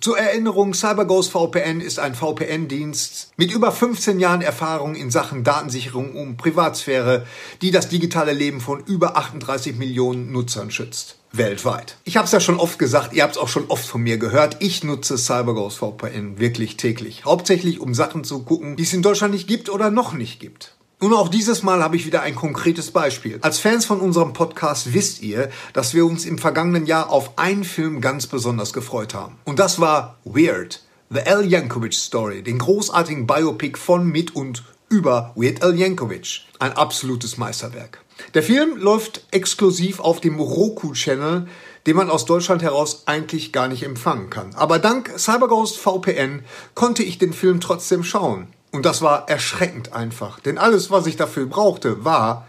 Zur Erinnerung, CyberGhost VPN ist ein VPN-Dienst mit über 15 Jahren Erfahrung in Sachen Datensicherung und Privatsphäre, die das digitale Leben von über 38 Millionen Nutzern schützt. Weltweit. Ich habe es ja schon oft gesagt, ihr habt es auch schon oft von mir gehört. Ich nutze CyberGhost VPN wirklich täglich. Hauptsächlich, um Sachen zu gucken, die es in Deutschland nicht gibt oder noch nicht gibt. Nun, auch dieses Mal habe ich wieder ein konkretes Beispiel. Als Fans von unserem Podcast wisst ihr, dass wir uns im vergangenen Jahr auf einen Film ganz besonders gefreut haben. Und das war Weird, The Al Yankovic Story, den großartigen Biopic von, mit und über Weird Al Yankovic. Ein absolutes Meisterwerk. Der Film läuft exklusiv auf dem Roku-Channel, den man aus Deutschland heraus eigentlich gar nicht empfangen kann. Aber dank CyberGhost VPN konnte ich den Film trotzdem schauen. Und das war erschreckend einfach, denn alles, was ich dafür brauchte, war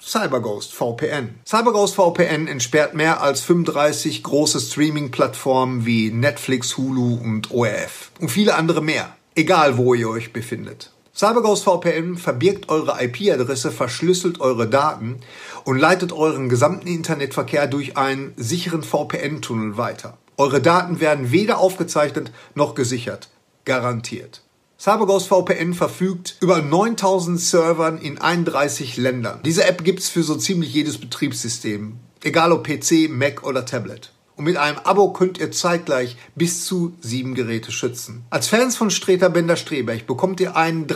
CyberGhost VPN. CyberGhost VPN entsperrt mehr als 35 große Streaming-Plattformen wie Netflix, Hulu und ORF und viele andere mehr, egal wo ihr euch befindet. CyberGhost VPN verbirgt eure IP-Adresse, verschlüsselt eure Daten und leitet euren gesamten Internetverkehr durch einen sicheren VPN-Tunnel weiter. Eure Daten werden weder aufgezeichnet noch gesichert. Garantiert. CyberGhost VPN verfügt über 9000 Servern in 31 Ländern. Diese App gibt's für so ziemlich jedes Betriebssystem, egal ob PC, Mac oder Tablet. Und mit einem Abo könnt ihr zeitgleich bis zu sieben Geräte schützen. Als Fans von Streter Bender Streberg bekommt ihr einen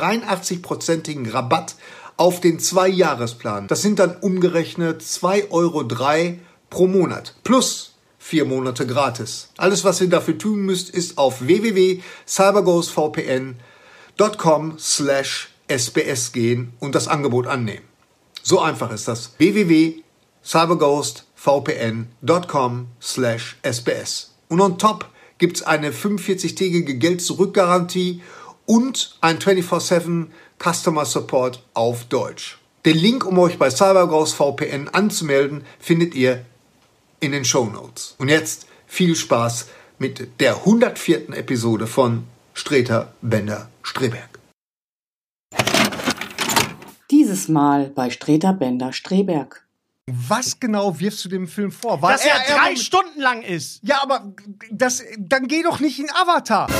83-prozentigen Rabatt auf den Zwei-Jahresplan. Das sind dann umgerechnet 2,03 Euro pro Monat. Plus vier Monate gratis. Alles, was ihr dafür tun müsst, ist auf www.cyberghostvpn.com slash sbs gehen und das Angebot annehmen. So einfach ist das. www.cyberghostvpn.com slash sbs. Und on top gibt's eine 45-tägige Geld-Zurück-Garantie und ein 24-7 Customer Support auf Deutsch. Den Link, um euch bei CyberGhost VPN anzumelden, findet ihr in den Shownotes. Und jetzt viel Spaß mit der 104. Episode von Streter Bender Streberg. Dieses Mal bei Streter Bender Streberg. Was genau wirfst du dem Film vor? Weil dass er, drei Moment- Stunden lang ist. Ja, aber das, dann geh doch nicht in Avatar.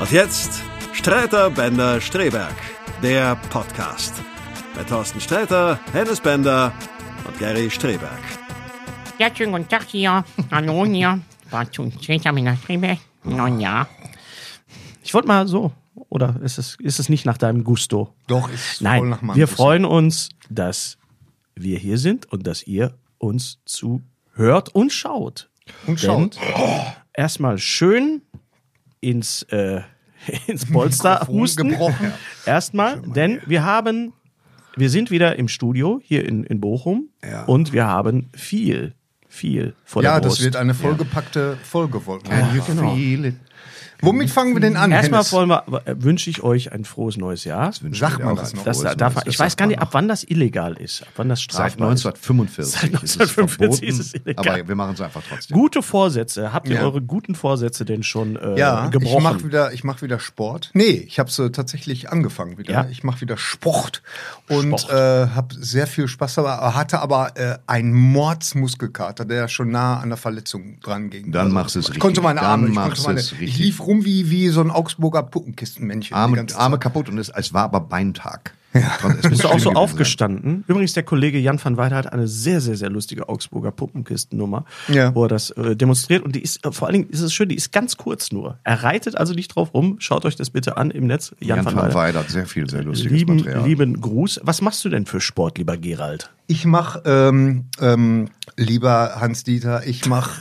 Und jetzt Streiter Bender Streberg, der Podcast. Bei Thorsten Streiter, Hennes Bender und Gary Streberg. Ja, schönen guten Tag hier. Hallo hier. War zu Twitter mit der Schreibe. Nun ja. Ich wollte mal so. Oder ist es, ist es nicht nach deinem Gusto? Doch, ist voll Nein, nach meinem wir Gusto. freuen uns, dass wir hier sind und dass ihr uns zuhört und schaut. Und schaut. Erstmal schön ins, äh, ins Polster Mikrofon husten. gebrochen. Erstmal, denn wir haben, wir sind wieder im Studio hier in, in Bochum und wir haben viel, viel vor Ja, der Brust. das wird eine vollgepackte Folge, wollten wir. Ja, genau. feel it? Womit fangen wir denn an? Erstmal Hennes? wollen wir, äh, wünsche ich euch ein frohes neues Jahr. Sag mal was noch. Das Frohes darf man, Neues. ich weiß gar nicht, ab wann das illegal ist, ab wann das Seit strafbar ist. 1945. Seit 1945 ist es verboten, illegal. Aber wir machen es einfach trotzdem. Gute Vorsätze. Habt ihr Ja. eure guten Vorsätze denn schon äh, ja, ich gebrochen? mache wieder, ich mach wieder Sport. Nee, ich habe es äh, tatsächlich angefangen wieder. Ja? Ich mache wieder Sport und Sport. äh, habe sehr viel Spaß dabei, hatte aber äh, einen Mordsmuskelkater, der schon nah an der Verletzung dran ging. Also, Dann machst du's Ich konnte richtig. meine Dann Arme, ich, machst konnte meine, du's ich richtig. lief rum wie, wie so ein Augsburger Puppenkistenmännchen. die Arme, ganze Zeit. Arme kaputt und es, es war aber Beintag. Ja. Es Bist muss du auch schlimm so gewesen aufgestanden? Übrigens, der Kollege Jan van Weyde hat eine sehr, sehr, sehr lustige Augsburger Puppenkistennummer, Ja. wo er das äh, demonstriert. Und die ist, äh, vor allen Dingen ist es schön, die ist ganz kurz nur. Er reitet also nicht drauf rum. Schaut euch das bitte an im Netz. Sein. Jan, Jan van Weyde. Weid hat sehr viel, sehr lustiges Lieben, Material. lieben Gruß. Was machst du denn für Sport, lieber Gerald? Ich mache, ähm, ähm, lieber Hans-Dieter, ich mache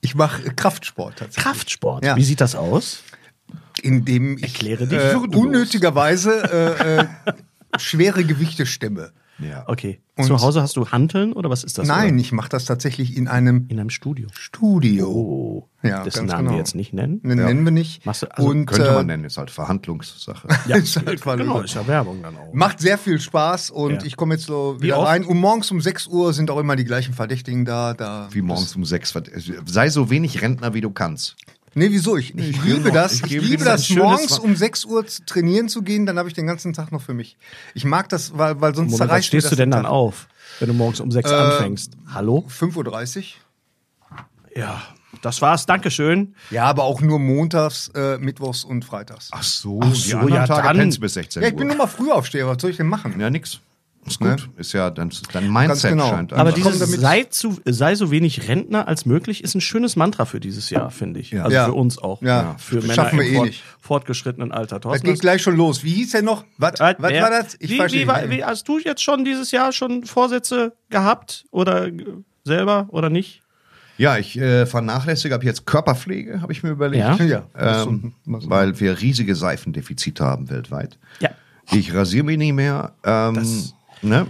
ich mach Kraftsport tatsächlich. Kraftsport. Ja. Wie sieht das aus? indem ich Erkläre dich äh, würdelos. unnötigerweise äh, äh, schwere Gewichte stemme. Ja. Okay. Und- Zu Hause hast du Hanteln oder was ist das? Nein, Oder? ich mache das tatsächlich in einem In einem Studio. Studio. Oh. Ja, das ganz Namen genau. wir jetzt nicht nennen. Ne, Nennen wir nicht. Machst du- also und Könnte äh, man nennen, ist halt Verhandlungssache. Ja, Ist halt mal genau, Lüge. ist ja Werbung dann auch. macht sehr viel Spaß und Ja. ich komme jetzt so Wie wieder oft? rein. Und morgens um 6 Uhr sind auch immer die gleichen Verdächtigen da. da. Wie morgens um sechs. Sei so wenig Rentner, wie du kannst. Nee, wieso? Ich, ich, ich liebe gebe- das. ich Ich, gebe liebe ihm ein das, schönes morgens Wa- um 6 Uhr zu trainieren zu gehen, dann habe ich den ganzen Tag noch für mich. Ich mag das, weil, weil sonst Moment, wann zerreißt mir stehst das Äh, du denn den dann Tag. auf, wenn du morgens um sechs anfängst? Hallo? 5.30 Uhr. Ja, das war's. Dankeschön. Ja, aber auch nur montags, äh, mittwochs und freitags. Ach so, Ach die so, anderen ja, Tage dann- pennst du bis 16 ja, Uhr. ich bin nur mal früh aufsteher. Was soll ich denn machen? ja, nix. Ist gut. Ist ja, dann ist dein Mindset genau. scheint Aber einfach- dieses komm damit- sei, zu, sei so wenig Rentner als möglich ist ein schönes Mantra für dieses Jahr, finde ich. Also Ja. für uns auch. Ja. Für Das Männer schaffen wir im eh fort, nicht. fortgeschrittenen Alter. Das Thorsten, geht gleich schon los. Wie hieß der noch? Was, was hast- Äh, war das? wie, wie, war- nicht. wie, hast du jetzt schon dieses Jahr schon Vorsätze gehabt oder äh, selber oder nicht? Ja, ich äh, vernachlässige ab jetzt Körperpflege, habe ich mir überlegt. Ja. Ja. Ähm, weil wir riesige Seifendefizite haben weltweit. Ja. Ich rasiere mich nicht mehr. Ähm, Das- ne?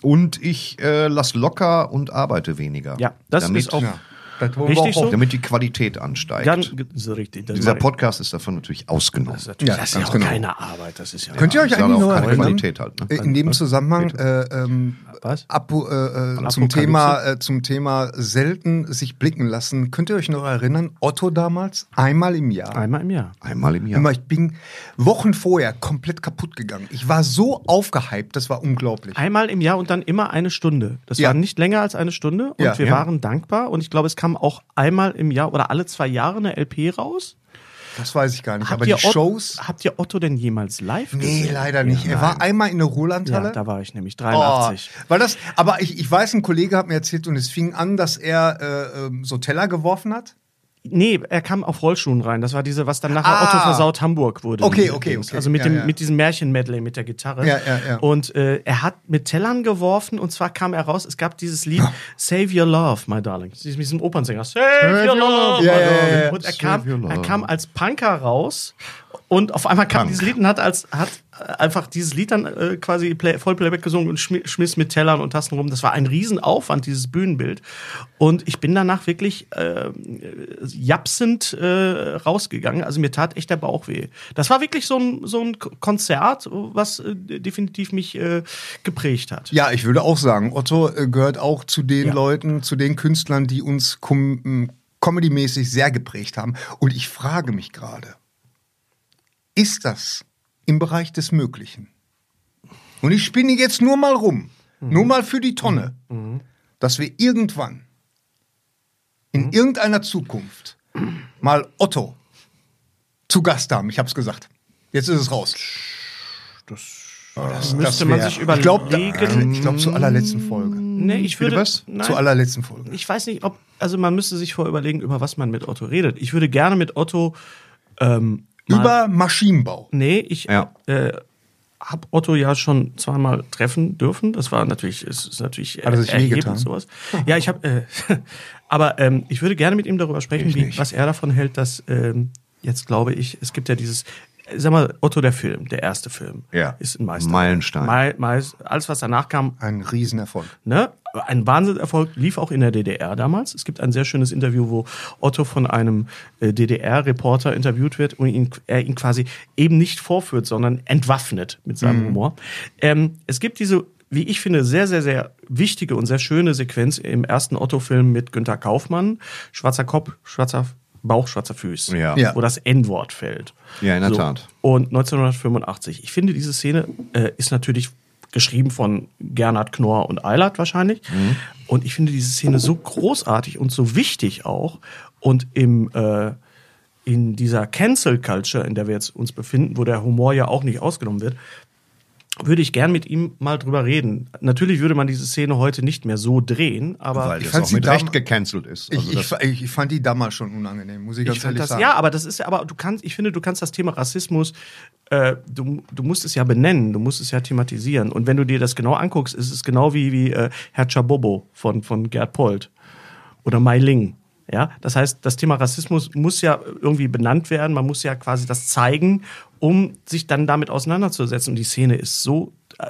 Und ich äh, lass locker und arbeite weniger. Ja, das damit, Oh, ist auch Ja. Das wollen Richtig so? Damit die Qualität ansteigt. ganz so richtig. Das Dieser war- Podcast ist davon natürlich ausgenommen. das ist natürlich- Ja, das ist ja ganz auch genau. keine Arbeit. Das ist ja Könnt ihr euch ist aber eigentlich auch noch keine erinnern? Qualität halt, ne? Äh, Also In dem Zusammenhang äh, ähm, Was? Apo, äh, äh, zum, Apokalypse? Thema, äh, zum Thema selten sich blicken lassen. Könnt ihr euch noch erinnern? Otto damals, einmal im Jahr. einmal im Jahr. Einmal im Immer, Jahr. Ich bin Wochen vorher komplett kaputt gegangen. Ich war so aufgehypt, das war unglaublich. Einmal im Jahr und dann immer eine Stunde. Das Ja. war nicht länger als eine Stunde und Ja. wir Ja. waren dankbar und ich glaube, es kam auch einmal im Jahr oder alle zwei Jahre eine LP raus. Das weiß ich gar nicht. Habt Aber die ihr Ot- Shows. Habt ihr Otto denn jemals live Nee, gesehen? leider nicht. er war einmal in der Ruhrlandhalle. Ja, da war ich nämlich Oh, 83. weil das, aber ich, ich weiß, ein Kollege hat mir erzählt und es fing an, dass er äh, ähm, so Teller geworfen hat. Nee, er kam auf Rollschuhen rein. Das war diese, was dann nachher Ah. Otto versaut Hamburg wurde. Okay, Diese okay, Dings. okay. Also mit, Ja, dem, ja. mit diesem Märchen-Medley mit der Gitarre. Ja, ja, ja. Und äh, er hat mit Tellern geworfen und zwar kam er raus, es gab dieses Lied Save Your Love, my darling. Das ist mit diesem Opernsänger. Save, Your Love, my Ja, ja, darling. ja, ja. Und er Save your kam, love. er kam als Punker raus und auf einmal kam Punk. dieses Lied und hat, als, hat äh, einfach dieses Lied dann äh, quasi Play, Vollplayback gesungen und schmi- schmiss mit Tellern und Tasten rum. Das war ein Riesenaufwand, dieses Bühnenbild. Und ich bin danach wirklich äh, japsend äh, rausgegangen. Also mir tat echt der Bauch weh. Das war wirklich so ein, so ein Konzert, was äh, definitiv mich äh, geprägt hat. Ja, ich würde auch sagen, Otto äh, gehört auch zu den Ja. Leuten, zu den Künstlern, die uns com m, comedymäßig sehr geprägt haben. Und ich frage mich gerade, ist das im Bereich des Möglichen? Und ich spinne jetzt nur mal rum, nur mal für die Tonne, dass wir irgendwann in Mhm. irgendeiner Zukunft mal Otto zu Gast haben. Ich hab's gesagt. Jetzt ist es raus. Ah, Das, Müsste man wär- sich überlegen. Äh, Ich glaube, ich glaub, zur allerletzten Folge. Nee, ich würde, was? Nein. Zur allerletzten Folge. ich weiß nicht, ob, also man müsste sich vorher überlegen, über was man mit Otto redet. Ich würde gerne mit Otto, ähm, mal- Über Maschinenbau. nee, ich Ja. äh, habe Otto ja schon zweimal treffen dürfen. Das war natürlich, es ist natürlich äh, Hat er sich erhebend wehgetan? sowas. Ja, ich habe, äh, aber ähm, ich würde gerne mit ihm darüber sprechen, Ich wie, nicht. was er davon hält, dass ähm, jetzt glaube ich, es gibt ja dieses sag mal, Otto der Film, der erste Film, Ja. ist ein Meister. Meilenstein. Mei- Meis- alles, was danach kam, Ein Riesenerfolg. ne? Ein Wahnsinnserfolg lief auch in der DDR damals. Es gibt ein sehr schönes Interview, wo Otto von einem äh, DDR-Reporter interviewt wird und ihn, er ihn quasi eben nicht vorführt, sondern entwaffnet mit seinem Humor. Ähm, es gibt diese, wie ich finde, sehr, sehr, sehr wichtige und sehr schöne Sequenz im ersten Otto-Film mit Günter Kaufmann. Schwarzer Kopf, schwarzer Bauch, schwarzer Füß. Ja. Ja. Wo das N-Wort fällt. Ja, in der Tat. Und 1985. Ich finde, diese Szene äh, ist natürlich geschrieben von Gernhard Knorr und Eilert wahrscheinlich. Mhm. Und ich finde diese Szene so großartig und so wichtig auch. Und im, äh, in dieser Cancel Culture, in der wir jetzt uns befinden, wo der Humor ja auch nicht ausgenommen wird, würde ich gern mit ihm mal drüber reden. Natürlich würde man diese Szene heute nicht mehr so drehen, aber Weil das fand auch sie mit dam- Recht gecancelt ist. Ich, Also ich, das- fa- ich, ich fand die damals schon unangenehm, muss ich ganz Ich fand ehrlich das, sagen. ja, aber das ist ja, aber du kannst, ich finde, du kannst das Thema Rassismus, äh, du, du musst es ja benennen, du musst es ja thematisieren. Und wenn du dir das genau anguckst, ist es genau wie, wie äh, Herr Chabobo von, von Gerd Polt oder Mai Ling. Ja, das heißt, das Thema Rassismus muss ja irgendwie benannt werden, man muss ja quasi das zeigen, um sich dann damit auseinanderzusetzen. Und die Szene ist so äh,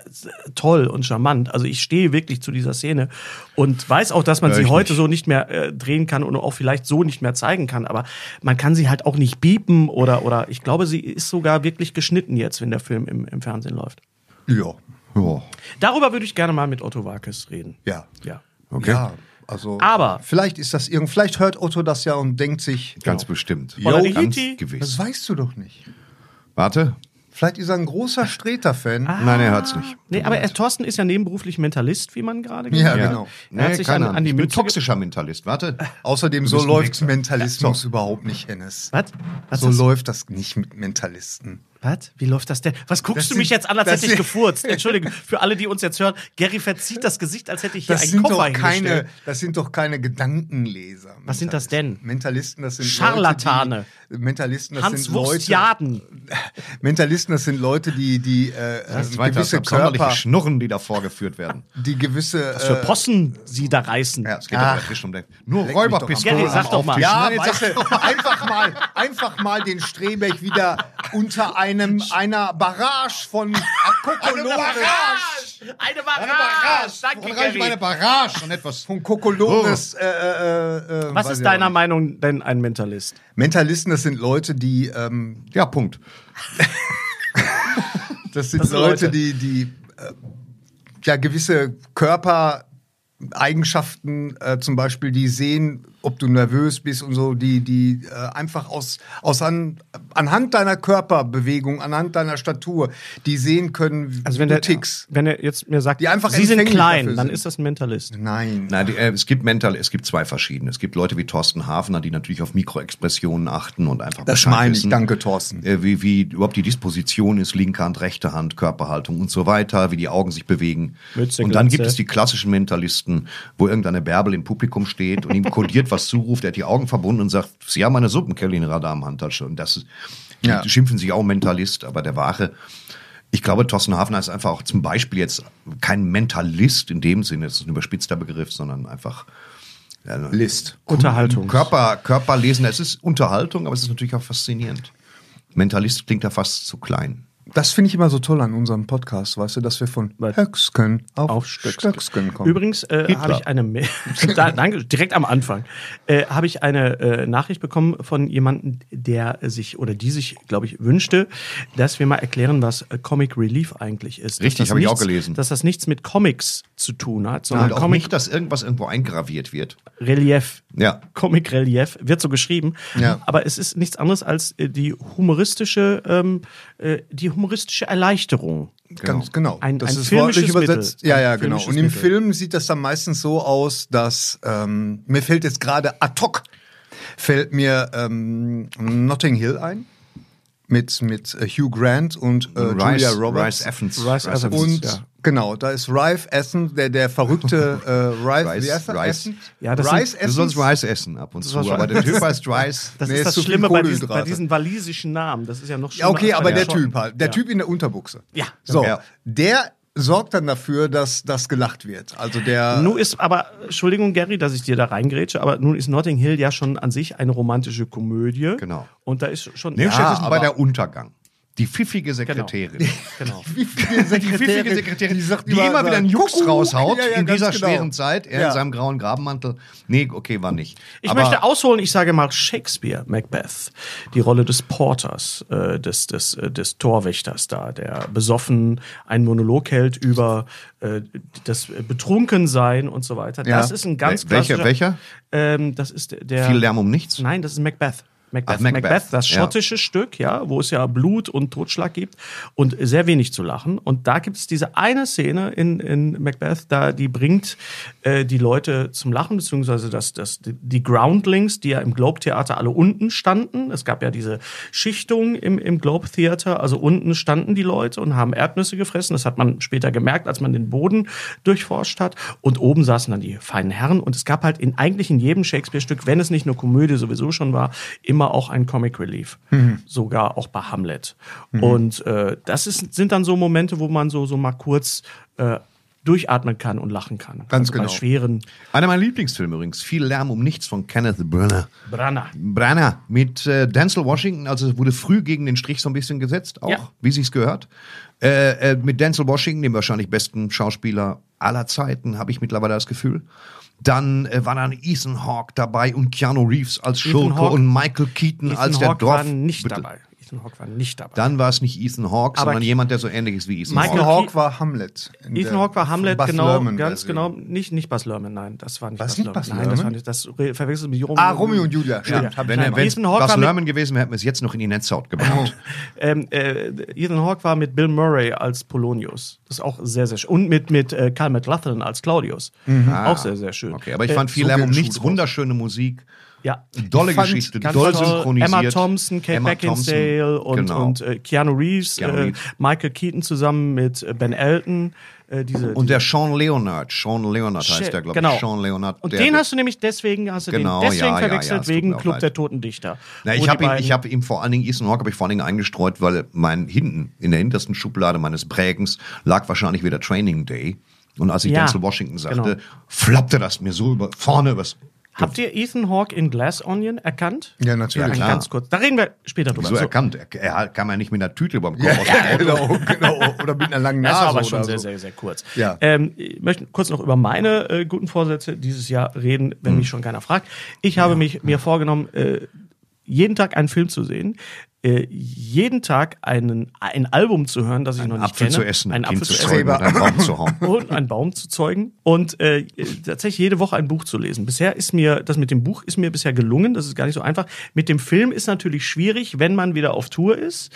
toll und charmant. Also ich stehe wirklich zu dieser Szene und weiß auch, dass man Hör sie ich heute nicht. so nicht mehr äh, drehen kann und auch vielleicht so nicht mehr zeigen kann. Aber man kann sie halt auch nicht biepen oder, oder ich glaube, sie ist sogar wirklich geschnitten jetzt, wenn der Film im, im Fernsehen läuft. Ja. ja. Darüber würde ich gerne mal mit Otto Warkes reden. Ja. Ja. Okay. Ja, also. Aber- Vielleicht ist das irgend. Vielleicht hört Otto das ja und denkt sich, Ganz bestimmt. Oder die ganz Yeti. das gewiss. weißt du doch nicht. Warte. Vielleicht ist er ein großer Streter-Fan. Nein, er hört's nicht. Nee, aber er, Thorsten ist ja nebenberuflich Mentalist, wie man gerade Ja, hat. genau. Er hat Nee, sich keine an, Ahnung. an die ich bin Mütze ge- Ah, toxischer Mentalist. Warte. Außerdem, Du so bist ein läuft Wichser. Mentalismus überhaupt nicht, Hennes. Was? Was, so hast- läuft das nicht mit Mentalisten. was? Wie läuft das denn? Was guckst Das du mich sind- jetzt an, als das hätte ich sind- gefurzt? Entschuldige, für alle, die uns jetzt hören, Gary verzieht das Gesicht, als hätte ich hier Das einen sind, Koffer doch hingestellt. keine, das sind doch keine Gedankenleser. Was sind das Mentalisten. denn? Mentalisten, das sind Scharlatane. Leute, die, Mentalisten, das Hans sind Leute. Wurstjaden. Mentalisten, das sind Leute, die, die äh, Das also ähm, weiter. Das gewisse sind absonderliche Körper, Schnurren, die da vorgeführt werden. die gewisse. Was für Possen sie da reißen. Ja, es geht Ach. aber frisch um den. Nur Leck mich doch am Räuberpistolen. Gary, sag am doch mal. Auftisch. Ja, Nein, jetzt weißt du, einfach mal, einfach mal den Strebech wieder unter einem einer Barrage von Kokolonen, Eine Eine Barrage! Barrage! Danke, Woran reiche ich meine Gary. Barrage und etwas. von Kokolones. Äh, äh, äh, Was weiß ist ich deiner auch nicht. Meinung denn ein Mentalist? Mentalisten? Das sind Leute, die ähm, Ja, Punkt. das sind Das sind Leute, Leute. die die äh, ja gewisse Körpereigenschaften, äh, zum Beispiel, die sehen, ob du nervös bist und so, die, die äh, einfach aus, aus an, anhand deiner Körperbewegung, anhand deiner Statur, die sehen können, wie Also wenn du der, tickst. wenn er jetzt mir sagt, Die einfach sie sind empfänglich klein, dafür dann sind. ist das ein Mentalist. Nein. Nein, die, äh, es gibt mental, es gibt zwei verschiedene. Es gibt Leute wie Thorsten Hafner, die natürlich auf Mikroexpressionen achten und einfach Das Bescheid meine ich, wissen. danke, Thorsten. Äh, wie, wie überhaupt die Disposition ist, linke Hand, rechte Hand, Körperhaltung und so weiter, wie die Augen sich bewegen. Mütze, und dann Glatze. gibt es die klassischen Mentalisten, wo irgendeine Bärbel im Publikum steht und ihm kodiert was zuruft, der hat die Augen verbunden und sagt, Sie haben eine Suppenkelle in Ihrer Damenhandtasche. Und das ist, Ja. die schimpfen sich auch Mentalist, aber der wahre ich glaube, Thorsten Hafner ist einfach auch zum Beispiel jetzt kein Mentalist in dem Sinne, das ist ein überspitzter Begriff, sondern einfach List. Unterhaltung. Körper, Körperlesen. Es ist Unterhaltung, aber es ist natürlich auch faszinierend. Mentalist klingt da fast zu klein. Das finde ich immer so toll an unserem Podcast, weißt du, dass wir von Was? Höcksken auf, auf auf Stöcksken. Stöcksken kommen. Übrigens äh, habe ich eine Mail- da, danke, direkt am Anfang äh, habe ich eine äh, Nachricht bekommen von jemandem, der sich oder die sich, glaube ich, wünschte, dass wir mal erklären, was äh, Comic Relief eigentlich ist. Dass Richtig, das habe ich auch nichts- gelesen. Dass das nichts mit Comics zu tun hat, sondern Und auch Comic nicht, dass irgendwas irgendwo eingraviert wird. Relief. Ja. Comic Relief wird so geschrieben, Ja. aber es ist nichts anderes als äh, die humoristische, ähm, äh, die humoristische Erleichterung. Ganz genau. Ein- das ein ist filmisches wortlich übersetzt. Mittel. Ja, Ein ja, genau. filmisches Und im Mittel. Film sieht das dann meistens so aus, dass ähm, mir fällt jetzt gerade ad hoc fällt mir ähm, Notting Hill ein mit mit äh, Hugh Grant und äh, Julia Roberts. Rice Athens. Rice Athens. und ja. genau, da ist Rife Essen, der, der verrückte äh, Rife Rice- wie heißt er? Rice. Essen. Ja, das Rice Du sollst Essens- Rice essen ab und zu, war schon- aber der Typ heißt Rice. Das Nee, ist ist das zu viel Schlimme bei diesen, bei Kohlenhydrate. diesen walisischen Namen. Das ist ja noch Ja, schlimmer. okay, als aber bei der den Schotten. Typ halt. Der ja. Typ in der Unterbuchse. Ja. So, Ja. der sorgt dann dafür, dass, dass gelacht wird. Also der. Nun ist aber, Entschuldigung, Gary, dass ich dir da reingrätsche, aber nun ist Notting Hill ja schon an sich eine romantische Komödie. Genau. Und da ist schon. Nee, ja, ja, ist bei aber- der Untergang. Die pfiffige Sekretärin. Genau. Wie viele Die pfiffige Sekretärin, die sagt die immer wieder einen Jux Kuckuck. raushaut Ja, ja, in ganz dieser genau. schweren Zeit. Er Ja. in seinem grauen Grabenmantel. Nee, okay, war nicht. Ich Aber möchte ausholen, ich sage mal Shakespeare, Macbeth, die Rolle des Porters, äh, des, des, äh, des Torwächters da, der besoffen einen Monolog hält über äh, das Betrunkensein und so weiter. Ja. Das ist ein ganz Wel- welcher- klassischer- welcher? Ähm, das ist der- der. viel Lärm um nichts. Nein, das ist Macbeth. Macbeth, Ach, Macbeth. Macbeth. das Ja. schottische Stück, ja, wo es ja Blut und Totschlag gibt und sehr wenig zu lachen. Und da gibt es diese eine Szene in, in Macbeth, da die bringt äh, die Leute zum Lachen, beziehungsweise das, das, die- die Groundlings, die ja im Globe Theater alle unten standen. Es gab ja diese Schichtung im, im Globe Theater, also unten standen die Leute und haben Erdnüsse gefressen. Das hat man später gemerkt, als man den Boden durchforscht hat. Und oben saßen dann die feinen Herren. Und es gab halt in eigentlich in jedem Shakespeare-Stück, wenn es nicht nur Komödie sowieso schon war, immer auch ein Comic Relief. Mhm. Sogar auch bei Hamlet. Und äh, das ist, sind dann so Momente, wo man so, so mal kurz äh, durchatmen kann und lachen kann. Also Ganz Bei genau. schweren Einer meiner Lieblingsfilme übrigens, Viel Lärm um nichts von Kenneth Branagh. Branner. Branagh mit äh, Denzel Washington, also es wurde früh gegen den Strich so ein bisschen gesetzt, auch Ja. wie sich's gehört. Äh, äh, mit Denzel Washington, dem wahrscheinlich besten Schauspieler aller Zeiten, habe ich mittlerweile das Gefühl. Dann äh, war dann Ethan Hawke dabei und Keanu Reeves als Schurke Hawke- und Michael Keaton als der Hawke Dorf. war nicht Bitte. dabei. Ethan Hawke war nicht dabei. Dann war es nicht Ethan Hawke, Aber sondern Ke- jemand, der so ähnlich ist wie Ethan Michael Hawke. Ethan Hawke war Hamlet. in Ethan der Hawke war Hamlet, Baz genau, Lerman ganz genau, Version. nicht, nicht Bas Lerman, nein, das war nicht Was, Baz nicht Lerman. Baz Nein, das war Lerman? nicht, das re- verwechselt mit Romeo, Ah, Romeo und Julia, Ja. stimmt. hab ich Wenn er Nein, einmal. wenn Ethan Hawke Bas war mit- Lerman gewesen wäre, hätten wir es jetzt noch in die Netzhaut gebracht. Ähm, äh, Ethan Hawke war mit Bill Murray als Polonius. Das ist auch sehr, sehr schön. Und mit, mit äh, Karl McLaughlin als Claudius. Auch sehr, sehr schön. Mhm. Ah, Äh, Okay, aber ich fand viel so Lärm um geht's nichts, schon wunderschöne Musik. Ja. Dolle Ich fand Geschichte, Ganz doll toll. synchronisiert. Emma Thompson, Kate Emma Beckinsale Thompson, und, genau. und äh, Keanu Reeves, Keanu äh, Reeves. Michael Keaton zusammen mit äh, Ben Elton. Äh, diese, Und der Sean Leonard, Sean Leonard Sch- heißt der, glaube genau. ich. Sean Leonard. Und der, den hast du nämlich deswegen, hast du Genau, den deswegen ja, ja, ja, verwechselt es tut mir wegen auch Club leid. der Toten Dichter. Na, Wo ich Oh, die habe ihn, beiden- ich hab ihm vor allen Dingen, Ethan Hawke habe ich vor allen Dingen eingestreut, weil mein hinten, in der hintersten Schublade meines Prägens lag wahrscheinlich wieder Training Day. Und als ich Ja, Denzel Washington sagte, genau. flappte das mir so über, vorne übers. Habt ihr Ethan Hawke in Glass Onion erkannt? Ja, natürlich. Ja, klar. Ganz kurz. Da reden wir später drüber. So So. erkannt. Er, er kam ja nicht mit einer Tüte über dem Kopf aus dem Ja, Auto. genau, genau. Oder mit einer langen Nase. Das war aber oder schon so. sehr, sehr, sehr kurz. Ja. Ähm, ich möchte kurz noch über meine äh, guten Vorsätze dieses Jahr reden, Mhm. wenn mich schon keiner fragt. Ich habe mich mir vorgenommen, äh, jeden Tag einen Film zu sehen, äh, jeden Tag einen, ein Album zu hören, das ich noch Einen nicht Apfel kenne. zu essen, einen ein Kind Apfel zu zu essen zeugen und einen Baum zu hauen. und einen Baum zu zeugen und äh, tatsächlich jede Woche ein Buch zu lesen. Bisher ist mir, das mit dem Buch ist mir bisher gelungen, das ist gar nicht so einfach. Mit dem Film ist natürlich schwierig, wenn man wieder auf Tour ist.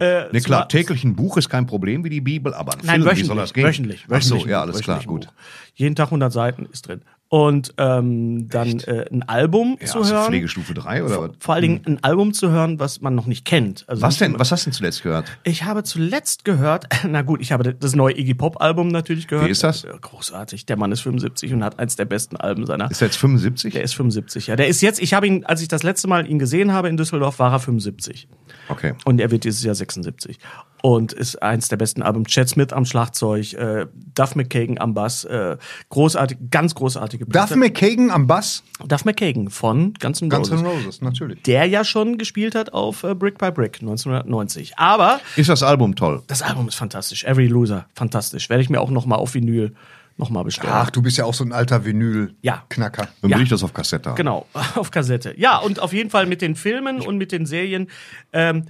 Nee, klar, Zwar- täglich ein Buch ist kein Problem wie die Bibel, aber ein Nein, Film, wöchentlich, wie soll das gehen? wöchentlich, Ach so, wöchentlich. ja, alles klar, wöchentlich gut. Buch. Jeden Tag 100 Seiten ist drin. Und ähm, dann äh, ein Album Ja, zu also hören. Pflegestufe 3 oder was? Hm. Vor allen Dingen ein Album zu hören, was man noch nicht kennt. Also Was nicht denn? Was hast du denn zuletzt gehört? ich habe zuletzt gehört, na gut, ich habe das neue Iggy Pop Album natürlich gehört. Äh, Wie ist das? Großartig. Der Mann ist 75 und hat eins der besten Alben seiner. Ist er jetzt 75? der ist 75, ja. Der ist jetzt, ich habe ihn, als ich das letzte Mal ihn gesehen habe in Düsseldorf, war er 75. Okay. Und er wird dieses Jahr 76. Und ist eins der besten Alben. Chad Smith am Schlagzeug, äh, Duff McKagan am Bass. Äh, großartig, ganz großartige Duff McKagan am Bass, Duff McKagan von ganzen Guns N' Roses. Roses, natürlich. Der ja schon gespielt hat auf äh, Brick by Brick 1990. Aber Ist das Album toll? das Album ist fantastisch. Every Loser, fantastisch. Werde ich mir auch nochmal auf Vinyl nochmal bestellen. Ach, du bist ja auch so ein alter Ja. Vinyl-Knacker. Dann Ja. will ich das auf Kassette haben. Genau, auf Kassette. Ja, und auf jeden Fall mit den Filmen und mit den Serien. Ähm,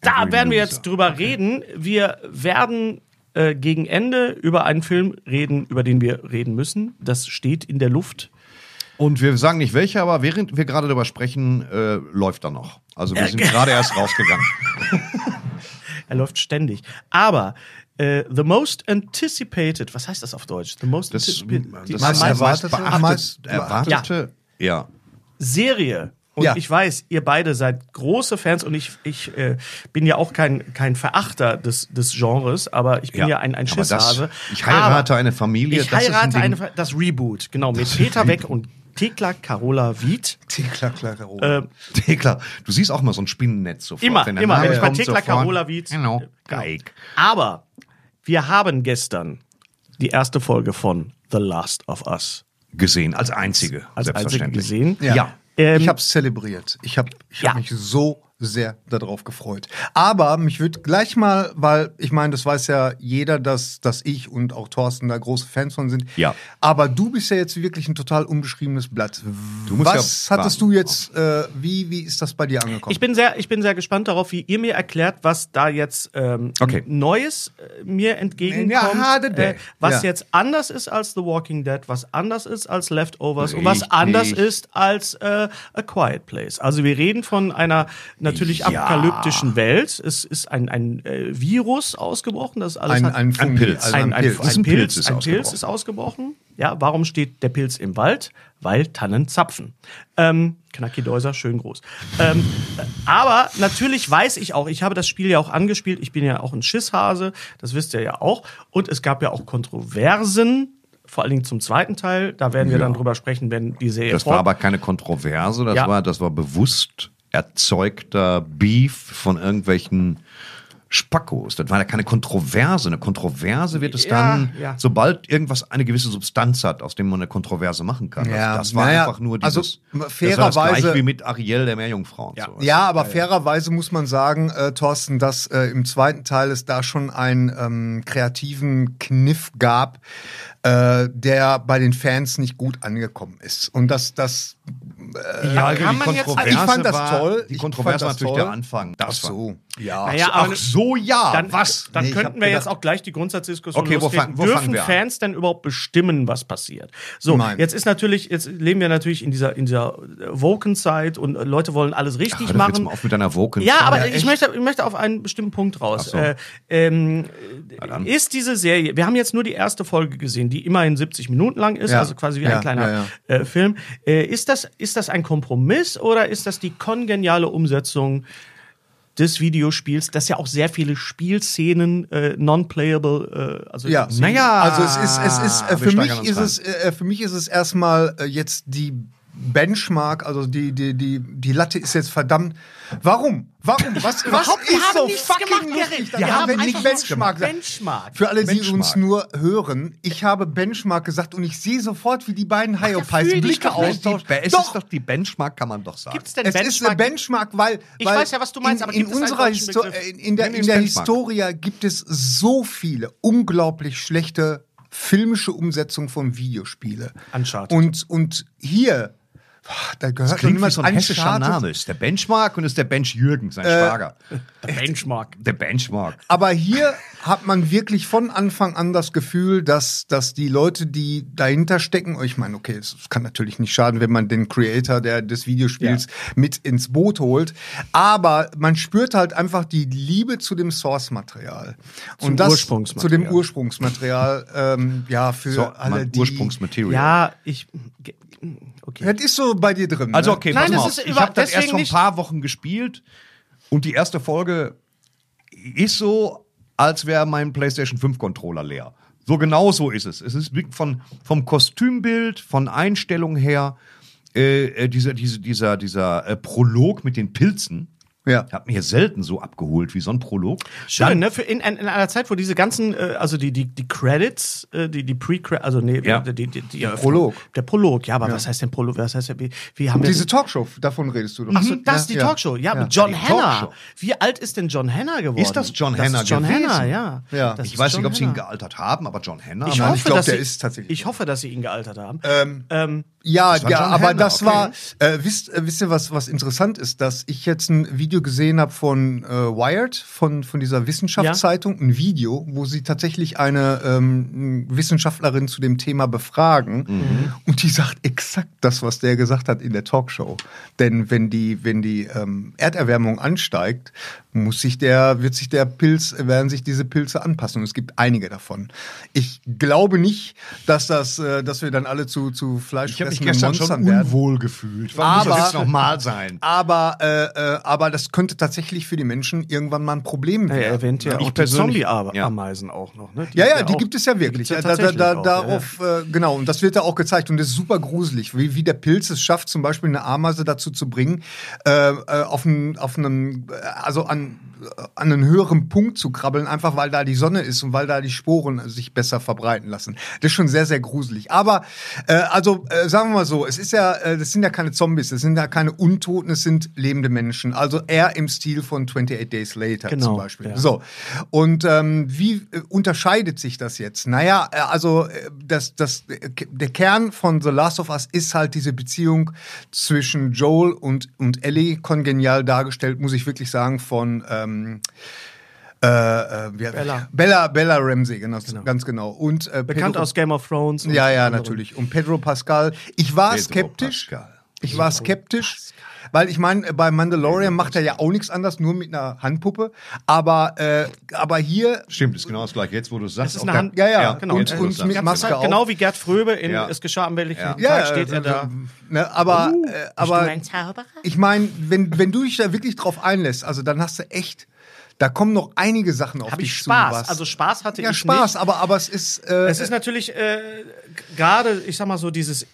da Every werden wir Loser. jetzt drüber reden. Wir werden äh, gegen Ende über einen Film reden, über den wir reden müssen. Das steht in der Luft. Und wir sagen nicht welche, aber während wir gerade darüber sprechen, äh, läuft er noch. Also wir sind gerade erst rausgegangen. Er läuft ständig. Aber äh, The Most Anticipated, was heißt das auf Deutsch? The Most Das, das Anticipated. die heißt, meist er war erwartete- beachtet, meist erwartete, ja. Serie. Und Ja. ich weiß, ihr beide seid große Fans und ich, ich äh, bin ja auch kein, kein Verachter des, des Genres, aber ich bin ja, ein, ein Aber das- Schisshase. ich heirate Aber eine Familie. Ich das ist ein heirate Ding. eine Fa- das Reboot, genau, mit Peter Weck und Thekla Carola Wied. Ähm, Tekla Clara Rowe. Äh, Thekla, du siehst auch mal so ein Spinnennetz sofort. Immer, wenn der immer. Name Wenn ich bei kommt, Thekla sofort. Carola wie- Genau, Geig. Aber wir haben gestern die erste Folge von The Last of Us Gesehen, als einzige, als einzige selbstverständlich. gesehen. Ja. Ja. Ähm, ich habe es zelebriert. Ich habe ich hab Ja. mich so sehr darauf gefreut. Aber mich würde gleich mal, weil ich meine, das weiß ja jeder, dass, dass ich und auch Thorsten da große Fans von sind. Ja. Aber du bist ja jetzt wirklich ein total unbeschriebenes Blatt. Du musst Was ja hattest warten. du jetzt, äh, wie, wie ist das bei dir angekommen? Ich bin sehr, ich bin sehr gespannt darauf, wie ihr mir erklärt, was da jetzt ähm, Okay. Neues äh, mir entgegenkommt, Ja, hade day. äh, was Ja. jetzt anders ist als The Walking Dead, was anders ist als Leftovers und was Richtig. anders ist als äh, A Quiet Place. Also wir reden von einer natürlich Ja. apokalyptischen Welt. Es ist ein, ein äh, Virus ausgebrochen, das alles ein, hat ein, Fungi, Pilz. Also ein, ein, ein, Pilz. ein, Ein Pilz, Pilz ist ein Pilz ausgebrochen. ist ausgebrochen. Ja, warum steht der Pilz im Wald? Weil Tannen zapfen. Ähm, Knacki Deuser, schön groß. Ähm, äh, aber natürlich weiß ich auch, ich habe das Spiel ja auch angespielt, ich bin ja auch ein Schisshase, das wisst ihr ja auch. Und es gab ja auch Kontroversen, vor allen Dingen zum zweiten Teil. Da werden wir dann drüber sprechen, wenn die Serie Das war fort- aber keine Kontroverse, das, Ja. war, das war bewusst erzeugter Beef von irgendwelchen Spackos. Das war ja keine Kontroverse. Eine Kontroverse wird es dann, ja. sobald irgendwas eine gewisse Substanz hat, aus dem man eine Kontroverse machen kann. Also Ja, Das, das war naja, einfach nur also, dieses. m- das war das fairerweise- gleich wie mit Ariel der Meerjungfrau. und sowas. Ja, aber fairerweise muss man sagen, äh, Thorsten, dass äh, im zweiten Teil es da schon einen ähm, kreativen Kniff gab, äh, der bei den Fans nicht gut angekommen ist. Und dass das, Ja, also kann die man jetzt- Kontroverse Ich fand das war, toll. Die Ich Kontroverse fand war das natürlich toll. der Anfang. Das war- ja. Naja, Ach aber- so, ja. Dann, was? dann Nee, ich hab könnten wir gedacht- jetzt auch gleich die Grundsatzdiskussion Okay, wo loslegen. fangen- wo Dürfen fangen wir an? Fans denn überhaupt bestimmen, was passiert? So, Nein. jetzt ist natürlich, jetzt leben wir natürlich in dieser, in dieser äh, Woken-Zeit und äh, Leute wollen alles richtig Hör doch jetzt machen. mal auf mit deiner Voken. Ja, aber Ja, ich, echt. möchte, ich möchte auf einen bestimmten Punkt raus. Ach so. Äh, ähm, dann. ist diese Serie, wir haben jetzt nur die erste Folge gesehen, die immerhin 70 Minuten lang ist, Ja, also quasi wie ja, ein kleiner ja, Äh, Film. Äh, ist, das, ist das ein Kompromiss oder ist das die kongeniale Umsetzung des Videospiels, das ja auch sehr viele Spielszenen äh, non-playable, äh, also Ja, Szenen- Naja. also es ist, es ist äh, Wir für steigern mich uns ist rein. es, äh, für mich ist es erstmal äh, jetzt die Benchmark, also die die die die Latte ist jetzt verdammt. Warum? Warum? Was was Überhaupt, wir ist haben so nichts fucking gemacht, lustig? Gerrit. daran? Wir haben wenn einfach nicht nur Benchmark. gesagt- Benchmark. Für alle, die Benchmark. uns nur hören, ich habe Benchmark gesagt und ich sehe sofort, wie die beiden Hyopies fühl dich Blicke doch nicht. austauschen. Es ist doch die Benchmark, kann man doch sagen. Gibt's denn Es ist eine Benchmark, weil, Ich weil weiß ja, was du meinst, in, aber in gibt es einen unserer deutschen Histo äh, Begriff? in, in der, Nimm in den der Benchmark. Historia gibt es so viele unglaublich schlechte filmische Umsetzungen von Videospiele. Uncharted. Und und hier boah, da gehört Klingt wie niemals so ein hessischer Name. Ist der Benchmark und ist der Bench Jürgen, sein Äh. Schwager. Benchmark. Der Benchmark. Aber hier hat man wirklich von Anfang an das Gefühl, dass, dass die Leute, die dahinter stecken, oh, ich meine, okay, es kann natürlich nicht schaden, wenn man den Creator der, des Videospiels mit ins Boot holt, aber man spürt halt einfach die Liebe zu dem Source-Material. Und Ursprungsmaterial. Zu dem Ursprungsmaterial, ähm, ja, für So, alle, mein die... Ursprungsmaterial. Ja, ich. ge- Okay. Das ist so bei dir drin. Also ne? okay, Nein, pass mal das auf. ist Ich über- habe das deswegen erst vor ein nicht- paar Wochen gespielt und die erste Folge ist so, als wäre mein PlayStation 5 Controller leer. So genau so ist es. Es ist wirklich von, vom Kostümbild, von Einstellung her, äh, äh, dieser, diese, dieser, dieser äh, Prolog mit den Pilzen. Ja. Hat mir selten so abgeholt wie so ein Prolog. Schön, Dann- ne? Für in, in, in einer Zeit, wo diese ganzen, äh, also die, die, die Credits, äh, die, die Pre-Credits, also nee, Ja. die, die, die, die Eröffnung. Prolog. Um Der Prolog, ja, aber was heißt denn Prolog? Was heißt der, wie, wie haben wir Diese Talkshow, davon redest du doch. Ach so, Mhm. das ist die Ja, ja. Talkshow. Ja, mit John Ja, die Hanna. Talkshow. Wie alt ist denn John Hanna geworden? Ist das John Hanna Das ist John gewesen? Hanna, ja. Ja. Das Ich ist weiß nicht, John ob sie ihn Hanna. gealtert haben, aber John Hanna. Ich Nein, hoffe, ich glaub, dass der sie, ist tatsächlich- Äh, Ich hoffe, dass sie ihn gealtert haben. Ja, war ja, John aber Hannah, das okay. war, äh, wisst, äh, wisst ihr, was, was interessant ist, dass ich jetzt ein Video gesehen habe von äh, Wired, von, von dieser Wissenschaftszeitung, ein Video, wo sie tatsächlich eine ähm, Wissenschaftlerin zu dem Thema befragen Mhm. und die sagt exakt das, was der gesagt hat in der Talkshow. Denn wenn die, wenn die ähm, Erderwärmung ansteigt, muss sich der, wird sich der Pilz, werden sich diese Pilze anpassen. Und es gibt einige davon. Ich glaube nicht, dass das, äh, dass wir dann alle zu, zu Fleisch ich habe mich fressenden gestern schon Monstern werden. unwohl gefühlt. Warum muss Aber- das jetzt nochmal sein? Aber, äh, äh, aber das könnte tatsächlich für die Menschen irgendwann mal ein Problem Er werden. erwähnt ja, ich auch die persönlich- ja. Zombie-Ameisen auch noch. Ne? Ja, ja, sind die auch- gibt es ja die wirklich. gibt's da, da, da, tatsächlich auch, ja, ja. darauf, Äh, genau, und das wird ja auch gezeigt. Und das ist super gruselig, wie, wie der Pilz es schafft, zum Beispiel eine Ameise dazu zu bringen, äh, äh, auf, einen, auf einem, äh, also an, äh, an einen höheren Punkt zu krabbeln, einfach weil da die Sonne ist und weil da die Sporen sich besser verbreiten lassen. Das ist schon sehr, sehr gruselig. Aber äh, also äh, sagen wir sagen wir mal so, es ist ja, äh, das sind ja keine Zombies, das sind ja keine Untoten, es sind lebende Menschen. Also eher im Stil von 28 Days Later Genau, zum Beispiel. ja. So. Und ähm, wie äh, unterscheidet sich das jetzt? Naja, äh, also äh, das, das, äh, der Kern von The Last of Us ist halt diese Beziehung zwischen Joel und, und Ellie, kongenial dargestellt, muss ich wirklich sagen, von ähm, äh, äh, wie, Bella. Bella, Bella Ramsey, genau, ganz genau. Und äh, Bekannt Pedro- aus Game of Thrones. und ja, ja, anderen. natürlich. Und Pedro Pascal. Ich war Pedro skeptisch. Pascal. Ich war skeptisch, weil ich meine, bei Mandalorian macht er ja auch nichts anders, nur mit einer Handpuppe. Aber, äh, aber hier. Stimmt, ist genau das gleiche. Jetzt, wo du es sagst, Es ist auch eine gar- Hand- Ja, ja, genau. und, Ja, und ja, mit Maske Zeit, auf. genau wie Gerd Fröbe in Ja. Es geschah am welchen Ja. Tag ja, steht er da. Uh, Ne, aber äh, aber ein Zauberer? ich meine, wenn, wenn du dich da wirklich drauf einlässt, also dann hast du echt, da kommen noch einige Sachen auf Habe dich ich zu. Spaß. was- also Spaß hatte ja, ich Spaß, nicht. aber, aber es ist. Äh, Es ist natürlich äh, gerade, ich sag mal so, dieses.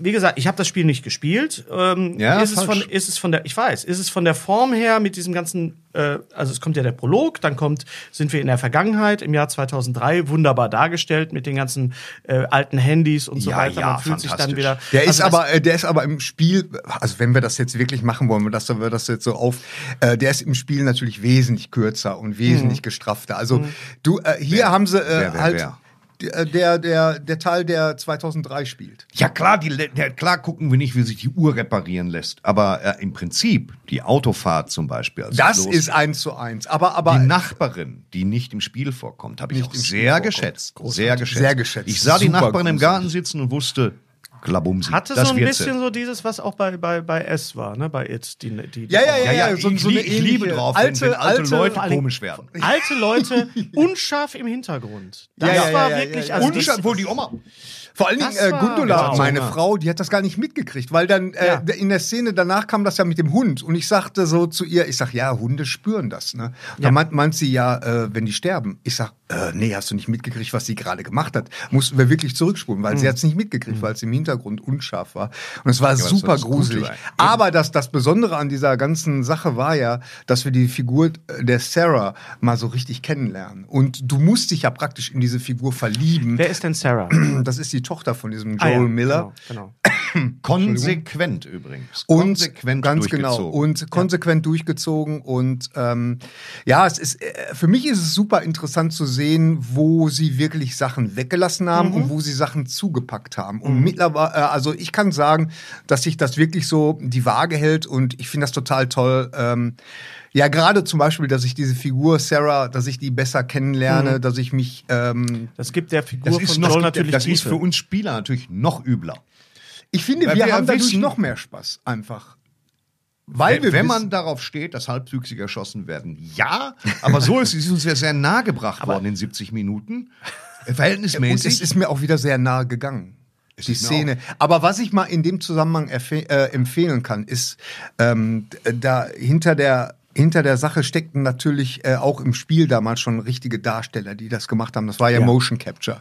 Wie gesagt, ich habe das Spiel nicht gespielt. Ähm, Ja, ist, es von, falsch. ist es von der, ich weiß, ist es von der Form her mit diesem ganzen, äh, also es kommt ja der Prolog, dann kommt, sind wir in der Vergangenheit im Jahr 2003 wunderbar dargestellt mit den ganzen äh, alten Handys und so Ja, weiter. ja, Man fühlt sich dann fantastisch. wieder. Der ist Also das- aber, äh, der ist aber im Spiel, also wenn wir das jetzt wirklich machen wollen, dass wir das jetzt so auf, äh, der ist im Spiel natürlich wesentlich kürzer und Mhm. wesentlich gestraffter. Also du, äh, hier haben sie äh, Wer, wer, halt wer? d- äh, Der, der, der Teil, der 2003 spielt. Ja klar, die, ja, klar gucken wir nicht, wie sich die Uhr reparieren lässt. Aber äh, im Prinzip die Autofahrt zum Beispiel. als Das es losging, ist eins zu eins. Aber, aber die Nachbarin, die nicht im Spiel vorkommt, habe ich Nicht auch im Spiel sehr vorkommt. geschätzt, sehr geschätzt. Sehr geschätzt. Ich sah die Super Nachbarin im gruselig. Garten sitzen und wusste, Klabumsi, Hatte das so ein wird sie. bisschen so dieses, was auch bei, bei, bei S war, ne? Bei It. Die, die, die ja, ja, ja, Ja, ja, ja, ich, lie- ich liebe ähnliche- drauf, alte, wenn, wenn alte, Leute vor allem- komisch werden. Alte Leute unscharf im Hintergrund. Das Ja, ja, war ja, ja, wirklich. ja. Also Und das, wo die Oma. Vor allen Dingen Das äh, war- Gundula, Genau. meine Ja. Frau, die hat das gar nicht mitgekriegt, weil dann äh, Ja. in der Szene danach kam das ja mit dem Hund und ich sagte so zu ihr, ich sag ja, Hunde spüren das, ne? Da meint, meint sie ja, äh, wenn die sterben. Ich sag, äh, nee, hast du nicht mitgekriegt, was sie gerade gemacht hat? Mussten wir wirklich zurückspulen, weil sie Mhm. hat's nicht mitgekriegt, weil es im Hintergrund unscharf war und es war das super war das Gute gruselig. dabei. Aber das das Besondere an dieser ganzen Sache war ja, dass wir die Figur äh, der Sarah mal so richtig kennenlernen und du musst dich ja praktisch in diese Figur verlieben. wer ist denn Sarah? Das ist die Tochter von diesem Joel Ah, ja, Miller. Genau, Konsequent übrigens. Und konsequent ganz genau durchgezogen. und konsequent durchgezogen und ähm, ja es ist äh, für mich ist es super interessant zu sehen wo sie wirklich Sachen weggelassen haben und wo sie Sachen zugepackt haben und mittlerweile äh, also ich kann sagen dass sich das wirklich so die Waage hält und ich finde das total toll ähm, ja gerade zum Beispiel dass ich diese Figur Sarah dass ich die besser kennenlerne dass ich mich ähm, Das gibt der Figur das von ist, Joel noch, natürlich das ist Tiefe. für uns Spieler natürlich noch übler. ich finde wir, Weil wir haben dadurch wissen- noch mehr Spaß einfach weil wenn, wir wenn wissen- man darauf steht, dass Halbwüchsige erschossen werden, ja, aber so ist es uns ja sehr nahe gebracht worden in 70 Minuten. Äh, Und Verhältnismäßig. es ist mir auch wieder sehr nahe gegangen. Die ist mir Szene. Aber was ich mal in dem Zusammenhang erfe- äh, empfehlen kann, ist, ähm, d- da hinter der hinter der Sache steckten natürlich äh, auch im Spiel damals schon richtige Darsteller, die das gemacht haben. Das war ja, Motion Capture.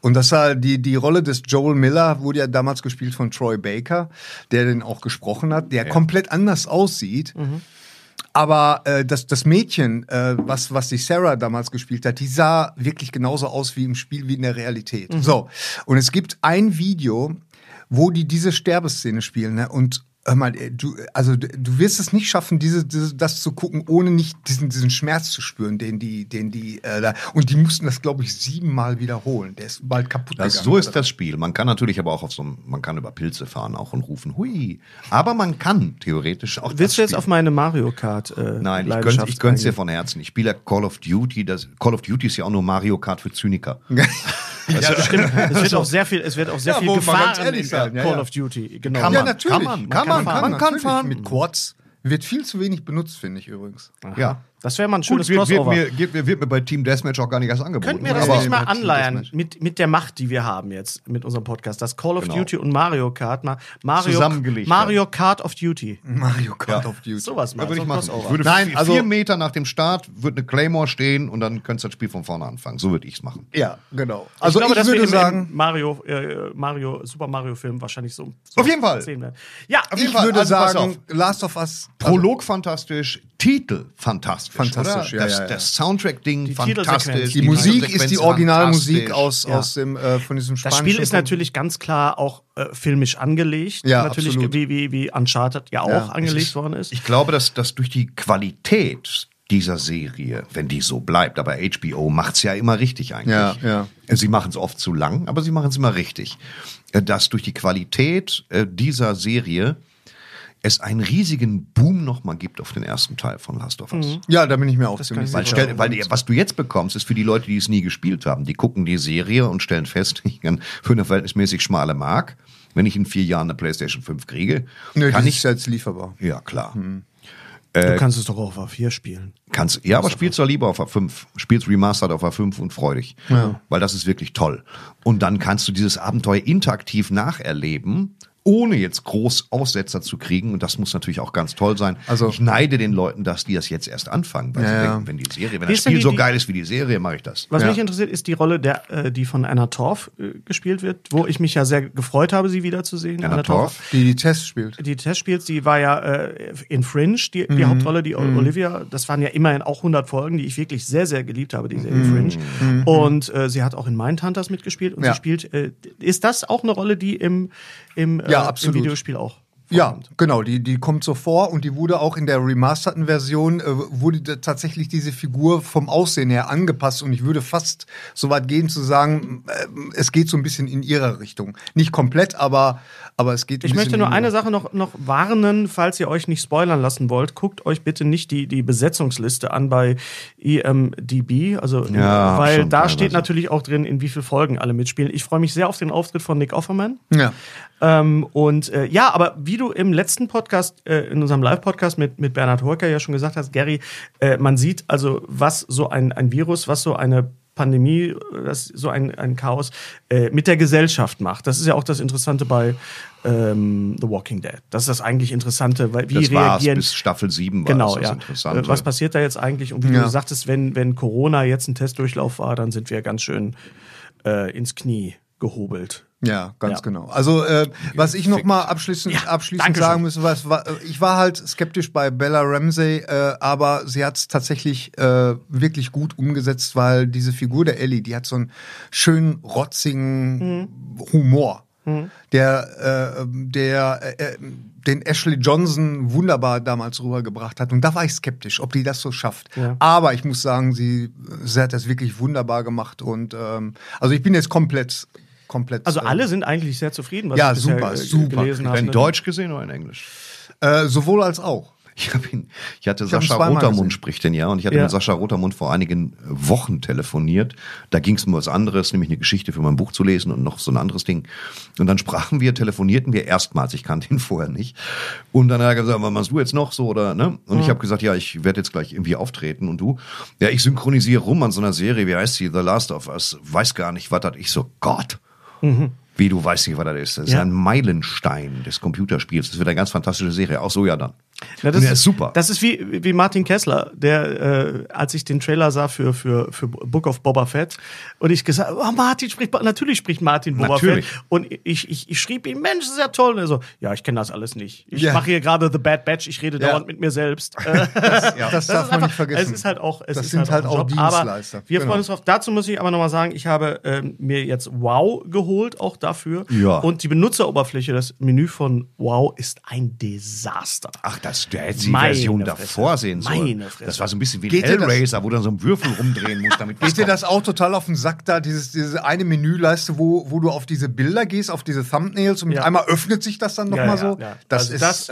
Und das war die die Rolle des Joel Miller wurde ja damals gespielt von Troy Baker, der den auch gesprochen hat, der komplett anders aussieht. Aber äh, das, das Mädchen, äh, was, was die Sarah damals gespielt hat, die sah wirklich genauso aus wie im Spiel, wie in der Realität. So, und es gibt ein Video, wo die diese Sterbeszene spielen. Ne? Und hör mal, äh, du, also d- du wirst es nicht schaffen, diese, diese, das zu gucken, ohne nicht diesen, diesen Schmerz zu spüren, den die, den die äh, da. Und die mussten das, glaube ich, siebenmal wiederholen. Der ist bald kaputt Das, gegangen. so ist das Spiel. Man kann natürlich aber auch auf so einem, man kann über Pilze fahren auch und rufen, hui. Aber man kann theoretisch auch. Willst das du jetzt spielen. auf meine Mario Kart? Äh, Nein, ich gönn's, Leidenschaft ich gönn's dir eingehen? von Herzen. Ich spiele ja Call of Duty. Das, Call of Duty ist ja auch nur Mario Kart für Zyniker. Ja, das stimmt. Es wird auch sehr viel, es wird auch sehr Ja, viel wo man ganz gefahren ehrlich in äh, sein, ja, Call ja. of Duty. Genau. Kann Ja, man. natürlich. Kann man, kann man, man kann natürlich. fahren. Mit Quads wird viel zu wenig benutzt, finde ich übrigens. Ja. Das wäre mal ein Gut, schönes wird, wird, Crossover. mir, wird, mir- wird mir bei Team Deathmatch auch gar nicht erst angeboten. Könnten wir das aber nicht mal aber- anleihen mit, mit der Macht, die wir haben jetzt mit unserem Podcast? Das Call of Genau. Duty und Mario Kart mal Mario, Zusammengelegt Mario Kart of Duty. Mario Kart auf Duty. Sowas mal. so würde ich ein machen. Crossover. Ich würde Nein, vier, also- vier Meter nach dem Start wird eine Claymore stehen und dann könntest du das Spiel von vorne anfangen. So würde ich's machen. Ja, genau. Also ich, glaube, dass wir würde im, sagen, im Mario, äh, Mario, Super Mario Film wahrscheinlich so, so Auf jeden Fall. sehen werden. Ja, Auf jeden ich Fall. würde Also pass sagen, Last of Us. Prolog fantastisch, Titel fantastisch. fantastisch. Fantastisch, oder? ja, Das, ja, ja. das Soundtrack-Ding, Die fantastisch. Titelsequenz. Die, Musik ist die Titelsequenz, Originalmusik aus, fantastisch. Ja. aus dem, äh, von diesem Das spanischen Spiel ist Kom- natürlich ganz klar auch äh, filmisch angelegt, Ja, natürlich absolut. wie, wie, wie Uncharted ja auch Ja, es angelegt ist- worden ist. Ich glaube, dass, dass durch die Qualität dieser Serie, wenn die so bleibt, aber HBO macht's ja immer richtig eigentlich. Ja, ja. Sie machen es oft zu lang, aber sie machen es immer richtig. Äh, Dass durch die Qualität äh, dieser Serie es einen riesigen Boom nochmal gibt auf den ersten Teil von Last of Mhm. Us. Ja, da bin ich mir auch ziemlich Weil, sicher. stell, weil was du jetzt bekommst, ist für die Leute, die es nie gespielt haben. Die gucken die Serie und stellen fest, ich kann für eine verhältnismäßig schmale Mark, wenn ich in vier Jahren eine PlayStation 5 kriege, Nö, kann das ich. ist jetzt lieferbar. Ja, klar. äh, du kannst es doch auch auf A4 spielen. Kannst, ja, aber spiel's doch lieber auf A5. Spiel's remastered auf A5 und freu dich. Weil das ist wirklich toll. Und dann kannst du dieses Abenteuer interaktiv nacherleben, ohne jetzt groß Aussetzer zu kriegen. Und das muss natürlich auch ganz toll sein. Also- ich neide den Leuten, dass die das jetzt erst anfangen, weil sie Ja, ja. denken, wenn die Serie, wenn Wie das ist denn Spiel die- so die- geil ist wie die Serie, mache ich das. Was Ja. mich interessiert, ist die Rolle, der, äh, die von Anna Torf äh, gespielt wird, wo ich mich ja sehr gefreut habe, sie wiederzusehen. Anna Torf. Die die Tests spielt. die Testspiels, die war ja äh, in Fringe, die, Mhm. die Hauptrolle, die Olivia, das waren ja immerhin auch 100 Folgen, die ich wirklich sehr, sehr geliebt habe, diese Mhm. Fringe. Und äh, sie hat auch in Mindhunters mitgespielt und Ja. sie spielt, äh, ist das auch eine Rolle, die im, im, äh, Ja, absolut. im Videospiel auch Ja, vorkommt? genau, die, die kommt so vor und die wurde auch in der remasterten Version, äh, wurde da tatsächlich diese Figur vom Aussehen her angepasst und ich würde fast so weit gehen zu sagen, äh, es geht so ein bisschen in ihrer Richtung. Nicht komplett, aber, aber es geht ein Ich bisschen möchte nur in eine ihre- Sache noch, noch warnen, falls ihr euch nicht spoilern lassen wollt, guckt euch bitte nicht die, die Besetzungsliste an bei IMDB, also Ja, weil schon da teilweise. steht natürlich auch drin, in wie vielen Folgen alle mitspielen. Ich freue mich sehr auf den Auftritt von Nick Offerman. Ja. Ähm, und äh, ja, aber wie du im letzten Podcast, äh, in unserem Live-Podcast mit, mit Bernhard Horker ja schon gesagt hast, Gary, äh, man sieht also, was so ein, ein Virus, was so eine Pandemie, was so ein, ein Chaos äh, mit der Gesellschaft macht. Das ist ja auch das Interessante bei ähm, The Walking Dead. Das ist das eigentlich Interessante, weil wie das war's reagieren bis Staffel 7 war genau das, ja. das Interessante. Äh, Was passiert da jetzt eigentlich? Und wie Ja. du sagtest, wenn wenn Corona jetzt ein Testdurchlauf war, dann sind wir ganz schön äh, ins Knie gehobelt. Ja, ganz Ja. genau. Also äh, was ich noch mal abschließend, abschließend Dankeschön. sagen müsste, was war, ich war halt skeptisch bei Bella Ramsey, äh, aber sie hat es tatsächlich äh, wirklich gut umgesetzt, weil diese Figur der Ellie, die hat so einen schönen rotzigen Hm. Humor, der äh, der äh, äh, den Ashley Johnson wunderbar damals rübergebracht hat. Und da war ich skeptisch, ob die das so schafft. Ja. Aber ich muss sagen, sie, sie hat das wirklich wunderbar gemacht. Und ähm, also ich bin jetzt komplett komplett. Also äh, alle sind eigentlich sehr zufrieden, was Ja, ich bisher, super, äh, super. gelesen in habe. Deutsch gesehen oder in Englisch? Äh, sowohl als auch. Ich, hab ihn, ich hatte hab ihn Sascha zweimal gesehen. Rotermund spricht den ja und ich hatte Ja. mit Sascha Rotermund vor einigen Wochen telefoniert. Da ging es um was anderes, nämlich eine Geschichte für mein Buch zu lesen und noch so ein anderes Ding. Und dann sprachen wir, telefonierten wir erstmals. Ich kannte ihn vorher nicht. Und dann hat er gesagt, was machst du jetzt noch so oder ne? Und ich habe gesagt, ja, ich werde jetzt gleich irgendwie auftreten und du, ja, ich synchronisiere rum an so einer Serie. Wie heißt sie? The Last of Us. Weiß gar nicht, was das. Ich so Gott. Wie du weißt nicht, was das ist. Das ist Ja. ein Meilenstein des Computerspiels. Das wird eine ganz fantastische Serie. Auch so, ja dann. Na, Und er ist super. Das ist wie, wie Martin Kessler, der, äh, als ich den Trailer sah für, für, für Book of Boba Fett und ich gesagt, oh, Martin spricht, Bo- natürlich spricht Martin Boba Natürlich. Fett. Und ich, ich, ich schrieb ihm, Mensch, das ist ja toll. Und er so, ja, ich kenne das alles nicht. Ich Ja. mache hier gerade The Bad Batch, ich rede Ja. dauernd mit mir selbst. Äh, Das, das darf man nicht vergessen. Es ist halt auch, es das ist sind halt auch, ein Job, Dienstleister. Aber wir Genau. freuen uns drauf. Dazu muss ich aber nochmal sagen, ich habe ähm, mir jetzt Wow geholt, auch dafür. Ja. Und die Benutzeroberfläche, das Menü von Wow ist ein Desaster. Ach, das, der hätte die Meine Version Fresse. davor sehen sollen. Meine Fresse. Das war so ein bisschen wie Geht ein dir das- Hellraiser, wo du dann so einen Würfel rumdrehen musst, damit Geht dir was das auch total auf den Sack da, dieses, diese eine Menüleiste, wo, wo du auf diese Bilder gehst, auf diese Thumbnails und mit Ja. einmal öffnet sich das dann nochmal mal so? Das, Also ist,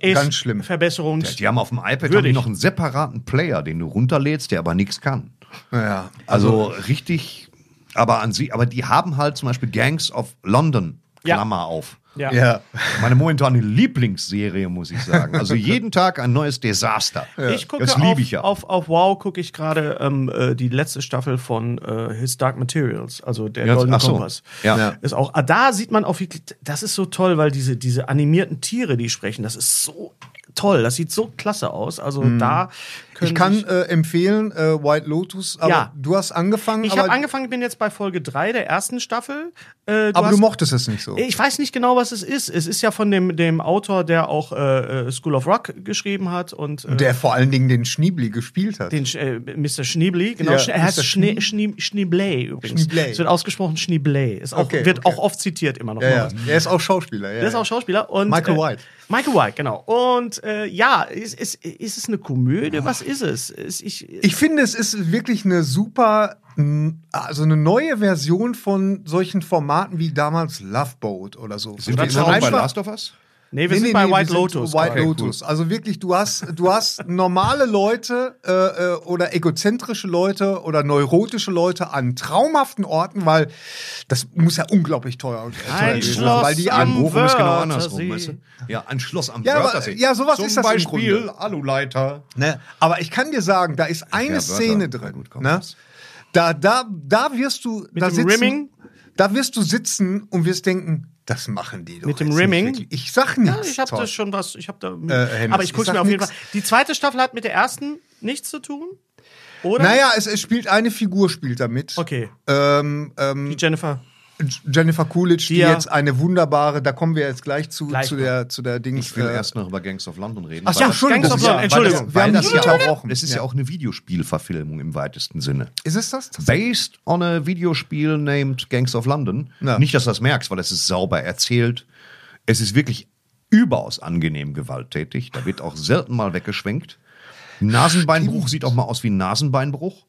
äh, ganz schlimm. Verbesserung. kommt. Die haben auf dem iPad haben die Würdig. noch einen separaten Player, den du runterlädst, der aber nichts kann. Ja, Also richtig, aber an sie, aber die haben halt zum Beispiel Gangs of London, Ja. Klammer auf. ja. ja. Meine momentane Lieblingsserie, muss ich sagen. Also jeden Tag ein neues Desaster. Ich gucke das auf, liebe ich ja. auf, auf Wow gucke ich gerade ähm, äh, die letzte Staffel von äh, His Dark Materials, also der Ja, Goldene ach so. Kompass. Ja. Ja. Ist auch, ah, da sieht man auch, wie, das ist so toll, weil diese, diese animierten Tiere, die sprechen, das ist so toll. Das sieht so klasse aus. Also da können Ich kann sich- äh, empfehlen, äh, White Lotus, aber Ja. du hast angefangen, ich aber, habe angefangen, ich bin jetzt bei Folge 3 der ersten Staffel. Äh, aber du hast- mochtest es nicht so. Ich weiß nicht genau, was es ist. Es ist ja von dem, dem Autor, der auch äh, äh, School of Rock geschrieben hat und äh, der vor allen Dingen den Schniebli gespielt hat. den Sch- äh, Mr. Schniebli, genau. Ja, Sch- er heißt Mr. Schne Schnie Schniebley übrigens. Schniebley. Es wird ausgesprochen Schniebley. Ist auch, Okay, wird okay. auch oft zitiert immer noch. ja, ja. Moritz. Er ist auch Schauspieler. Ja, Der ist ja. auch Schauspieler. Und, Michael äh, White. Michael White, genau. Und äh, ja, ist, ist, ist es eine Komödie? Was ist es? Ist, ich, Ich finde, es ist wirklich eine super, n- also eine neue Version von solchen Formaten wie damals Love Boat oder so. Sind wir Wo immer noch bei einfach- Last of Us? nee, wir sind Nee, nee, bei nee, wir White sind Lotus. White Okay, Lotus. Also wirklich, du hast, du hast normale Leute äh, äh, oder egozentrische Leute oder neurotische Leute an traumhaften Orten, weil das muss ja unglaublich teuer und teuer Ein gewesen sein, Schloss weil die am an Bochum ist genau Wörthersee. andersrum, weißt du? Ja, ein Schloss am Ja, aber- Wörthersee. ja, sowas Zum ist das im Beispiel Grunde. Aluleiter. Ne? Aber ich kann dir sagen, da ist eine Ja, Wörter. Szene Na drin. gut, komm, ne? was? Da, da, da wirst du da dem sitzen, Rimming? Da wirst du sitzen und wirst denken, das machen die doch. Mit dem jetzt nicht Rimming? wirklich. Ich sag nichts. Ja, ich habe Torben. da schon was. Ich habe da. Äh, Hennes, aber ich ich gucke sag mir auf jeden nix. Fall. Die zweite Staffel hat mit der ersten nichts zu tun, oder? Naja, es, es spielt eine Figur spielt damit. Okay. Ähm, ähm, Die Jennifer. Jennifer Coolidge, die Die ja- jetzt eine wunderbare, da kommen wir jetzt gleich zu, Gleich zu noch. der, zu der Dings. Ich will äh, erst noch über Gangs of London reden. Ach weil ja, das- Gangs of das ist ja- London, Entschuldigung. weil Wir haben das- das weil hier das ja auch. Das ist ja auch eine Videospielverfilmung im weitesten Sinne. Ist es das? Based on a Videospiel named Gangs of London. Ja. Nicht, dass du das merkst, weil es ist sauber erzählt. Es ist wirklich überaus angenehm gewalttätig. Da wird auch selten mal weggeschwenkt. Nasenbeinbruch sieht auch mal aus wie ein Nasenbeinbruch.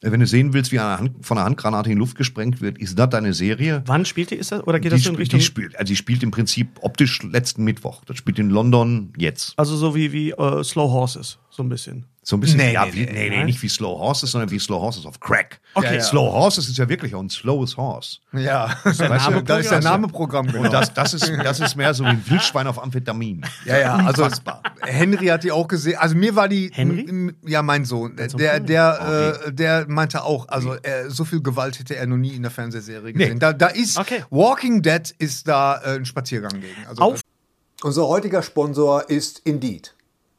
Äh, Wenn du sehen willst, wie eine Hand, von einer Handgranate in die Luft gesprengt wird, ist das deine Serie? Wann spielt die? Ist das? Oder geht Die, das so in sp Richtung? die, spielt, also die spielt im Prinzip optisch letzten Mittwoch. Das spielt in London jetzt. also so wie wie äh, Slow Horses so ein bisschen. So ein bisschen. Nee, ja, nee, wie, nee, nee, nicht wie Slow Horses, sondern wie Slow Horses auf Crack. Okay. Ja, ja. Slow Horses ist ja wirklich auch ein slowes Horse. Ja, Weißt du, da ist der Name Programm. Genau. Und das, das, ist, das ist mehr so wie ein Wildschwein auf Amphetamin. ja, ja, also Unfassbar. Henry hat die auch gesehen. Also mir war die. Henry? m- Ja, mein Sohn. Der, der, Oh, äh, der meinte auch, also äh, so viel Gewalt hätte er noch nie in der Fernsehserie gesehen. Da, da ist Okay. Walking Dead ist da äh, ein Spaziergang gegen. Also, Auf Äh, Unser heutiger Sponsor ist Indeed.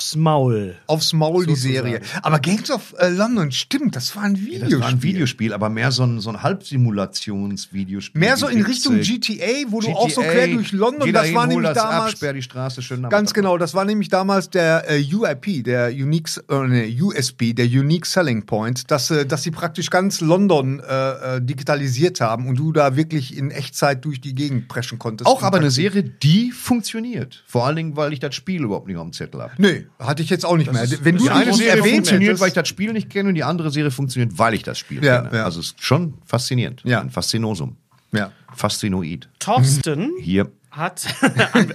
aufs Maul. aufs Maul die Serie. Aber Gangs of äh, London, stimmt, das war ein Videospiel. Das war ein Videospiel, aber mehr so ein, so ein Halbsimulations-Videospiel. Mehr so in Witzig. Richtung GTA, wo du auch so GTA, quer durch London, jeder das war hin, hol nämlich das ab, damals. sperr die Straße schön damit Ganz ab. genau, das war nämlich damals der äh, UIP, der Unique, S- äh, nee, USP, der Unique Selling Point, dass, äh, dass sie praktisch ganz London äh, äh, digitalisiert haben und du da wirklich in Echtzeit durch die Gegend preschen konntest. Auch aber eine Serie. Serie, die funktioniert. Vor allen Dingen, weil ich das Spiel überhaupt nicht auf dem Zettel habe. Nee, hatte ich jetzt auch nicht mehr. Wenn du Die eine nicht Serie erwähnt funktioniert, hättest, weil ich das Spiel nicht kenne und die andere Serie funktioniert, weil ich das Spiel Ja, kenne. ja. Also es ist schon faszinierend. Ja. Ein Faszinosum. Ja. Faszinoid. Thorsten Hier. hat Also,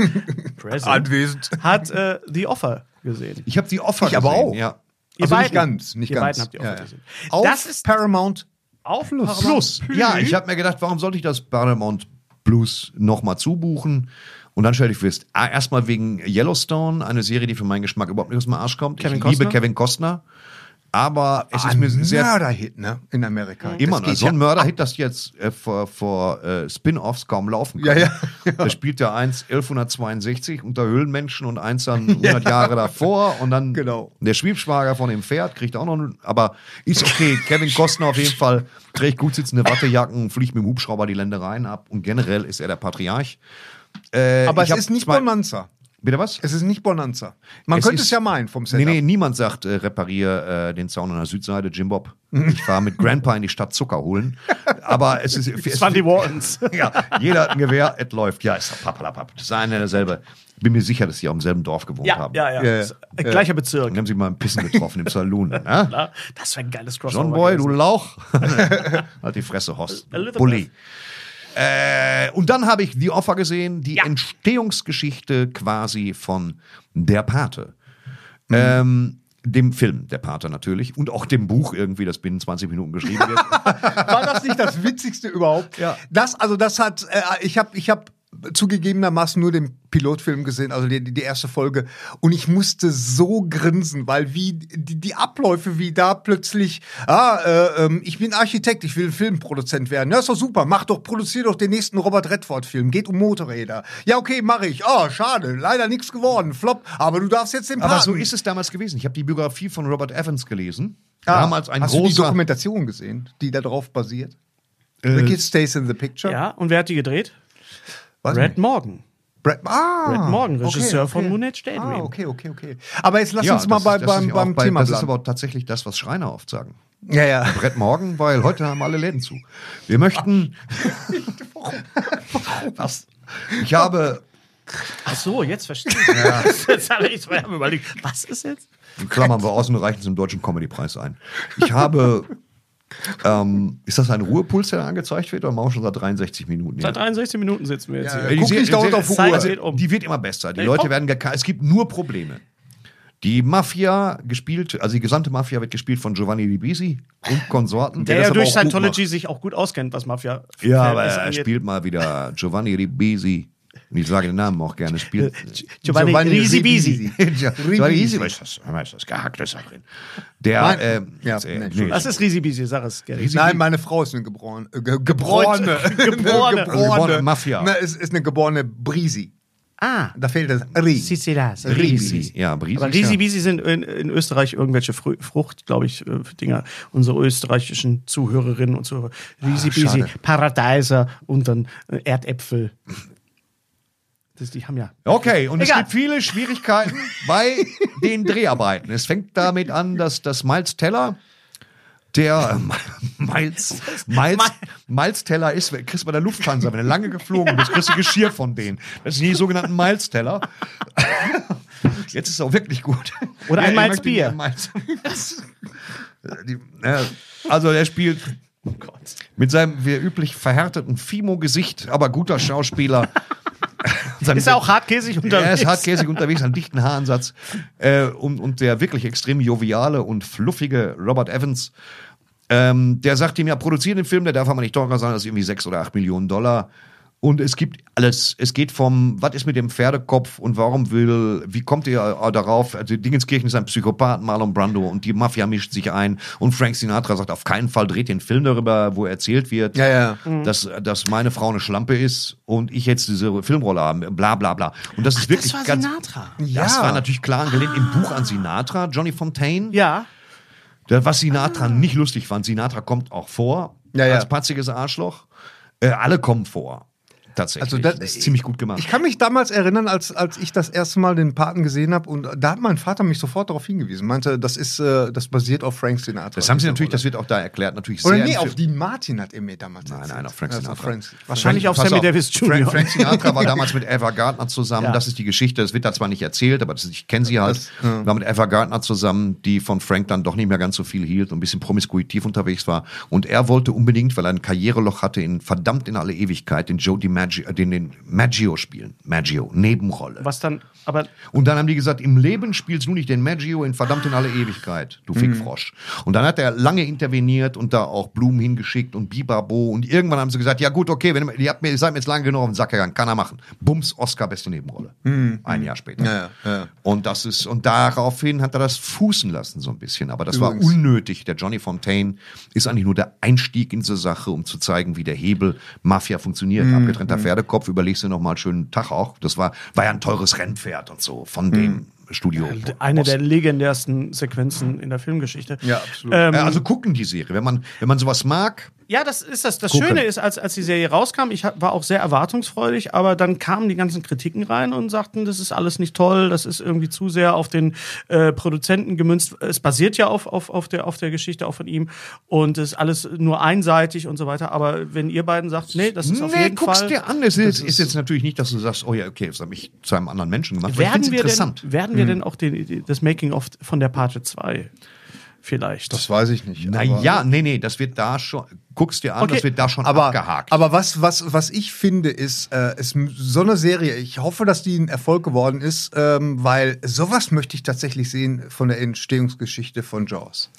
Present. Anwesend. hat äh, The Offer gesehen. Ich habe die Offer Ich aber gesehen, auch. Ja. Ihr also nicht beiden. ganz, nicht Ihr ganz. beiden habt die ja, Offer ja. gesehen. Auf Das ist Paramount auf Plus. Ja, ich habe habe mir gedacht, warum sollte ich das Paramount Plus nochmal zubuchen? Und dann stelle ich fest, ah, erstmal wegen Yellowstone, eine Serie, die für meinen Geschmack überhaupt nicht aus dem Arsch kommt. Kevin ich Costner? Ah, liebe Kevin Costner. Aber es ist mir ein sehr Mörderhit, ne? In Amerika. Immer Das noch. geht So ein ja Mörderhit, dass die jetzt äh, vor, vor äh, Spin-Offs kaum laufen Ja, können. ja, Da spielt ja eins 1162 unter Höhlenmenschen und eins dann 100 Jahre davor und dann Genau. der Schwiebschwager von dem Pferd kriegt auch noch einen, aber ist okay. Kevin Costner auf jeden Fall trägt gut sitzende Wattejacken, fliegt mit dem Hubschrauber die Ländereien ab und generell ist er der Patriarch. Äh, Aber ich es hab ist nicht zwei- Bonanza. Bitte was? Es halt ist nicht Bonanza. Man Es könnte ist- es ja meinen vom Nee, Setup. nee, niemand sagt, äh, reparier äh, den Zaun an der Südseite, Jim Bob. Ich fahre mit Grandpa in die Stadt Zucker holen. Aber es ist. Es, Das waren die Wartons. ja, jeder hat ein Gewehr, es läuft. Ja, ist doch pappalapapp. Das ist einer derselbe. Ich bin mir sicher, dass sie auch im selben Dorf gewohnt Ja, haben. ja, ja. Ja, Ist, äh, ja. Gleicher Bezirk. Dann haben sie mal ein Pissen getroffen im Saloon. Ne? Ja, Das wäre ein geiles Crossover. John Boy, du gewesen. Lauch. halt die Fresse, Horst. Elizabeth. Bulli. Äh, und dann habe ich The Offer gesehen, die Entstehungsgeschichte quasi von Der Pate. Ähm, dem Film Der Pate natürlich und auch dem Buch irgendwie, das binnen 20 Minuten geschrieben wird. War das nicht das Witzigste überhaupt? Ja. Das, also das hat, äh, ich habe ich hab zugegebenermaßen nur den Pilotfilm gesehen, also die, die erste Folge. Und ich musste so grinsen, weil wie die, die Abläufe, wie da plötzlich, ah, äh, ähm, ich bin Architekt, ich will Filmproduzent werden. Ja, ist doch super, mach doch, produzier doch den nächsten Robert Redford-Film. Geht um Motorräder. Ja, okay, mache ich. Oh, schade, leider nichts geworden. Flop, aber du darfst jetzt den Paten. Aber so ist es damals gewesen. Ich habe die Biografie von Robert Evans gelesen. Ah, damals ein Hast du die großer Dokumentation gesehen, die darauf basiert? Äh, The Kid Stays in the Picture. Ja, und wer hat die gedreht? Weiß Red nicht. Morgan. Brad, ah, Brad Morgan, okay, Regisseur okay. von Moonage Daydream. Ah, okay, okay, okay. Aber jetzt lass uns mal das bei, ist- das beim, ist ja beim auch bei- Thema Das ist bleiben. aber tatsächlich das, was Schreiner oft sagen. Ja, ja. Brett morgen, weil heute haben alle Läden zu. Wir möchten. was? Ich habe Ach so, jetzt verstehe ich. jetzt habe ich mir überlegt, was ist jetzt? Klammern wir aus und reichen zum Deutschen Comedy-Preis ein. Ich habe. Ähm, ist das ein Ruhepuls, der da angezeigt wird? Oder machen wir schon seit 63 Minuten? hier? Seit 63 Minuten sitzen wir jetzt Ja, hier. Guck Serie- nicht dauernd Serie- auf die Zeit Uhr. geht um. Die wird immer besser. Die Nee, Leute komm. werden geka- Es gibt nur Probleme. Die Mafia gespielt, also die gesamte Mafia wird gespielt von Giovanni Ribisi und Konsorten. Der das ja aber durch auch gut macht. Scientology sich auch gut auskennt, was Mafia Ja, aber Verhältnisse er angeht. spielt mal wieder Giovanni Ribisi. Und ich sage den Namen auch gerne. Spielt Giovanni, Giovanni Risi Ribisi. Bisi. Giovanni Ribisi. Was ist das? Was ist das? Gehackte Sache. Der, Nein. ähm, Ja, äh, nee, nee, Entschuldigung. Das ist Risi Bisi, sag es. Gary. Nein, meine Frau ist eine geborene. Äh, ge- geborene. Geborene. geborene. Geborene Mafia. Ne, ist, ist eine geborene Brisi. Ah, Da fehlt das Ri. Sicelas. Ribisi. Ja, Ribisi. Aber Risi Bisi sind in, in Österreich irgendwelche Frü Frucht, glaube ich, äh, Dinger. Unsere österreichischen Zuhörerinnen und Zuhörer. Risi Bisi, Ah, schade. Paradeiser und dann äh, Erdäpfel. Das, die haben ja. Okay, und es Egal. gibt viele Schwierigkeiten bei den Dreharbeiten. Es fängt damit an, dass das Miles Teller der äh, Miles, Miles, Miles Teller ist, kriegst du bei der Lufthansa, wenn du lange geflogen bist, kriegst du Geschirr von denen. Das sind die sogenannten Miles Teller. Jetzt ist es auch wirklich gut. Oder ein ich Miles möchte Bier. gerne Miles- Die, äh, also er spielt Oh mit seinem wie üblich verhärteten Fimo-Gesicht, aber guter Schauspieler. Ist er auch hartkäsig unterwegs? Er ist hartkäsig unterwegs, einen dichten Haarensatz. Äh, und, und der wirklich extrem joviale und fluffige Robert Evans, ähm, der sagt ihm, ja, produzieren den Film, der darf aber nicht teurer sein, das ist irgendwie sechs oder acht Millionen Dollar. Und es gibt alles. Es geht vom, was ist mit dem Pferdekopf und warum will, wie kommt ihr äh, darauf? Also Dingenskirchen ist ein Psychopath, Marlon Brando und die Mafia mischt sich ein. Und Frank Sinatra sagt, auf keinen Fall dreht den Film darüber, wo erzählt wird, Ja, ja. Mhm. Dass, dass meine Frau eine Schlampe ist und ich jetzt diese Filmrolle habe, bla bla bla. Und das ist wirklich das war ganz. Sinatra. Ah. Das Ja. war natürlich klar angelehnt im Buch an Sinatra, Johnny Fontaine. Ja. Da- Was Sinatra nicht lustig fand. Sinatra kommt auch vor Ah. Ja, ja. als patziges Arschloch. Äh, alle kommen vor. Tatsächlich. Also das- ist ziemlich gut gemacht. Ich kann mich damals erinnern, als, als ich das erste Mal den Paten gesehen habe, und da hat mein Vater mich sofort darauf hingewiesen. Meinte, das ist, äh, das basiert auf Frank Sinatra. das haben sie Diese Rolle. natürlich, das wird auch da erklärt, natürlich Oder sehr. nee, im auf Film. Dean Martin hat er mir damals Nein, erzählt. nein, auf Frank Also Sinatra. Frank- Wahrscheinlich auf Pass Sammy Davis Jr.. Frank, Frank Sinatra war damals mit Eva Gardner zusammen. Das ist die Geschichte. Das wird da zwar nicht erzählt, aber das, ich kenne sie halt. War mit Eva Gardner zusammen, die von Frank dann doch nicht mehr ganz so viel hielt und ein bisschen promiskuitiv unterwegs war. Und er wollte unbedingt, weil er ein Karriereloch hatte, in verdammt in alle Ewigkeit, den Joe DiMaggio Maggio, den, den Maggio spielen. Maggio, Nebenrolle. Was dann, aber Und dann haben die gesagt, im Leben spielst du nicht den Maggio in verdammt in alle Ewigkeit, Mhm. du Fickfrosch. Und dann hat er lange interveniert und da auch Blumen hingeschickt und Bibabo und irgendwann haben sie gesagt, ja gut, okay, wenn, ihr, habt mir, ihr seid mir jetzt lange genug auf den Sack gegangen, kann er machen. Bums, Oscar, beste Nebenrolle. Ein Jahr später. Mhm. Ja, ja, ja. Und das ist, und daraufhin hat er das fußen lassen so ein bisschen, aber das war unnötig. Der Johnny Fontaine ist eigentlich nur der Einstieg in diese Sache, um zu zeigen, wie der Hebel Mafia funktioniert. Mhm. Abgetrennter Pferdekopf, überlegst du nochmal schönen Tag auch. Das war, war ja ein teures Rennpferd und so von dem Studio. Mhm. eine Boss. der legendärsten Sequenzen in der Filmgeschichte. Ja, absolut. Ähm, Ja, also gucken die Serie, wenn man, wenn man sowas mag. Ja, das ist das. Das Gucken. Schöne ist, als, als die Serie rauskam, ich hab- war auch sehr erwartungsfreudig, aber dann kamen die ganzen Kritiken rein und sagten, das ist alles nicht toll, das ist irgendwie zu sehr auf den äh, Produzenten gemünzt. Es basiert ja auf, auf, auf, der, auf der Geschichte auch von ihm und es ist alles nur einseitig und so weiter. Aber wenn ihr beiden sagt, nee, das ist auf jeden guck's Fall. dir an. Es ist, ist jetzt natürlich nicht, dass du sagst, oh ja, okay, das habe ich zu einem anderen Menschen gemacht. aber ich find's Werden wir, denn, interessant. Hm. werden wir denn auch den, die- das Making of von der Pate 2 vielleicht? Das weiß ich nicht. aber- Naja, nee, nee, das wird da schon, guck's dir an, Okay, das wird da schon aber, abgehakt. Aber was, was, was ich finde, ist, äh, es, m- so eine Serie, ich hoffe, dass die ein Erfolg geworden ist, ähm, weil sowas möchte ich tatsächlich sehen von der Entstehungsgeschichte von Jaws.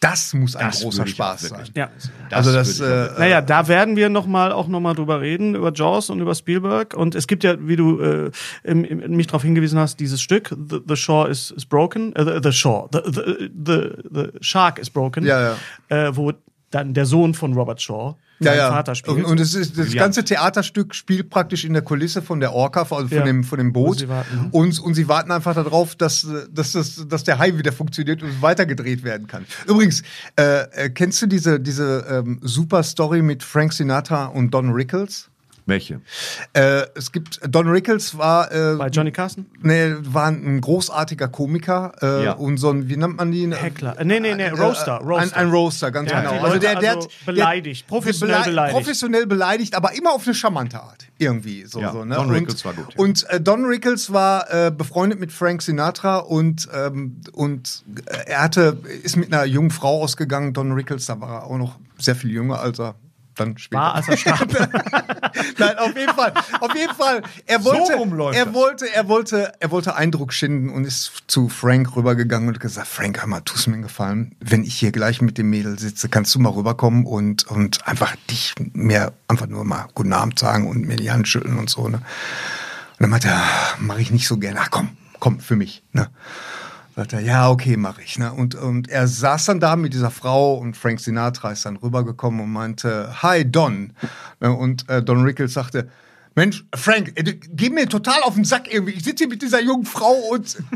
Das muss ein Das großer würde ich Spaß auch wirklich- sein. ja. also das, würde ich äh, Naja, da werden wir noch mal auch noch mal drüber reden über Jaws und über Spielberg und es gibt ja, wie du äh, im, im, mich darauf hingewiesen hast, dieses Stück The, the Shore is, is broken, äh, the, the Shore, the, the, the, the Shark is broken, Ja, Äh, wo dann der Sohn von Robert Shaw ja, seinen ja. Vater spielt. Und, und es ist, das Brillant. ganze Theaterstück spielt praktisch in der Kulisse von der Orca, also von, Ja. dem, von dem Wo Boot. sie warten. ne? Und, und sie warten einfach darauf, dass, äh, dass, dass, dass der Hai wieder funktioniert und weitergedreht werden kann. Übrigens, äh, äh, kennst du diese, diese ähm, super Story mit Frank Sinatra und Don Rickles? Welche? Äh, es gibt Don Rickles war äh, bei Johnny Carson? nee, war ein großartiger Komiker äh, Ja. und so ein wie nennt man die Heckler. Äh, nee, nee, nee, Äh, Roaster, Ein, Roaster. ein Roaster, ganz Der hat genau. die Leute also beleidigt, professionell belei- beleidigt. Professionell beleidigt, aber immer auf eine charmante Art. Irgendwie so. Ja, so ne? Don und, Rickles war gut, ja. Und äh, Don Rickles war äh, befreundet mit Frank Sinatra und, ähm, und äh, er hatte, ist mit einer jungen Frau ausgegangen. Don Rickles, da war er auch noch sehr viel jünger, als er dann später War als er starb. Nein, auf jeden Fall. Auf jeden Fall. Er wollte, rum läuft er das. wollte, er wollte, er wollte Eindruck schinden und ist zu Frank rübergegangen und hat gesagt, Frank, einmal, tust mir einen Gefallen. Wenn ich hier gleich mit dem Mädel sitze, kannst du mal rüberkommen und, und einfach dich mir einfach nur mal guten Abend sagen und mir die Hand schütteln und so, ne? Und dann meinte er, mache ich nicht so gerne. Ach komm, komm, für mich. Ne? Sagt er, ja, okay, mache ich. Ne? Und, und er saß dann da mit dieser Frau und Frank Sinatra ist dann rübergekommen und meinte, hi Don. Ne? Und äh, Don Rickles sagte, Mensch, Frank, äh, du- geh mir total auf den Sack irgendwie. Ich sitze hier mit dieser jungen Frau und...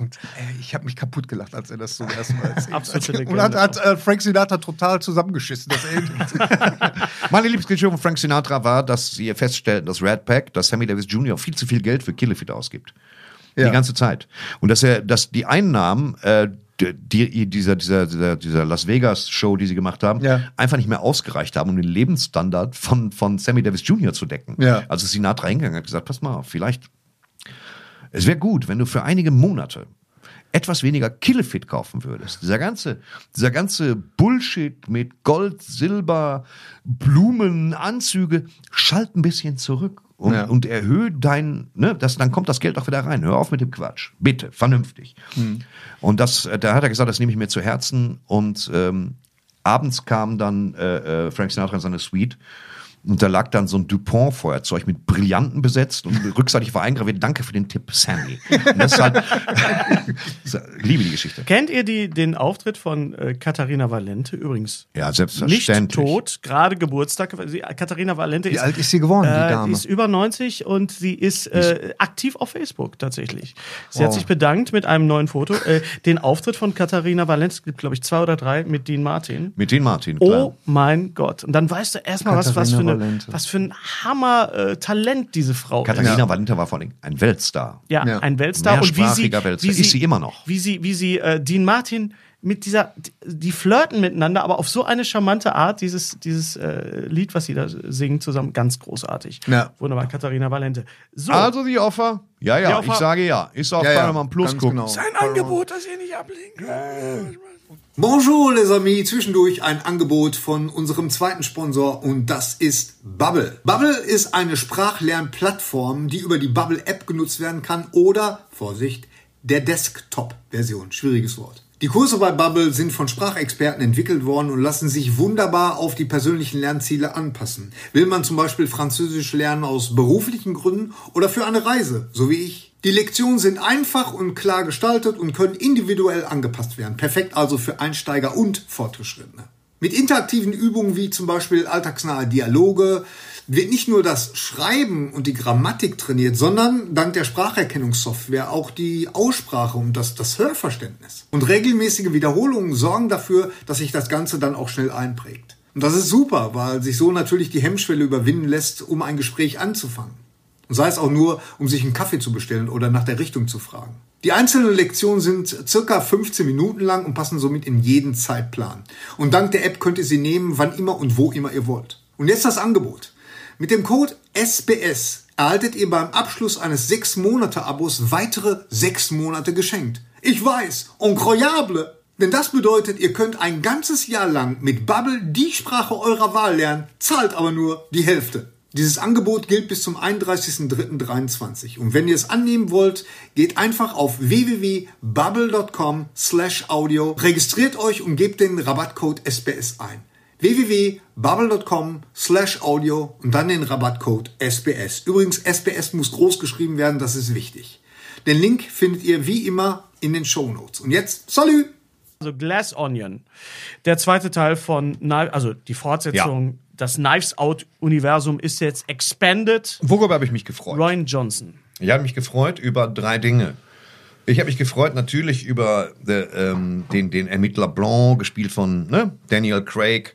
Und äh, ich habe mich kaputt gelacht, als er das so erstmal erzählt Absolute hat. Legende. Und hat, hat äh, Frank Sinatra total zusammengeschissen. Dass er Meine Lieblingsgeschichte von Frank Sinatra war, dass sie feststellten, dass Red Pack, dass Sammy Davis Jr. viel zu viel Geld für Killefit ausgibt. Ja. Die ganze Zeit. Und dass er, dass die Einnahmen äh, die- die, dieser, dieser, dieser, dieser Las Vegas-Show, die sie gemacht haben, Ja. einfach nicht mehr ausgereicht haben, um den Lebensstandard von, von Sammy Davis Jr. zu decken. Ja. Also ist Sinatra hingegangen und hat gesagt, pass mal, auf, vielleicht es wäre gut, wenn du für einige Monate etwas weniger Killefit kaufen würdest. Dieser ganze, dieser ganze Bullshit mit Gold, Silber, Blumen, Anzüge, schalt ein bisschen zurück und, Ja. und erhöhe dein, ne, das, dann kommt das Geld auch wieder rein. Hör auf mit dem Quatsch. Bitte, vernünftig. Und das, äh, da hat er gesagt, das nehme ich mir zu Herzen und ähm, abends kam dann äh, äh, Frank Sinatra in seine Suite und da lag dann so ein Dupont-Feuerzeug mit Brillanten besetzt und rückseitig war eingraviert. Danke für den Tipp, Sammy. Und das ist halt, ich liebe die Geschichte. Kennt ihr die, den Auftritt von äh, Katharina Valente übrigens? Ja, Nicht selbstverständlich. tot, gerade Geburtstag. Sie, Katharina Valente Wie ist alt ist sie geworden, die Äh, Dame? Die ist über 90 und sie ist äh, aktiv auf Facebook tatsächlich. Sie hat sich bedankt mit einem neuen Foto. Äh, den Auftritt von Katharina Valenz gibt, glaube ich, zwei oder drei mit Dean Martin. Mit den Martin, klar. Oh mein Gott. Und dann weißt du erstmal, was, was, Katharina für eine, Valente. was für ein Hammer-Talent diese Frau Katharina ist. ja. Valenta war vor allem ein Weltstar. Ja, Ja. ein Weltstar. Und wie sie, Mehrsprachiger Weltstar. wie sie, Ist sie immer noch. Wie sie, wie sie äh, Dean Martin mit dieser, die flirten miteinander, aber auf so eine charmante Art, dieses, dieses äh, Lied, was sie da singen zusammen, ganz großartig. Ja. Wunderbar, Katharina Valente. So, Also die Offer? Ja, ja, Die Offer- ich sage ja. genau. Ist auf Ja, ja, Paramount Plus ganz gucken. genau. ein Angebot, das ihr nicht ablehnt. Bonjour les amis, zwischendurch ein Angebot von unserem zweiten Sponsor und das ist Bubble. Bubble ist eine Sprachlernplattform, die über die Bubble App genutzt werden kann oder, Vorsicht, der Desktop-Version. Schwieriges Wort. Die Kurse bei Bubble sind von Sprachexperten entwickelt worden und lassen sich wunderbar auf die persönlichen Lernziele anpassen. Will man zum Beispiel Französisch lernen aus beruflichen Gründen oder für eine Reise, so wie ich? Die Lektionen sind einfach und klar gestaltet und können individuell angepasst werden. Perfekt also für Einsteiger und Fortgeschrittene. Mit interaktiven Übungen wie zum Beispiel alltagsnahe Dialoge wird nicht nur das Schreiben und die Grammatik trainiert, sondern dank der Spracherkennungssoftware auch die Aussprache und das, das Hörverständnis. Und regelmäßige Wiederholungen sorgen dafür, dass sich das Ganze dann auch schnell einprägt. Und das ist super, weil sich so natürlich die Hemmschwelle überwinden lässt, um ein Gespräch anzufangen. Und sei es auch nur, um sich einen Kaffee zu bestellen oder nach der Richtung zu fragen. Die einzelnen Lektionen sind circa 15 Minuten lang und passen somit in jeden Zeitplan. Und dank der App könnt ihr sie nehmen, wann immer und wo immer ihr wollt. Und jetzt das Angebot. Mit dem Code SBS erhaltet ihr beim Abschluss eines 6-Monate-Abos weitere 6 Monate geschenkt. Ich weiß, incroyable! Denn das bedeutet, ihr könnt ein ganzes Jahr lang mit Bubble die Sprache eurer Wahl lernen, zahlt aber nur die Hälfte. Dieses Angebot gilt bis zum 31.03.23. Und wenn ihr es annehmen wollt, geht einfach auf www.bubble.com slash audio, registriert euch und gebt den Rabattcode SBS ein. www.bubble.com slash audio und dann den Rabattcode SBS. Übrigens, SBS muss groß geschrieben werden, das ist wichtig. Den Link findet ihr wie immer in den Shownotes. Und jetzt, salut! Also Glass Onion, der zweite Teil von, Kni- also die Fortsetzung, das Knives Out-Universum ist jetzt expanded. Worüber habe ich mich gefreut? Ryan Johnson. Ich habe mich gefreut über drei Dinge. Ich habe mich gefreut natürlich über äh, ähm, den, den Ermittler Blanc, gespielt von ne, Daniel Craig.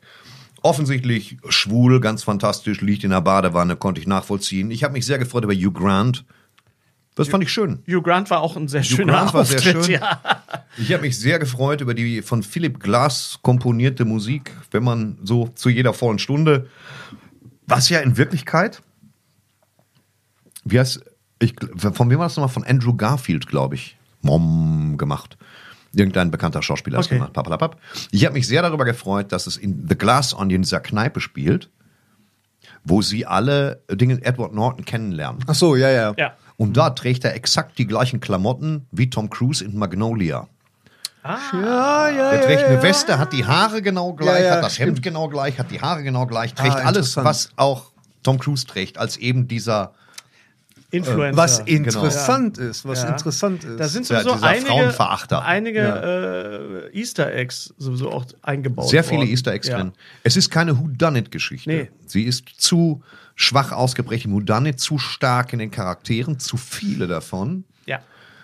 Offensichtlich schwul, ganz fantastisch, liegt in der Badewanne, konnte ich nachvollziehen. Ich habe mich sehr gefreut über Hugh Grant. Das fand ich schön. Hugh Grant war auch ein sehr schöner Grant war sehr Auftritt. schön. Ja. Ich habe mich sehr gefreut über die von Philip Glass komponierte Musik, wenn man so zu jeder vollen Stunde, was ja in Wirklichkeit, wie heißt, ich, gl- von wem war das nochmal? Von Andrew Garfield, glaube ich, Mom gemacht. Irgendein bekannter Schauspieler hat es Okay. gemacht. Papalapap. Ich habe mich sehr darüber gefreut, dass es in The Glass Onion dieser Kneipe spielt, wo sie alle Dinge Edward Norton kennenlernen. Ach so, ja, ja. ja. Und da trägt er exakt die gleichen Klamotten wie Tom Cruise in Magnolia. Ah, ja, Er trägt eine Weste, hat die Haare genau gleich, Ja, ja, hat das Hemd stimmt. genau gleich, hat die Haare genau gleich, trägt Ah, alles, interessant. was auch Tom Cruise trägt, als eben dieser, Influencer. Was Genau. interessant ist, was Ja. interessant ist. Da sind Ja, so dieser einige, Frauenverachter. einige äh, Easter Eggs sowieso auch eingebaut. sehr viele worden. Easter Eggs ja. drin. Es ist keine Whodunit-Geschichte. Nee. Sie ist zu schwach ausgeprägt im Whodunit, zu stark in den Charakteren, zu viele davon. Ja.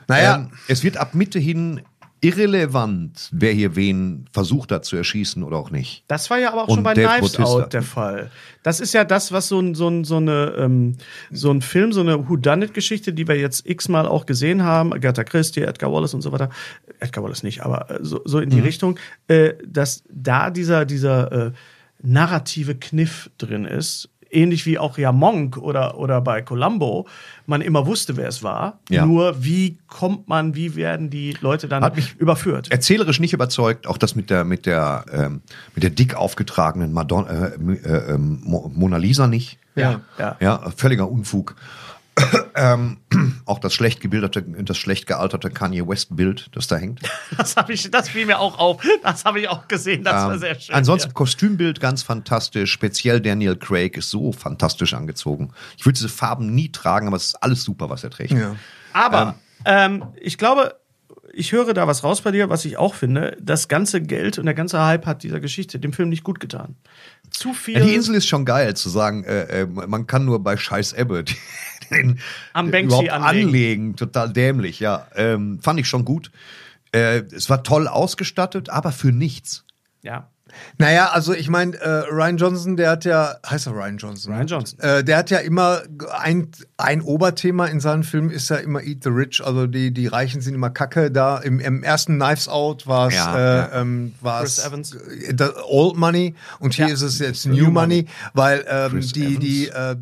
naja, Ähm, es wird ab Mitte hin irrelevant, wer hier wen versucht hat zu erschießen oder auch nicht. Das war ja aber auch Und schon bei Dave Knives Bautista. Out der Fall. Das ist ja das, was so ein, so ein, so eine, ähm, so ein Film, so eine Whodunit-Geschichte, die wir jetzt x-mal auch gesehen haben, Agatha Christie, Edgar Wallace und so weiter. Edgar Wallace nicht, aber äh, so, so in Mhm. die Richtung, äh, dass da dieser, dieser äh, narrative Kniff drin ist. Ähnlich wie auch ja Monk oder, oder bei Columbo, man immer wusste, wer es war. Ja. Nur wie kommt man, wie werden die Leute dann Hat mich- überführt? erzählerisch nicht überzeugt. Auch das mit der mit der ähm, mit der dick aufgetragenen Madonna, äh, m- äh, ähm, Mo Mona Lisa nicht. Ja. Ja. ja völliger Unfug. ähm, auch das schlecht gebildete, das schlecht gealterte Kanye West Bild, das da hängt. Das, hab ich, das fiel mir auch auf. Das habe ich auch gesehen. Das war sehr schön. Ähm, Ansonsten Kostümbild ganz fantastisch. Speziell Daniel Craig ist so fantastisch angezogen. Ich würde diese Farben nie tragen, aber es ist alles super, was er trägt. Ja. Ja. Aber ähm, ich glaube, ich höre da was raus bei dir, was ich auch finde. Das ganze Geld und der ganze Hype hat dieser Geschichte dem Film nicht gut getan. Zu viel Ja, die Insel ist schon geil zu sagen, äh, äh, man kann nur bei Scheiß Ebbe die- den Am Banksy überhaupt anlegen. anlegen. Total dämlich, ja. Ähm, fand ich schon gut. Äh, es war toll ausgestattet, aber für nichts. Ja. Naja, also ich meine, äh, Ryan Johnson, der hat ja, heißt er Ryan Johnson? Ryan Johnson. Äh, der hat ja immer g- ein, ein Oberthema in seinen Filmen ist ja immer Eat the Rich, also die, die Reichen sind immer Kacke. Da im, im ersten Knives Out war es Ja, äh, ja. ähm, war's, Chris Evans. äh, the Old Money und hier Ja. ist es jetzt New Money, weil ähm, die, die äh,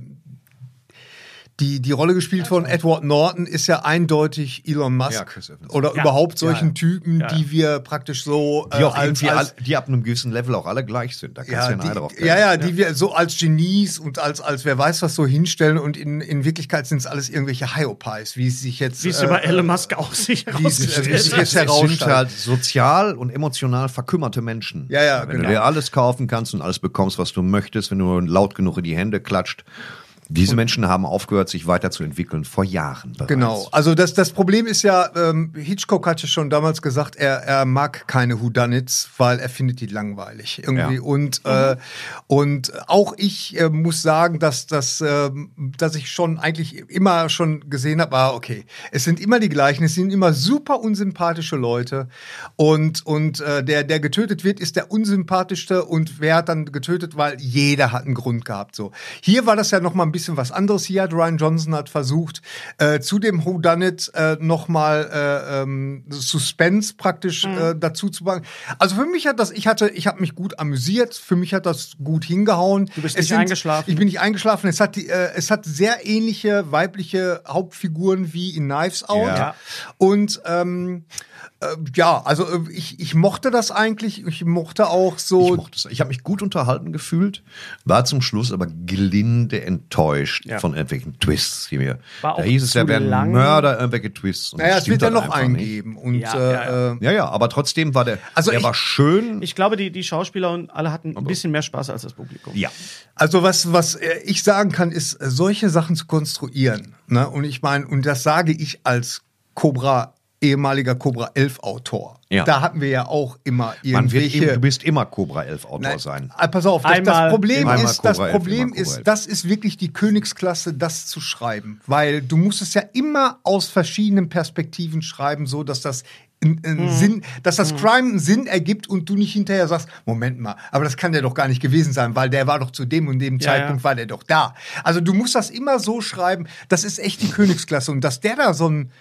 die, die Rolle gespielt von Edward Norton ist ja eindeutig Elon Ja, Musk Chris Evans. oder Ja. überhaupt solchen ja. Typen, Ja, ja. die wir praktisch so äh, Die, auch als, irgendwie als, alle, die ab einem gewissen Level auch alle gleich sind. Da kannst ja, du ja einen Ei drauf die, ja, ja, die wir so als Genies und als, als wer weiß was so hinstellen und in, in Wirklichkeit sind es alles irgendwelche Hyopies, wie es sich jetzt äh, Wie es Äh, über Elon Musk auch sich wie es- wie herausgestellt es- jetzt hat. Es sind herausstellen. halt sozial und emotional verkümmerte Menschen. Ja, ja, Wenn genau. du dir alles kaufen kannst und alles bekommst, was du möchtest, wenn du laut genug in die Hände klatscht. Diese Menschen haben aufgehört, sich weiterzuentwickeln vor Jahren bereits. Genau. Also das, das Problem ist ja, ähm, Hitchcock hatte schon damals gesagt, er, er mag keine Whodunits, weil er findet die langweilig irgendwie. Ja. Und äh, und auch ich äh, muss sagen, dass dass ähm, dass ich schon eigentlich immer schon gesehen habe, ah, okay, es sind immer die gleichen, es sind immer super unsympathische Leute und und äh, der der getötet wird, ist der unsympathischste und wer hat dann getötet, weil jeder hat einen Grund gehabt. So hier war das ja noch mal ein bisschen was anderes. Hier hat Ryan Johnson hat versucht äh, zu dem Who Done It äh, noch mal äh, ähm, Suspense praktisch äh, dazu zu machen. Also für mich hat das, ich hatte, ich habe mich gut amüsiert. Für mich hat das gut hingehauen. Du bist nicht eingeschlafen. Ich bin nicht eingeschlafen. Es hat die, äh, es hat sehr ähnliche weibliche Hauptfiguren wie in Knives Out Ja. und ähm, äh, ja, also äh, ich, ich mochte das eigentlich. Ich mochte auch so Ich mochte es. Ich habe mich gut unterhalten gefühlt, war zum Schluss aber gelinde enttäuscht Ja. von irgendwelchen Twists, die mir. War da auch hieß es, da zu wären lang. Mörder irgendwelche Twists. Und Naja, das es wird ja stimmt dann noch einfach einen nicht. geben. Und Ja, äh, ja, äh, Ja, ja, aber trotzdem war der, Also also der ich- war schön. Ich glaube, die, die Schauspieler und alle hatten ein bisschen mehr Spaß als das Publikum. ja. also was, was äh, ich sagen kann, ist, äh, solche Sachen zu konstruieren. Ne? Und ich meine, und das sage ich als Cobra, ehemaliger Cobra 11 Autor. Ja. Da hatten wir ja auch immer Man wird irgendwelche. eben, du bist immer Cobra 11 Autor Nein, sein. ah, Pass auf, das, Einmal- das Problem Einmal ist, das Cobra elf, Problem immer Cobra ist, elf. das ist wirklich die Königsklasse, das zu schreiben. Weil du musst es ja immer aus verschiedenen Perspektiven schreiben, so dass das einen- einen Mhm. Sinn, dass das Crime einen Sinn ergibt und du nicht hinterher sagst, Moment mal, aber das kann der doch gar nicht gewesen sein, weil der war doch zu dem und dem Ja, Zeitpunkt ja. war der doch da. Also du musst das immer so schreiben, das ist echt die Königsklasse und dass der da so ein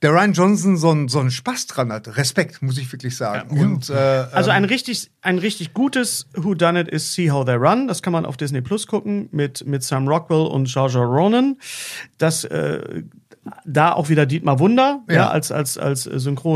der Ryan Johnson so einen so einen Spaß dran hat. Respekt, muss ich wirklich sagen. Und, äh, Also Ähm. ein richtig, ein richtig gutes Who Done It is See How They Run. Das kann man auf Disney Plus gucken mit, mit Sam Rockwell und Georgia Ronan. Das äh, da auch wieder Dietmar Wunder, ja, Ja. als, als, als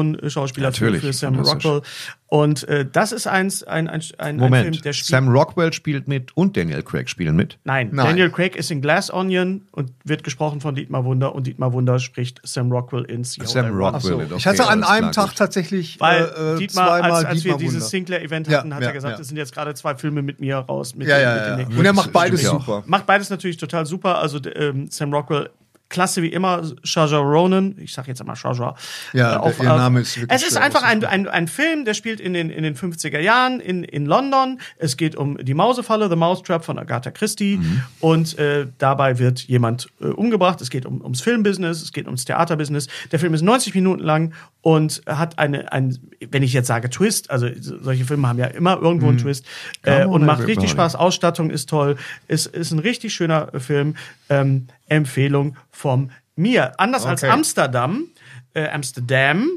Synchronschauspieler für, Natürlich, für Sam fantastisch. Rockwell. Und äh, das ist eins, ein, ein, ein, ein Film, Moment, der spielt. Sam Rockwell spielt mit und Daniel Craig spielen mit. Nein, Nein. Daniel Craig ist in Glass Onion und wird gesprochen von Dietmar Wunder und Dietmar Wunder spricht Sam Rockwell in See How They Sam Run. Rockwell. So, okay, ich hatte an alles einem klar, Tag gut. tatsächlich äh, Weil äh, Dietmar, als, zweimal als wir Dietmar dieses Wunder. Sinclair-Event Ja, hatten, hat ja, er gesagt, ja. es sind jetzt gerade zwei Filme mit mir raus. Mit Ja, den- ja, mit den ja. Nick- Und er macht Stimmt beides ja auch. super. Macht beides natürlich total super. Also d- ähm, Sam Rockwell, klasse wie immer. Shaja Ronan, ich sag jetzt einmal Shaja. Ja, der- ihr Name ist wirklich äh, Es ist schwer einfach ein, ein, ein Film, der spielt in den, in den 50er Jahren in, in London. Es geht um die Mausefalle, The Mousetrap von Agatha Christie. Mhm. Und äh, dabei wird jemand äh, umgebracht. Es geht um, ums Filmbusiness, es geht ums Theaterbusiness. Der Film ist 90 Minuten lang und hat eine, ein, wenn ich jetzt sage Twist, also so- solche Filme haben ja immer irgendwo einen Twist. Äh, Mhm. on, und macht everybody. richtig Spaß. Ausstattung ist toll. Ist, ist ein richtig schöner äh, Film. Ähm, Empfehlung von mir. Anders als Okay. Amsterdam, äh, Amsterdam,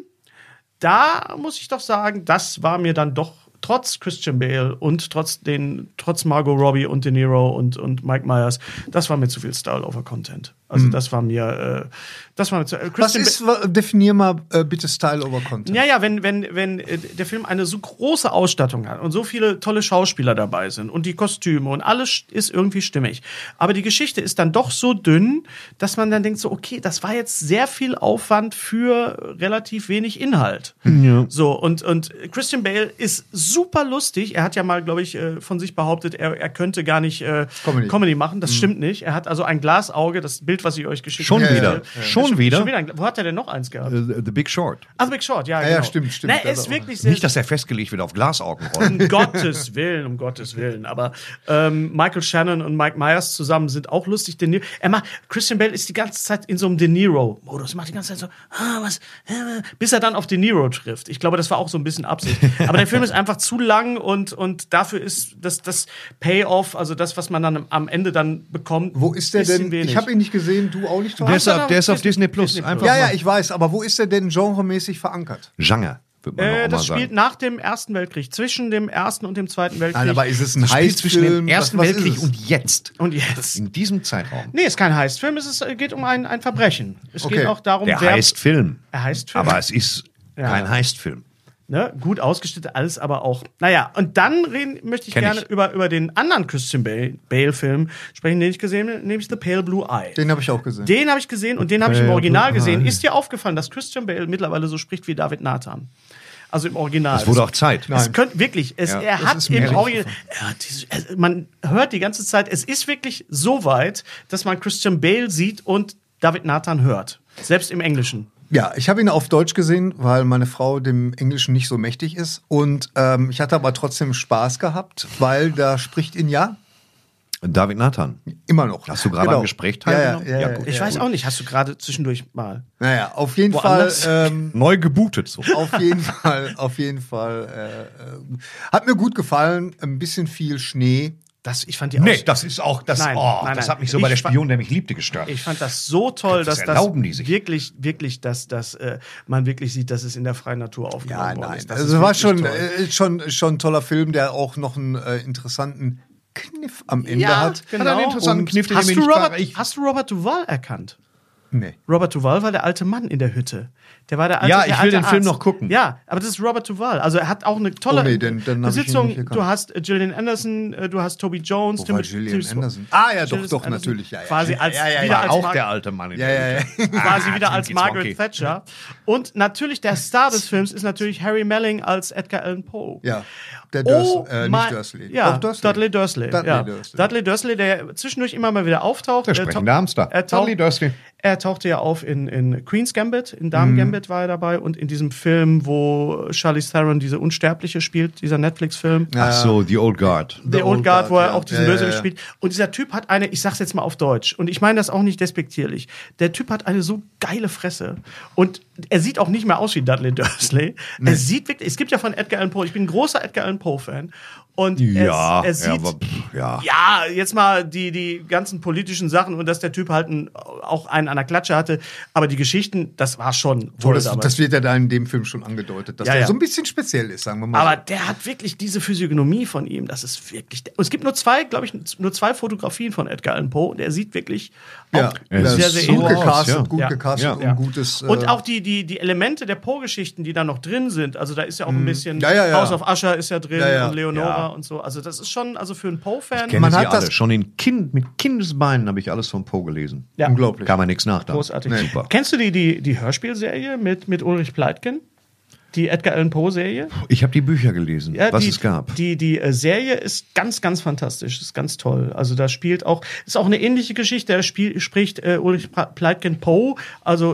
da muss ich doch sagen, das war mir dann doch trotz Christian Bale und trotz den trotz Margot Robbie und De Niro und und Mike Myers, das war mir zu viel Style over Content. Also das war mir äh, das war mir zu äh, Mhm. Was Christian Bale- ist, wa- definier mal äh, bitte Style over Content. ja, ja, wenn, wenn, wenn äh, der Film eine so große Ausstattung hat und so viele tolle Schauspieler dabei sind und die Kostüme und alles ist irgendwie stimmig. Aber die Geschichte ist dann doch so dünn, dass man dann denkt so, okay, das war jetzt sehr viel Aufwand für relativ wenig Inhalt. Hm. So, und, und Christian Bale ist super lustig. Er hat ja mal, glaube ich, äh, von sich behauptet, er, er könnte gar nicht äh, Comedy. Comedy. machen. Das stimmt nicht. Er hat also ein Glasauge, das Bild, was ich euch geschickt Hm. Schon habe. äh, wieder. Schon wieder. Schon wieder. ein Gla- Wo hat er denn noch eins gehabt? Äh, The Big Short. Also Big Short, ja. Ja, Ja, ja, genau. stimmt, stimmt. Na, er Also, ist wirklich sehr. Nicht, dass er festgelegt wird auf Glasaugenrollen. um Gottes Willen, um Gottes Willen. Aber ähm, Michael Shannon und Mike Myers zusammen sind auch lustig. De Niro, er macht, Christian Bale ist die ganze Zeit in so einem De Niro-Modus. Er macht die ganze Zeit so, ah, was, äh, bis er dann auf De Niro trifft. Ich glaube, das war auch so ein bisschen Absicht. Aber der Film ist einfach zu lang und, und dafür ist das, das Payoff, also das, was man dann am Ende dann bekommt, Wo ist der bisschen denn? Wenig. Ich habe ihn nicht gesehen, du auch nicht. Thorsten? der, ist auf, der ist auf Disney- Disney Plus. Disney Plus. Einfach ja, mal. ja, ich weiß, aber wo ist der denn genremäßig verankert? Genre. würde man Äh, auch mal das spielt sagen. nach dem Ersten Weltkrieg, zwischen dem Ersten und dem Zweiten Weltkrieg. Nein, aber ist es ein Das spielt zwischen Heißfilm? dem Ersten Was- was ist Weltkrieg es? und jetzt. und jetzt. In diesem Zeitraum. Hm. Nee, ist kein Heistfilm, es ist, äh, geht um ein, ein Verbrechen. Es Okay. geht auch darum, Der wer- heißt Film. Er heißt Film. Aber es ist Ja. kein Heistfilm. Ne? Gut ausgestattet, alles aber auch. Naja, und dann reden, möchte ich Kenn gerne ich. Über, über den anderen Christian Bale- Bale-Film sprechen, den ich gesehen habe, nämlich The Pale Blue Eye. Den habe ich auch gesehen. Den habe ich gesehen und den habe ich im Pale Original Blue gesehen. Eye. Ist dir aufgefallen, dass Christian Bale mittlerweile so spricht wie David Nathan? Also im Original. Es wurde auch Zeit. Es könnte wirklich, es, Ja, er das hat ist mir im nicht Original, er hat diese- es- man hört die ganze Zeit, es ist wirklich so weit, dass man Christian Bale sieht und David Nathan hört. Selbst im Englischen. Ja, ich habe ihn auf Deutsch gesehen, weil meine Frau dem Englischen nicht so mächtig ist. Und ähm, ich hatte aber trotzdem Spaß gehabt, weil da spricht ihn ja David Nathan. immer noch. Genau. Hast du gerade am Gespräch teilgenommen? Ja, ja, ja, ja, gut. Ich weiß auch nicht, hast du gerade zwischendurch mal. Naja, auf jeden Woanders? Fall. Ähm, Neu gebootet so. auf jeden Fall, auf jeden Fall. Äh, äh, hat mir gut gefallen. Ein bisschen viel Schnee. Das, ich fand die Nee, Aus- das ist auch, das, Nein, oh, nein, das nein. hat mich so bei Ich der fa- Spion, der mich liebte, gestört. Ich fand das so toll, Das dass das erlauben die sich. wirklich, wirklich, dass, dass äh, man wirklich sieht, dass es in der freien Natur aufgenommen Ja, worden nein. ist. Das Also ist war wirklich schon, toll. äh, schon, schon ein toller Film, der auch noch einen äh, interessanten Kniff am Ende ja, hat. Genau. Hat einen interessanten Und Kniff, den hast, ich du mir nicht Robert, verrate. Ich- hast du Robert Duval erkannt? Nee. Robert Duval war der alte Mann in der Hütte. Der war der alte Ja, der ich will alte den Film Arzt. noch gucken. Ja, aber das ist Robert Duval. Also er hat auch eine tolle Oh, nee, den- den hab ich Besitzung. nicht gekannt. du hast äh, Gillian Anderson, äh, du hast Toby Wo Jones, war Timothy- Gillian Timothy- Anderson? Ah, ja, doch, Gillian doch, Anderson natürlich, ja, ja. Quasi als, Ja, ja, ja. wieder war als auch Mar- der alte Mann in Ja, der ja, ja. Hütte. Ah, quasi wieder als geht's mir Margaret okay. Thatcher. Und natürlich der Star des Films ist natürlich Harry Melling als Edgar Allan Poe. Ja. Der Dursley, Oh äh, mein- nicht Dursley. Ja, Doch, Dudley Dursley. Dudley ja. Dursley. Dudley Dursley, der zwischendurch immer mal wieder auftaucht. Äh, Der Er sprechende tau- Hamster. Er taucht, Dudley Dursley. Er tauchte ja auf in, in Queen's Gambit, in Damen Gambit war er dabei und in diesem Film, wo Charlize Theron diese Unsterbliche spielt, dieser Netflix-Film. Ach so, The Old Guard. The, Old Guard, wo er auch diesen Ja, ja, Bösewicht ja. spielt. Und dieser Typ hat eine, ich sag's jetzt mal auf Deutsch, und ich meine das auch nicht despektierlich. Der Typ hat eine so geile Fresse. Und er sieht auch nicht mehr aus wie Dudley Dursley. Er sieht wirklich, es gibt ja von Edgar Allan Poe, ich bin ein großer Edgar Allan Poe-Fan. Und Ja, er, er sieht. ja, aber, pff, ja. Ja, jetzt mal die, die ganzen politischen Sachen und dass der Typ halt ein, auch einen an der Klatsche hatte. Aber die Geschichten, das war schon Oh, toll das, damals. das wird ja da in dem Film schon angedeutet, dass Ja, der ja. so ein bisschen speziell ist, sagen wir mal. Aber so. der hat wirklich diese Physiognomie von ihm. Das ist wirklich. Und es gibt nur zwei, glaube ich, nur zwei Fotografien von Edgar Allan Poe und er sieht wirklich auch Ja. Ja, sehr, das sehr ist gut so ähnlich aus. gecastet, ja. gut Ja. gecastet Ja. und Ja. gutes. äh, Und auch die, die, die Elemente der Poe-Geschichten, die da noch drin sind. Also da ist ja auch ein bisschen Mhm. Ja, ja, ja. House of Usher ist ja drin Ja, ja. und Leonora Ja. und so. Also das ist schon, also für einen Poe-Fan. Kenne Man sie hat das- alle. Schon in kind, mit Kindesbeinen habe ich alles von Poe gelesen. Ja. Unglaublich. Kam mir nichts nach. da. Großartig. Nee. Super. Kennst du die, die, die Hörspielserie mit, mit Ulrich Pleitgen? Die Edgar Allan Poe-Serie? Ich habe die Bücher gelesen, Ja, was die, es gab. Die, die äh, Serie ist ganz, ganz fantastisch, ist ganz toll. Also da spielt auch, ist auch eine ähnliche Geschichte, da spiel, spricht äh, Ulrich Pra- Pleitgen Poe, also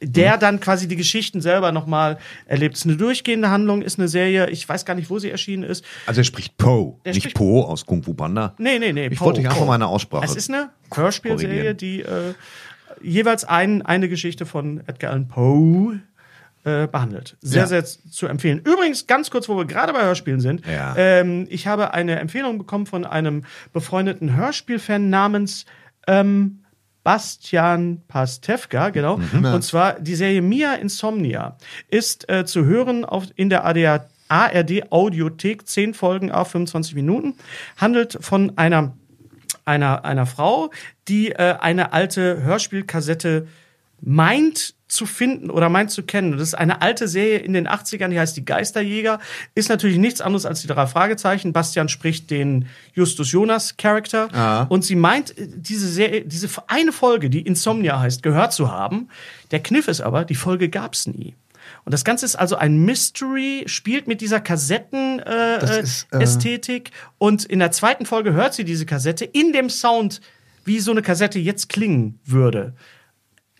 Mhm. der dann quasi die Geschichten selber nochmal erlebt. Es ist eine durchgehende Handlung, ist eine Serie, ich weiß gar nicht, wo sie erschienen ist. also er spricht Poe, Er nicht spricht- Poe aus Kung Fu Panda. Nee, nee, nee. Ich Poe. wollte dich einfach Poe. mal eine Aussprache. Es ist eine Hörspielserie, korrigieren. die äh, jeweils ein, eine Geschichte von Edgar Allan Poe äh, behandelt. Sehr, Ja. sehr zu empfehlen. Übrigens, ganz kurz, wo wir gerade bei Hörspielen sind. Ja. Ähm, ich habe eine Empfehlung bekommen von einem befreundeten Hörspielfan namens ähm, Bastian Pastewka, genau. Mhm. Und zwar die Serie Mia Insomnia ist äh, zu hören auf, in der ADA ARD Audiothek, 10 Folgen, a 25 Minuten, handelt von einer einer, einer Frau, die äh, eine alte Hörspielkassette meint zu finden oder meint zu kennen. Das ist eine alte Serie in den 80ern, die heißt Die Geisterjäger. Ist natürlich nichts anderes als die drei Fragezeichen. Bastian spricht den Justus Jonas Charakter. Ah. Und sie meint, äh, diese Serie, diese eine Folge, die Insomnia heißt, gehört zu haben. Der Kniff ist aber, die Folge gab's nie. Und das Ganze ist also ein Mystery, spielt mit dieser Kassetten, äh, Das äh, ist, äh, Ästhetik. Und in der zweiten Folge hört sie diese Kassette in dem Sound, wie so eine Kassette jetzt klingen würde.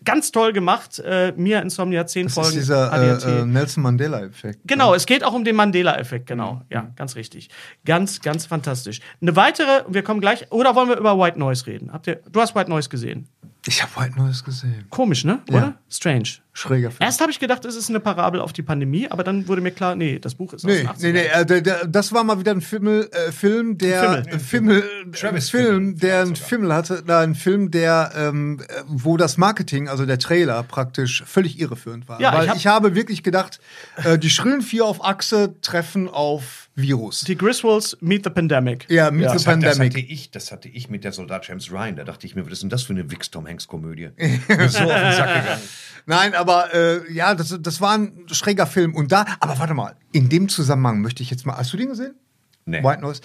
Ganz toll gemacht. Äh, Mia Insomnia 10 das Folgen. ist dieser ADAC. äh, äh, Nelson Mandela-Effekt. Genau, es geht auch um den Mandela-Effekt, genau. Ja, ganz richtig. Ganz, ganz fantastisch. Eine weitere, wir kommen gleich, oder wollen wir über White Noise reden? Habt ihr, du hast White Noise gesehen. Ich habe heute Neues gesehen. Komisch, ne? Oder? Strange. Schräger Film. Erst habe ich gedacht, es ist eine Parabel auf die Pandemie, aber dann wurde mir klar, nee, das Buch ist aus Nee, den 80ern. nee, nee, äh, der, der, das war mal wieder ein Fimmel, äh, Film, der Fimmel. äh, Fimmel, Travis Film, der einen Fimmel hatte, da ein Film, der ähm, äh, wo das Marketing, also der Trailer praktisch völlig irreführend war, Ja, weil ich ich, hab- habe wirklich gedacht, äh, die schrillen vier auf Achse treffen auf Virus. Die Griswolds Meet the Pandemic. ja, mit Das, The hat, das, hatte Pandemic. ich, das hatte ich mit der Soldat James Ryan. Da dachte ich mir, was ist denn das für eine Wix-Tom-Hanks-Komödie? Mir ist so auf den Sack gegangen. Nein, aber äh, ja, das, das war ein schräger Film und da, aber warte mal, in dem Zusammenhang möchte ich jetzt mal, hast du den gesehen? Nee. White Noise.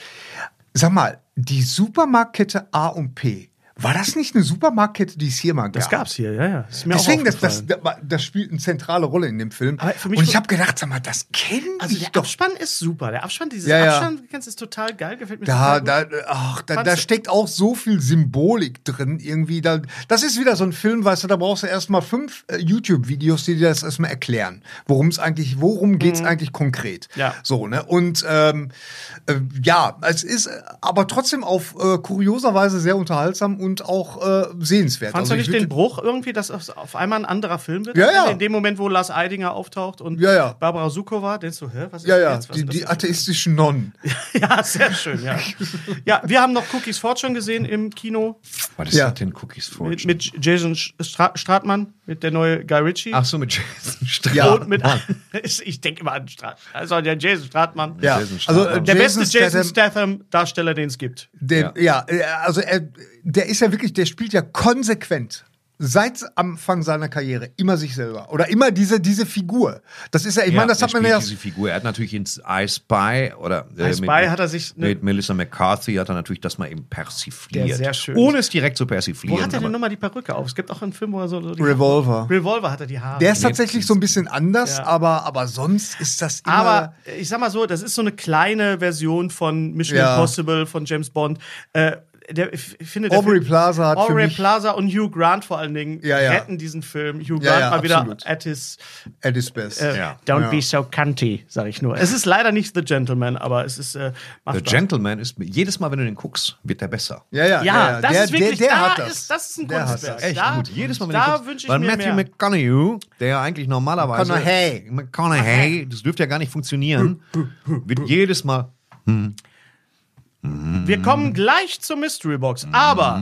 Sag mal, die Supermarktkette A und P, war das nicht eine Supermarktkette, die es hier mal gab? Das gab's hier, ja, ja. Ist mir Deswegen, das, das, aufgefallen. das, das spielt eine zentrale Rolle in dem Film. Aber für mich Und ich war- habe gedacht, sag mal, das kenne Also ich der doch. Abspann ist super. Der Abspann, dieses Ja, ja. Abspann ganz ist total geil, gefällt mir Da, total gut. da, ach, da, da Fandst du- steckt auch so viel Symbolik drin irgendwie. Da, das ist wieder so ein Film, weißt du, da brauchst du erstmal fünf äh, YouTube-Videos, die dir das erstmal erklären. Worum es eigentlich, worum geht's eigentlich konkret? Mhm. Ja. So, ne? Und ähm, äh, ja, es ist äh, aber trotzdem auf äh, kurioser Weise sehr unterhaltsam und auch äh, sehenswert. Fandst Also du nicht ich würd- den Bruch irgendwie, dass es auf einmal ein anderer Film wird? Also Ja, ja. In dem Moment, wo Lars Eidinger auftaucht und Ja, ja. Barbara Sukowa, denkst du, hä, was ist Ja, ja, jetzt? Was die, ist das die für ein Film? atheistischen Nonnen. Ja, sehr schön, ja. ja, wir haben noch Cookies Fortune gesehen im Kino Was ist Ja. das denn Cookies Fortune? mit, mit Jason Stra Stratmann, mit der neue Guy Ritchie. Ach so, mit Jason Statham. Ja. und mit, ich denke immer an Strat, also der Jason Stratmann. Ja, Jason also Statham. Der Jason beste Jason Statham, Statham Darsteller, den es gibt. der, ja. äh, also er, der ist ja wirklich, der spielt ja konsequent seit Anfang seiner Karriere immer sich selber oder immer diese diese Figur. Das ist ja, ich meine, das der hat man spielt ja. diese Figur. Er hat natürlich ins I Spy oder äh, I Spy hat er sich ne- mit Melissa McCarthy hat er natürlich das mal eben persifliert. Der sehr schön Ohne es direkt zu Wo persiflieren. hat er aber- denn nochmal die Perücke auf? Es gibt auch einen Film, wo er so. so die Revolver. Revolver hat er die Haare. Der ist tatsächlich so ein bisschen anders, Ja. aber aber sonst ist das immer. aber ich sag mal so, das ist so eine kleine Version von Mission Ja. Impossible, von James Bond. Äh, der, ich finde, der Aubrey Film- Plaza hat für Aubrey mich Plaza und Hugh Grant vor allen Dingen Ja, ja. retten diesen Film. Hugh Grant Ja, ja, mal wieder absolut. at his at his best. äh, Ja. Don't Ja. be so cunty, sag ich nur. Es ist leider nicht The Gentleman, aber es ist äh, macht The Spaß. Gentleman ist jedes Mal, wenn du den guckst, wird der besser. Ja, ja, Ja, das der, ist wirklich, der, der da hat das. ist- das ist ein Der hat Kunstwerk. das. Echt? Ja, Da- gut, jedes Mal, wenn da ich guck- wünsche ich Weil mir Matthew mehr. McConaughey, der ja eigentlich normalerweise. McConaughey. McConaughey, das dürfte ja gar nicht funktionieren. wird jedes Mal. Wir kommen gleich zur Mystery Box, aber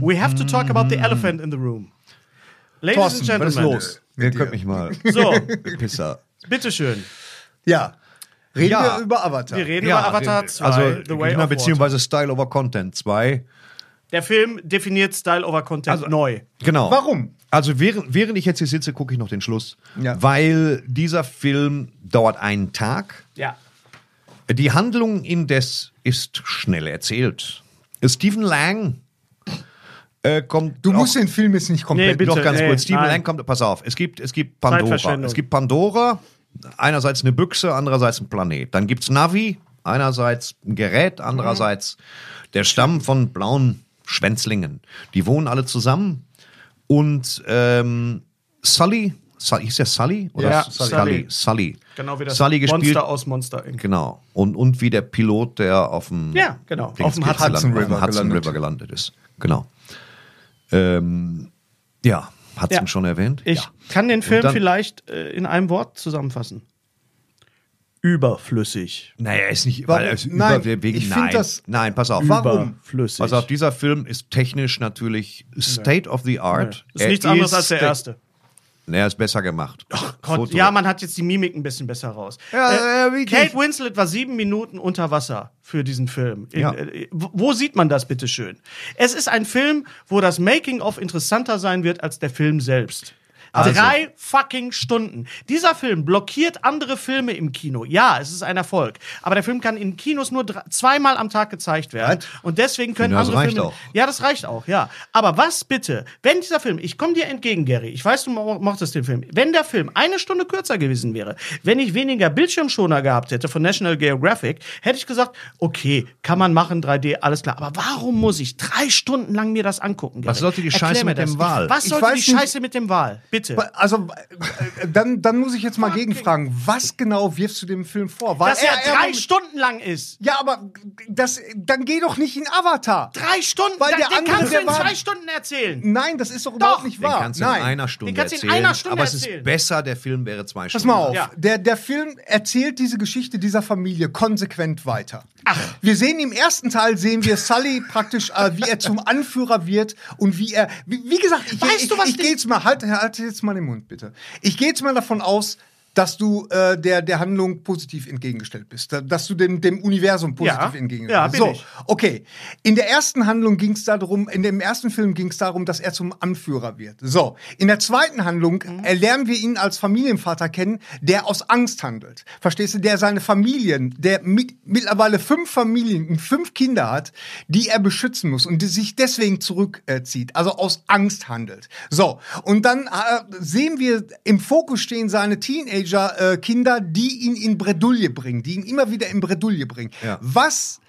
we have to talk about the elephant in the room. Ladies Thorsten, and was ist Gentlemen, los? Ihr könnt mich mal. so, Pisser. bitteschön. Ja. Reden Ja. wir über Avatar. Wir reden über Ja, Avatar den- 2, also, The Way of na, Water. beziehungsweise Style over Content 2. Der Film definiert Style over Content neu. Genau. Warum? Also während, während ich jetzt hier sitze, gucke ich noch den Schluss. Ja. Weil dieser Film dauert einen Tag. Ja. Die Handlung indes ist schnell erzählt. Stephen Lang äh, kommt. Du auch- musst den Film jetzt nicht komplett. Nee, bitte. Doch ganz kurz. Stephen nein. Lang kommt. Pass auf. Es gibt, es gibt Pandora. Zeitverschwendung. Es gibt Pandora. Einerseits eine Büchse, andererseits ein Planet. Dann gibt's Navi. Einerseits ein Gerät, andererseits der Stamm von blauen Schwänzlingen. Die wohnen alle zusammen. Und ähm, Sully, Sully, hieß der Sully? Oder Ja, Sully. Sully. Sully. Genau wie das Sully gespielt. Monster aus Monster Inc. Genau. Und, und wie der Pilot, der auf dem, Ja, genau. Dings Auf dem gelandet- Hudson River auf dem Hudson gelandet. River gelandet ist. Genau. Ähm, ja, Hudson Ja. schon erwähnt? Ich ja. kann den Film dann- vielleicht äh, in einem Wort zusammenfassen. Überflüssig. Naja, ist nicht, Warum? weil er ist Nein, über, wegen, ich find nein, das- nein, pass auf. Warum? Überflüssig. Pass auf, dieser Film ist technisch natürlich State of the Art. ist Er nichts anderes als der ste- erste. Naja, ist besser gemacht. Ach Gott, ja, man hat jetzt die Mimik ein bisschen besser raus. Ja, ja, äh, wirklich. Kate Winslet war sieben Minuten unter Wasser für diesen Film. In, Ja. äh, wo- wo sieht man das bitte schön? Es ist ein Film, wo das Making-of interessanter sein wird als der Film selbst. Also. Drei fucking Stunden. Dieser Film blockiert andere Filme im Kino. Ja, es ist ein Erfolg. Aber der Film kann in Kinos nur dr- zweimal am Tag gezeigt werden. Und deswegen können Ja, das andere reicht Filme. auch. Ja, das reicht auch, ja. Aber was bitte, wenn dieser Film, ich komme dir entgegen, Gary, ich weiß, du mo- mochtest den Film, wenn der Film eine Stunde kürzer gewesen wäre, wenn ich weniger Bildschirmschoner gehabt hätte von National Geographic, hätte ich gesagt, okay, kann man machen, 3D, alles klar. Aber warum muss ich drei Stunden lang mir das angucken, Gary? Was sollte die Erklär Scheiße mir mit dem das. Wal? Was Ich sollte die weiß nicht- Scheiße mit dem Wahl? Bitte. Also, äh, dann, dann muss ich jetzt mal gegenfragen. Was genau wirfst du dem Film vor? War Dass er drei Moment- Stunden lang ist. Ja, aber das, dann geh doch nicht in Avatar. Drei Stunden. Weil Weil der den andere, kannst der du in war- zwei Stunden erzählen. Nein, das ist doch, überhaupt Doch. nicht Den wahr. kannst du in Nein. einer Stunde kannst du in erzählen. einer Stunde aber es ist erzählen. besser, der Film wäre zwei Pass Stunden. mal auf, Ja. der, der Film erzählt diese Geschichte dieser Familie konsequent weiter. Ach. Wir sehen im ersten Teil, sehen wir Sully praktisch, äh, wie er zum Anführer wird und wie er, wie, wie gesagt, ich, Weißt ich, du, was ich, ich die- gehe jetzt mal, halt, halt jetzt mal den Mund bitte. Ich gehe jetzt mal davon aus, dass du äh, der, der Handlung positiv entgegengestellt bist, da- dass du dem, dem Universum positiv Ja. entgegengestellt Ja, bist. bin so, ich. okay. In der ersten Handlung ging es darum, in dem ersten Film ging es darum, dass er zum Anführer wird. So, in der zweiten Handlung erlernen wir ihn als Familienvater kennen, der aus Angst handelt. Verstehst du? Der seine Familien, der mit, mittlerweile fünf Familien und fünf Kinder hat, die er beschützen muss und die sich deswegen zurückzieht, also aus Angst handelt. So, und dann äh, sehen wir im Fokus stehen seine Teenager-Kinder, die ihn in Bredouille bringen, die ihn immer wieder in Bredouille bringen. Ja. Was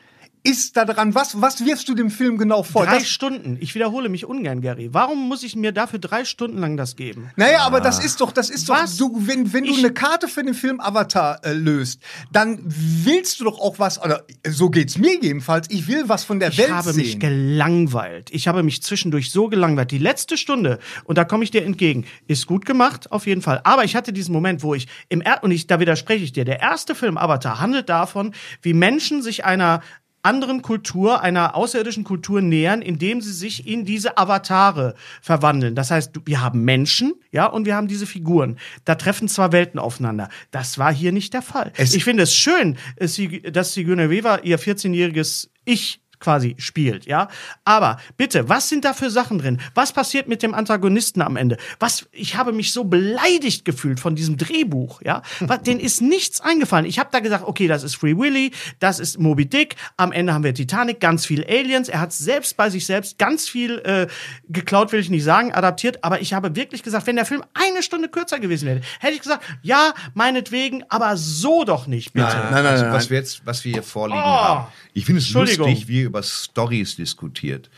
ist da dran? Was, was wirfst du dem Film genau vor? Drei Das- Stunden. Ich wiederhole mich ungern, Gary. Warum muss ich mir dafür drei Stunden lang das geben? Naja, aber das ist doch, das ist Was? doch, du, wenn, wenn du Ich- eine Karte für den Film Avatar äh, löst, dann willst du doch auch was, oder so geht's mir jedenfalls, ich will was von der Ich Welt habe sehen. mich gelangweilt. Ich habe mich zwischendurch so gelangweilt. Die letzte Stunde, und da komme ich dir entgegen, ist gut gemacht, auf jeden Fall. Aber ich hatte diesen Moment, wo ich im er und ich, da widerspreche ich dir, der erste Film Avatar handelt davon, wie Menschen sich einer anderen Kultur, einer außerirdischen Kultur nähern, indem sie sich in diese Avatare verwandeln. Das heißt, wir haben Menschen, ja, und wir haben diese Figuren. Da treffen zwar Welten aufeinander. Das war hier nicht der Fall. ich finde es schön, es- dass Sigourney Weaver ihr 14-jähriges Ich quasi spielt, ja. Aber bitte, was sind da für Sachen drin? Was passiert mit dem Antagonisten am Ende? Was, ich habe mich so beleidigt gefühlt von diesem Drehbuch, ja. Was, denen ist nichts eingefallen. Ich habe da gesagt, okay, das ist Free Willy, das ist Moby Dick, am Ende haben wir Titanic, ganz viel Aliens. Er hat selbst bei sich selbst ganz viel äh, geklaut, will ich nicht sagen, adaptiert. Aber ich habe wirklich gesagt, wenn der Film eine Stunde kürzer gewesen wäre, hätte ich gesagt, ja, meinetwegen, aber so doch nicht, bitte. Nein, nein, nein. Also, Was wir, jetzt, was wir hier vorliegen haben. Ich finde es Entschuldigung. lustig, wie über Stories diskutiert.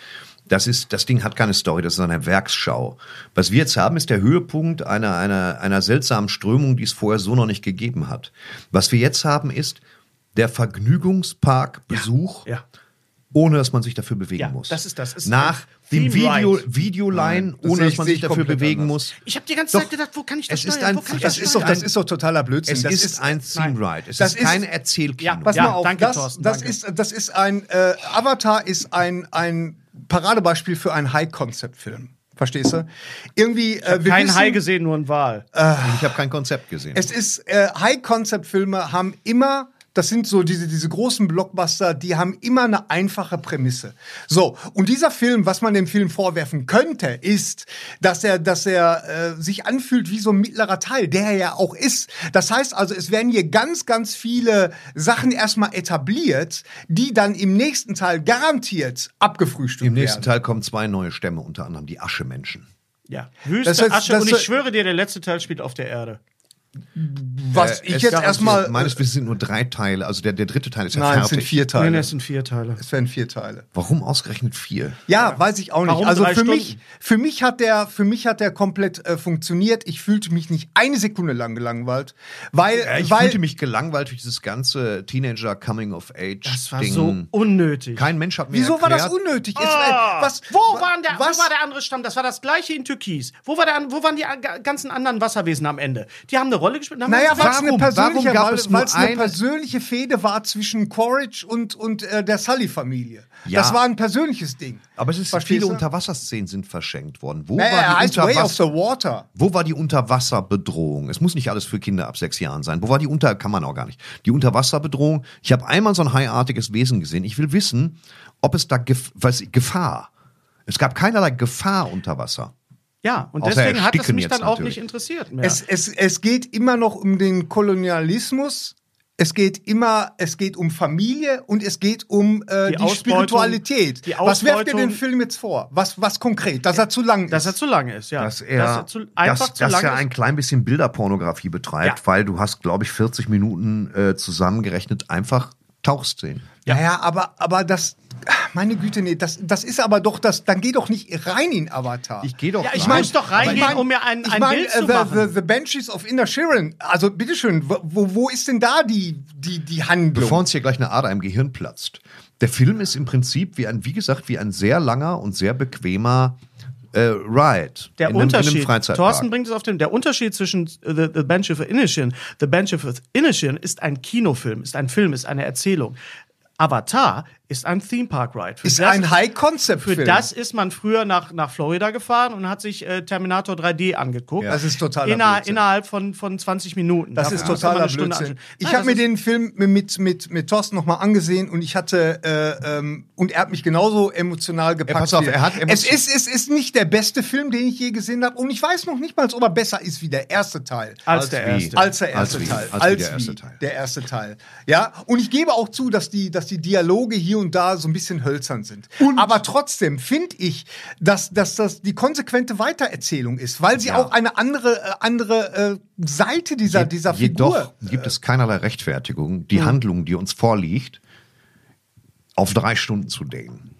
Das, ist, das Ding hat keine Story, das ist eine Werksschau. Was wir jetzt haben, ist der Höhepunkt einer, einer, einer seltsamen Strömung, die es vorher so noch nicht gegeben hat. Was wir jetzt haben, ist der Vergnügungsparkbesuch Ja. ohne dass man sich dafür bewegen Ja, muss. das ist das. Es ist Nach ein dem Theme Video, Ride. Videoline, das ohne sehe dass ich- man sehe sich ich dafür komplett bewegen anders. muss. Ich habe die ganze Doch, Zeit gedacht, wo kann ich das es ist steuern? ein- Wo kann ich es Das ist doch, das ist doch totaler Blödsinn. Es das ist, ein Theme nein. Ride. Es Das ist kein ist- Erzählkino. Ja, Pass mal auf, danke, das, Thorsten, das, danke. Ist, das ist ein äh, Avatar ist ein, ein Paradebeispiel für einen High-Concept-Film. Verstehst du? Irgendwie äh, wir Kein wissen, Äh, Hai gesehen, nur ein Wal. Ich habe kein Konzept gesehen. Es ist äh, High-Concept-Filme haben immer das sind so diese, diese großen Blockbuster, die haben immer eine einfache Prämisse. So, und dieser Film, was man dem Film vorwerfen könnte, ist, dass er, dass er äh, sich anfühlt wie so ein mittlerer Teil, der er ja auch ist. Das heißt also, es werden hier ganz, ganz viele Sachen erstmal etabliert, die dann im nächsten Teil garantiert abgefrühstückt Im nächsten werden. Teil kommen zwei neue Stämme, unter anderem die Aschemenschen. Ja. Wüste, Das heißt, Asche das und soll- ich schwöre dir, der letzte Teil spielt auf der Erde. Was Äh, ich jetzt erstmal. Meines Wissens sind nur drei Teile. Also der, der dritte Teil ist ja Nein, es fertig. sind vier Nein, Teile. das sind vier Teile. Es werden vier Teile. Warum ausgerechnet vier? Ja, weiß ich auch nicht. Warum also drei für mich, Stunden? für mich hat der, für mich hat der komplett äh, funktioniert. Ich fühlte mich nicht eine Sekunde lang gelangweilt, weil, Ja, ich weil fühlte mich gelangweilt durch dieses ganze Teenager Coming of Age Das war Ding. so unnötig. Kein Mensch hat mir wieso war erklärt, das unnötig? Ist, äh, Ah, was, wo, wa- waren der, was? wo war der andere Stamm? Das war das gleiche in Türkis. Wo, war der, an- wo waren die a- ga- ganzen anderen Wasserwesen am Ende? Die haben eine Rolle gespielt. haben Naja, eine- weil es eine Warum? persönliche, Warum gab weil- es nur weil es eine eine- persönliche Fehde war zwischen Quaritch und, und äh, der Sully-Familie. Ja. Das war ein persönliches Ding. Aber es ist Verstehst viele du? Unterwasserszenen sind verschenkt worden. Wo Naja, er war die heißt Way of the Unterwasser Water. Wo war die Unterwasserbedrohung? Es muss nicht alles für Kinder ab sechs Jahren sein. Wo war die Unter... Kann man auch gar nicht. Die Unterwasserbedrohung. Ich habe einmal so ein haiartiges Wesen gesehen. Ich will wissen, ob es da gef was, Gefahr... Es gab keinerlei Gefahr unter Wasser. ja, und Außer deswegen hat es ersticken mich jetzt dann auch natürlich. nicht interessiert mehr. Es, es, es geht immer noch um den Kolonialismus. Es geht immer, es geht um Familie und es geht um äh, Die die, Ausbeutung- Spiritualität. die was werft ihr Ausbeutung- den Film jetzt vor? Was, was konkret? Dass er zu lang dass er ist. zu lang ist, ja. Dass er, zu, dass, einfach zu dass lang er ist. ein klein bisschen Bilderpornografie betreibt, Ja. weil du hast, glaube ich, 40 Minuten äh, zusammengerechnet einfach Tauchszenen. Naja, aber, aber das, Meine Güte, nee, das, das ist aber doch das. Dann geh doch nicht rein in Avatar. Ich geh doch Ja, ich rein. muss doch reingehen, um mir ein- ich ein mein, Bild äh, zu the, machen. The, the Banshees of Inner Sheeran. Also, bitteschön, wo- wo, wo ist denn da die, die, die Handlung? Bevor uns hier gleich eine Ader im Gehirn platzt. Der Film ist im Prinzip wie ein, wie gesagt, wie ein sehr langer und sehr bequemer äh, Ride. Der in einem, Unterschied. In einem Freizeitpark. Thorsten bringt es auf den. Der Unterschied zwischen äh, The, The Banshee of Inishin, The Banshee of Inishin ist ein Kinofilm, ist ein Film, ist eine Erzählung. Avatar ist ein Theme Park Ride. Für ist das- ein Für High-Concept-Film. das ist man früher nach, nach Florida gefahren und hat sich äh, Terminator 3D angeguckt. Das ist totaler Inner, Blödsinn. innerhalb von, von 20 Minuten. Das Dafür ist muss man totaler eine Stunde Blödsinn. anschauen. Ich Nein, habe das mir ist- den Film mit, mit, mit Thorsten nochmal angesehen und ich hatte, äh, ähm, und er hat mich genauso emotional gepackt. pass auf, wie er hat es, emotion- ist, es ist nicht der beste Film, den ich je gesehen habe und ich weiß noch nicht mal, ob er besser ist wie der erste Teil. Also Als der wie? erste. Als der Als erste wie- Teil. als wie der erste Teil. Der erste Teil. Ja, und ich gebe auch zu, dass die, dass die Dialoge hier und da so ein bisschen hölzern sind. Aber trotzdem finde ich, dass, dass das die konsequente Weitererzählung ist, weil sie auch eine andere, äh, andere äh, Seite dieser, dieser Figur. Hm. Jedoch gibt es keinerlei Rechtfertigung, die Handlung, die uns vorliegt, auf drei Stunden zu dehnen.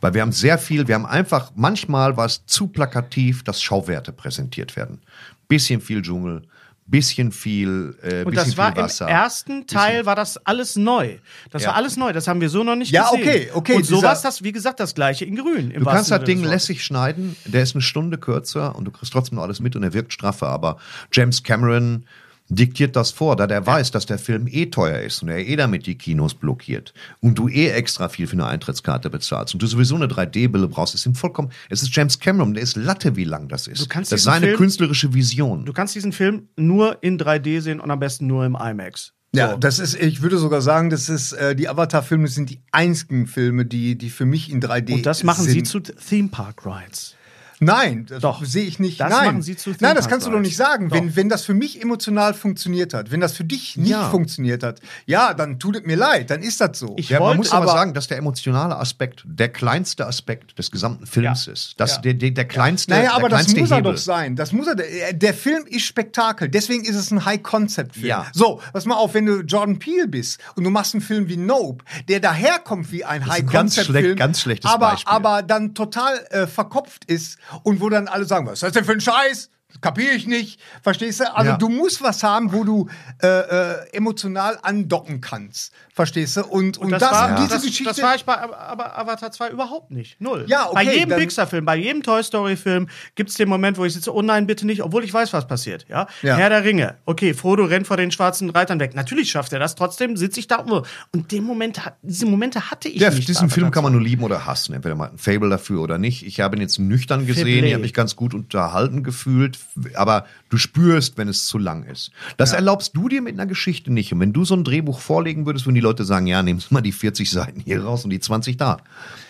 Weil wir haben sehr viel, wir haben einfach, manchmal war es zu plakativ, dass Schauwerte präsentiert werden. Bisschen viel Dschungel, bisschen viel, äh, bisschen Und das war viel im Wasser. ersten Teil war das alles neu. Das Ja. war alles neu. Das haben wir so noch nicht Ja, gesehen. okay, okay, Und so dieser- war es das, wie gesagt, das gleiche in Grün. Im Du kannst wahrsten das Ding Sinne des Wortes. lässig schneiden, der ist eine Stunde kürzer und du kriegst trotzdem noch alles mit und er wirkt straffer, aber James Cameron diktiert das vor, da der weiß, dass der Film eh teuer ist und er eh damit die Kinos blockiert und du eh extra viel für eine Eintrittskarte bezahlst und du sowieso eine 3D-Brille brauchst, ist ihm vollkommen, es ist James Cameron, der ist Latte, wie lang das ist. Du kannst das ist diesen seine Film- künstlerische Vision. Du kannst diesen Film nur in 3D sehen und am besten nur im IMAX. Ja, das ist, ich würde sogar sagen, das ist, äh, die Avatar-Filme sind die einzigen Filme, die, die für mich in 3D Und das machen sind. sie zu Theme Park Rides. Nein, das Doch. sehe ich nicht. Das Nein. machen sie zu Nein, das Theme kannst du Park doch nicht sagen. Doch. Wenn, wenn das für mich emotional funktioniert hat, wenn das für dich nicht Ja. funktioniert hat, ja, dann tut es mir leid, dann ist das so. Ich Ja, man wollte muss aber aber- sagen, dass der emotionale Aspekt der kleinste Aspekt des gesamten Films Ja. ist. Das, der, der, der kleinste, naja, aber der das kleinste muss er Hebel. doch sein. Das muss er. Der äh, der Film ist Spektakel. Deswegen ist es ein High-Concept-Film. Ja. So, pass mal auf, wenn du Jordan Peele bist und du machst einen Film wie Nope, der daherkommt wie ein ist ein ganz High-Concept-Film, schlecht- ganz schlechtes aber, Beispiel. aber dann total äh, verkopft ist und wo dann alle sagen, was ist das denn für ein Scheiß? Kapiere ich nicht, verstehst du? Also Ja. du musst was haben, wo du äh, äh, emotional andocken kannst, verstehst du? Und, und, das, war, diese das, Geschichte. das war ich bei aber Avatar 2 überhaupt nicht. Null. Ja, okay, bei jedem dann- Pixar-Film, bei jedem Toy Story-Film gibt es den Moment, wo ich sitze, oh nein, bitte nicht, obwohl ich weiß, was passiert. Ja? Ja. Herr der Ringe. Okay, Frodo rennt vor den schwarzen Reitern weg. Natürlich schafft er das, trotzdem sitze ich da. oh. Und den Moment, hat- diese Momente hatte ich Ja, nicht. bei diesen Film Avatar kann man nur lieben oder hassen. Entweder man hat ein Fable dafür oder nicht. Ich habe ihn jetzt nüchtern gesehen, eh. ich habe mich ganz gut unterhalten gefühlt, aber du spürst, wenn es zu lang ist. Das erlaubst du dir mit einer Geschichte nicht. Und wenn du so ein Drehbuch vorlegen würdest, würden die Leute sagen, ja, nimmst mal die 40 Seiten hier raus und die 20 da.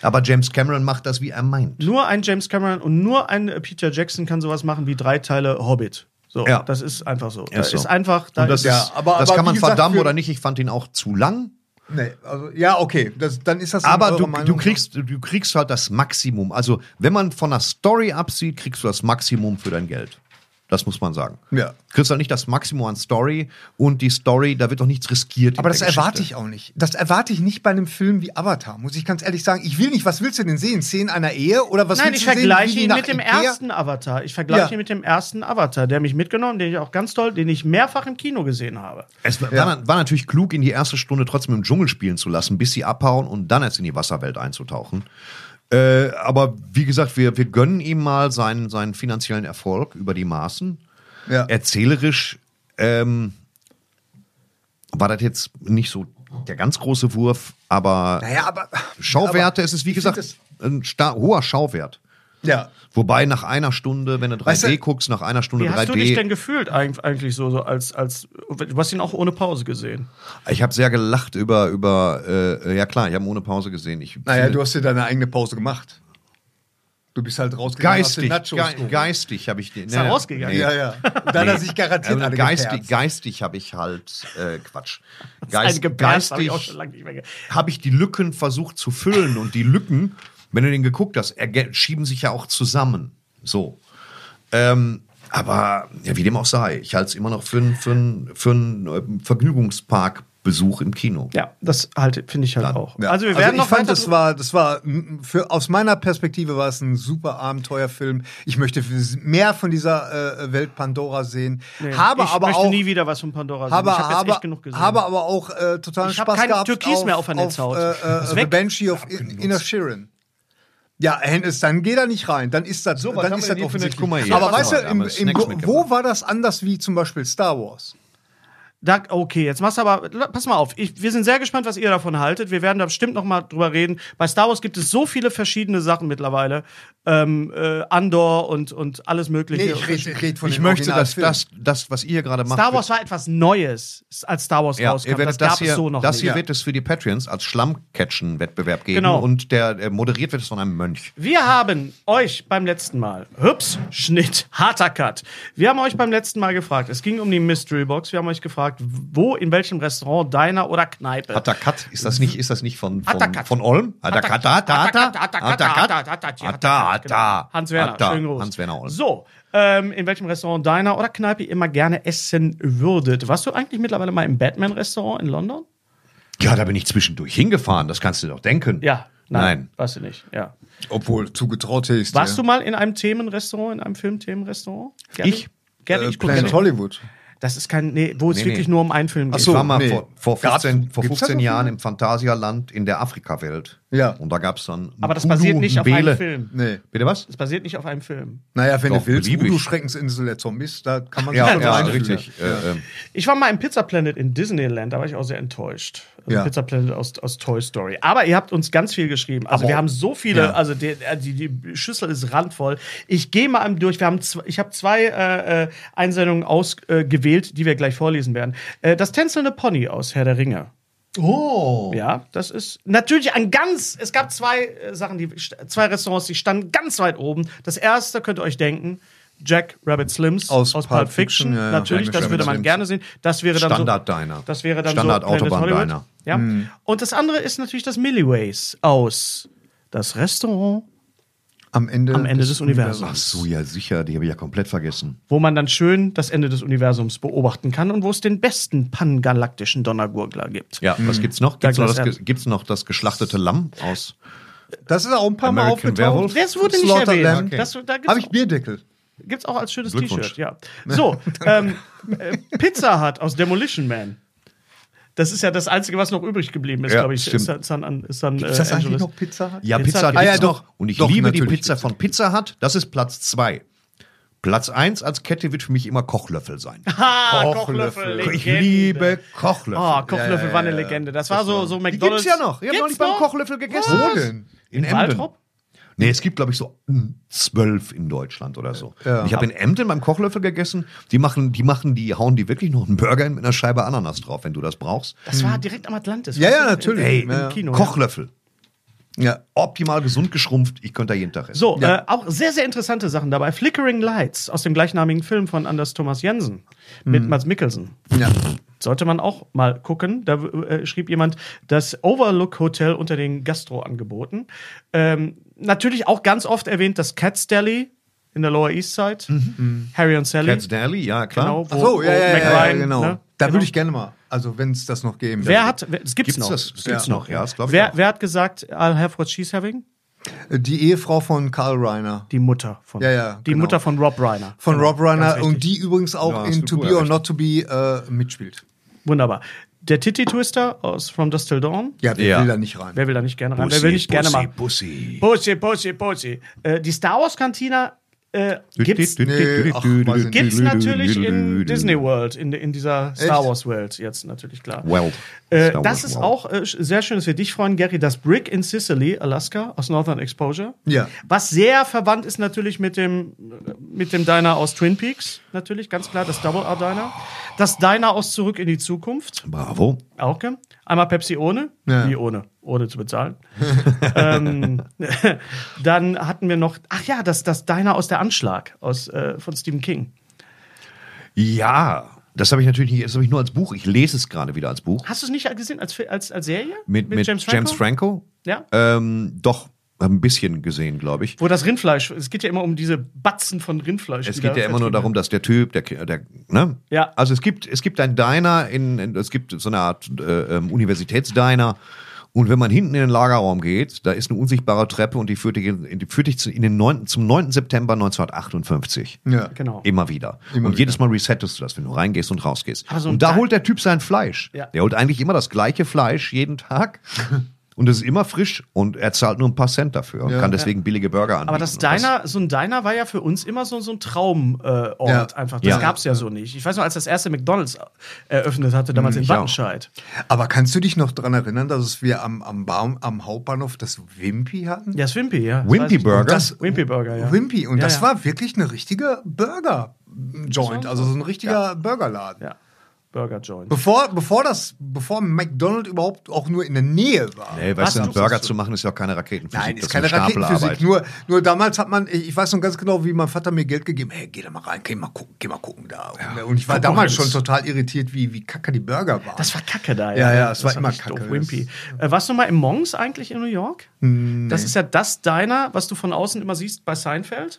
Aber James Cameron macht das, wie er meint. Nur ein James Cameron und nur ein äh, Peter Jackson kann sowas machen wie drei Teile Hobbit. So, Ja. das ist einfach so. Ist Ist, so. ist einfach, da Und das, ist, ist, aber- das aber kann man wie gesagt, verdammen für- oder nicht. Ich fand ihn auch zu lang. nee, also, ja, okay, das, dann ist das in Aber eurer du, Meinung du, nach- kriegst, du kriegst halt das Maximum. Also, wenn man von einer Story absieht, kriegst du das Maximum für dein Geld. Das muss man sagen. Ja. Kriegst halt nicht das Maximum an Story und die Story, da wird doch nichts riskiert. in Aber das der Geschichte. erwarte ich auch nicht. Das erwarte ich nicht bei einem Film wie Avatar, muss ich ganz ehrlich sagen. Ich will nicht, was willst du denn sehen? Szenen einer Ehe oder was Nein, willst ich du sehen? vergleiche wie die ihn nach mit dem Ikea- ersten Avatar. Ich vergleiche Ja. ihn mit dem ersten Avatar, der mich mitgenommen, den ich auch ganz toll, den ich mehrfach im Kino gesehen habe. Es war, war, war natürlich klug, ihn die erste Stunde trotzdem im Dschungel spielen zu lassen, bis sie abhauen und dann erst in die Wasserwelt einzutauchen. Äh, aber wie gesagt, wir, wir gönnen ihm mal seinen, seinen finanziellen Erfolg über die Maßen. Ja. Erzählerisch ähm, war das jetzt nicht so der ganz große Wurf, aber Naja, aber. Schauwerte, aber es ist wie ich gesagt find ein sta- hoher Schauwert. das- Ja. Wobei nach einer Stunde, wenn du 3D Weißt du- guckst, nach einer Stunde Wie 3D. hast du dich denn gefühlt eig- eigentlich so, so als, als du hast ihn auch ohne Pause gesehen? Ich habe sehr gelacht über, über äh, ja klar, ich habe ohne Pause gesehen. Ich Naja, finde- du hast dir deine eigene Pause gemacht. Du bist halt rausgegangen. hast geistig, den Nachos ge geholt. geistig habe ich den. Ist er rausgegangen? Ja, ja. Und dann Nee. hat er sich garantiert Also alle geistig, geperzt. geistig habe ich halt äh, Quatsch. Ein Geist, Geperz habe Also ich auch schon geistig lange nicht mehr ge- habe ich die Lücken versucht zu füllen und die Lücken, wenn du den geguckt hast, erge- schieben sich ja auch zusammen. So. Ähm, aber ja, wie dem auch sei, ich halte es immer noch für, einen- für, einen- für einen äh, Vergnügungspark. Besuch im Kino. Ja, das halt, finde ich halt auch. Ja. Also wir werden ich noch fand, weiter das war, das war mm, für, aus meiner Perspektive war es ein super Abenteuerfilm. Ich möchte f- mehr von dieser äh, Welt Pandora sehen. habe ich aber möchte auch nie wieder was von Pandora sehen. habe, Also ich habe jetzt habe, echt genug gesehen. habe aber auch äh, totalen Ich hab Spaß keinen gehabt. Türkis auf, mehr auf an der auf, Haut. Äh, äh, Ist The weg. Banshee of In- Inner Shirin. Ja, Hennes, dann geh da nicht rein. Dann ist das So, so, was dann haben ist wir denn das hier für eine offensichtlich. Kummer hier? Aber Ja, weißt du, warte im, mal, im, Snacks mitgebracht. wo war das anders wie zum Beispiel Star Wars? Da, okay, jetzt machst du aber, la- pass mal auf, ich, wir sind sehr gespannt, was ihr davon haltet. Wir werden da bestimmt noch mal drüber reden. Bei Star Wars gibt es so viele verschiedene Sachen mittlerweile. Ähm, äh, Andor und, und alles mögliche. Nee, ich rede red von Ich den möchte, dass Originalfilmen. das, das, was ihr gerade macht, Star Wars war etwas Neues, als Star Wars Ja, rauskam. ihr werdet Das, das, gab hier, es so noch das nicht. hier Ja. wird es für die Patreons als Schlammcatchen-Wettbewerb geben Genau. und der äh, moderiert wird es von einem Mönch. Wir haben euch beim letzten Mal, hups, Schnitt, harter Cut. Wir haben euch beim letzten Mal gefragt, es ging um die Mystery Box. Wir haben euch gefragt, wo, in welchem Restaurant, Diner oder Kneipe. Atakat, ist das nicht, ist das nicht von, von, Atakat. von Olm? Atakat, Atakat, Atakat, Atakat, Atakat, Atakat, genau. Hans Werner, Atakat. schönen Gruß. Hans Werner Olm. So, ähm, in welchem Restaurant, Diner oder Kneipe ihr immer gerne essen würdet. Warst du eigentlich mittlerweile mal im Batman-Restaurant in London? Ja, da bin ich zwischendurch hingefahren, das kannst du dir doch denken. Ja. Nein. Warst du nicht, ja. Obwohl, zugetraut ist. Warst ja. du mal in einem Themenrestaurant, in einem Filmthemenrestaurant? Gary? Ich? Gary, äh, ich gucke Planet gerne. Hollywood? Das ist kein, nee, wo es Nee, wirklich nee. nur um einen Film geht. Ich war mal nee. vor, vor Gab's- 15, vor gibt's das 15 noch? Jahren im Phantasialand in der Afrika-Welt. Ja. Und da gab's dann. Aber das basiert Udo nicht auf einem Mbele. Film. Nee. Bitte was? Das basiert nicht auf einem Film. Naja, wenn Doch, du willst, beliebig. Udo Schreckensinsel der Zombies, da kann man Ja, schon ja, reinfühlen. richtig. Äh, ähm, Ich war mal im Pizza Planet in Disneyland, da war ich auch sehr enttäuscht. Also Ja. Pizza Planet aus, aus Toy Story. Aber ihr habt uns ganz viel geschrieben. Also wir haben so viele, also die, äh, die, die Schüssel ist randvoll. Ich gehe mal einem durch. Wir haben zw- ich habe zwei äh, äh, Einsendungen ausgewählt, äh, gewählt, die wir gleich vorlesen werden. Äh, das tänzelnde Pony aus Herr der Ringe. Oh. Ja, das ist natürlich ein ganz. Es gab zwei äh, Sachen, die zwei Restaurants, die standen ganz weit oben. Das erste könnt ihr euch denken. Jack Rabbit Slims Aus Pulp Fiction, ja, ja. natürlich, Jack das Rabbit würde man Slims. gerne sehen. Das wäre dann Standard so, Diner. Das wäre dann Standard so Planet Autobahn Hollywood. Diner. Ja. Mhm. Und das andere ist natürlich das Milliways aus das Restaurant Am Ende, am Ende des Ach Universums, so, ja, sicher, die habe ich ja komplett vergessen. wo man dann schön das Ende des Universums beobachten kann und wo es den besten pangalaktischen Donnergurgler gibt. Ja, was gibt's noch? Gibt's, Da noch das, gab's- ge- gibt's noch das geschlachtete Lamm aus? Das ist auch ein paar Mal American aufgetaucht. Werewolf? Das wurde nicht Slaughter erwähnt. Lamb. Das- da gibt's Habe ich auch- Bierdeckel. Gibt's auch als schönes Glückwunsch. Ne? T-Shirt, ja. So, ähm, äh, Pizza Hut aus Demolition Man. Das ist ja das Einzige, was noch übrig geblieben ist, Ja, glaube ich. stimmt. Ist dann- ist dann an- ist dann, Ist das äh, eigentlich Angeles. noch Pizza Hut? Ja, Pizza Pizza, Hut Hut gibt's gibt's Ah ja, doch. noch. Und ich Doch, liebe die natürlich Pizza von Pizza Hut. Das ist Platz zwei. Platz eins als Kette wird für mich immer Kochlöffel sein. Ah, Kochlöffel. Kochlöffel. Ich Legende. liebe Kochlöffel. Ah, Kochlöffel war eine Legende. Das, war so, so Die McDonalds. gibt's ja noch. Ihr habt noch Gibt's nicht beim Kochlöffel gegessen. Wo denn? In Emden. Waltrop? Nee, es gibt, glaube ich, so mm, zwölf in Deutschland oder so. Ja. Und Ich habe in Emden beim Kochlöffel gegessen. Die machen, die machen, die hauen die wirklich noch einen Burger mit einer Scheibe Ananas drauf, wenn du das brauchst. Das war direkt am Atlantis. Ja, ja, Im- natürlich. Im, Ja, im ja. Kino. ja. Kochlöffel. Ja. Optimal gesund geschrumpft. Ich könnte da jeden Tag essen. So, äh, auch sehr, sehr interessante Sachen dabei. Flickering Lights aus dem gleichnamigen Film von Anders Thomas Jensen mit Hm. Mats Mikkelsen. ja. Sollte man auch mal gucken. Da äh, schrieb jemand, das Overlook Hotel unter den Gastro-Angeboten. Ähm, natürlich auch ganz oft erwähnt das Cat's Deli in der Lower East Side. Harry und Sally. Mhm. Cat's Deli, ja klar. Genau, wo, Ach so, ja, wo ja, ja, ja, McRyan, genau. ne? Da Genau. würde ich gerne mal, also wenn es das noch geben Wer würde. hat, wer, das gibt's, Gibt's noch. das? Das gibt's Ja. noch, ja, das glaube ich. Wer, auch. wer hat gesagt, I'll have what she's having? Äh, Die Ehefrau von Karl Reiner. Die Mutter von, Ja, ja, die genau. Mutter von Rob Reiner. Von Rob Reiner Genau, ganz und die übrigens auch hast in du To gut Be or erreicht. Not To Be äh, mitspielt. Wunderbar. Der Titty Twister aus From Dust Till Dawn. Ja, wer Ja. will da nicht rein? Wer will da nicht gerne rein? Wer will nicht gerne mal? Pussy. Pussy, Pussy, Pussy. Äh, die Star Wars Cantina äh, gibt's, Nee, ach, weiß ich gibt's natürlich in Disney World, in, in dieser Star Wars Welt jetzt natürlich klar. World. Äh, Star das Wars ist World. auch äh, sehr schön, dass wir dich freuen, Gary. Das Brick in Sicily, Alaska, aus Northern Exposure. Ja. Was sehr verwandt ist natürlich mit dem, mit dem Diner aus Twin Peaks, natürlich, ganz klar, das Double R Diner. Das Diner aus Zurück in die Zukunft, Bravo. auch, okay. Einmal Pepsi ohne, Ja. wie ohne, ohne zu bezahlen. ähm, dann hatten wir noch, ach ja, das, das Diner aus der Anschlag aus, äh, von Stephen King. Ja, das habe ich natürlich nicht, das habe ich nur als Buch. Ich lese es gerade wieder als Buch. Hast du es nicht gesehen als, Fi- als, als Serie? Mit, mit James Franco. Ja. Ähm, doch, Hab ein bisschen gesehen, glaube ich. Wo das Rindfleisch, es geht ja immer um diese Batzen von Rindfleisch. Es die geht da ja immer nur vertrieben darum, dass der Typ, der, der ne? Ja. Also es gibt, es gibt ein Diner, in, in, es gibt so eine Art äh, ähm, Universitätsdiner. Und wenn man hinten in den Lagerraum geht, da ist eine unsichtbare Treppe und die führt dich, in- in, die führt dich zu, in den 9, zum 9. September 1958. Ja. Genau. Immer wieder. und jedes Mal resettest du das, wenn du reingehst und rausgehst. Aber Ah, so ein und da Di- holt der Typ sein Fleisch. Ja. Der holt eigentlich immer das gleiche Fleisch jeden Tag. Und es ist immer frisch und er zahlt nur ein paar Cent dafür und kann deswegen billige Burger anbieten. Aber das Und das- Diner, so ein Diner war ja für uns immer so, so ein Traumort äh, Ort Ja. einfach. Das Ja. gab's ja so nicht. Ich weiß noch, als das erste McDonalds äh, eröffnet hatte, damals in Hm, ich auch. Wattenscheid. Aber kannst du dich noch daran erinnern, dass wir am, am, Baum, am Hauptbahnhof das Wimpy hatten? Ja, das Wimpy, ja. Das weiß Wimpy ich noch. Burger. Das- Wimpy Burger, ja. Wimpy. Und Ja, das ja. war wirklich eine richtige Burger-Joint. Also so ein richtiger Burgerladen. Ja. Burger Joint. Bevor, bevor das, bevor McDonald überhaupt auch nur in der Nähe war. Ey, weißt du, Hast du- einen Burger zu machen, ist ja auch keine Raketenphysik. Nein, das ist keine eine Raketenphysik. Stapelarbeit. Nur, nur damals hat man, ich weiß noch ganz genau, wie mein Vater mir Geld gegeben hat. Hey, geh da mal rein, geh mal gucken, geh mal gucken da. Und, und ich war damals schon total irritiert, wie, wie kacke die Burger waren. Das war kacke da, Ja, ja, es war immer richtig kacke. doof, Wimpy. Äh, warst du mal im Monks eigentlich in New York? Hm, Das ist ja das Diner, was du von außen immer siehst bei Seinfeld.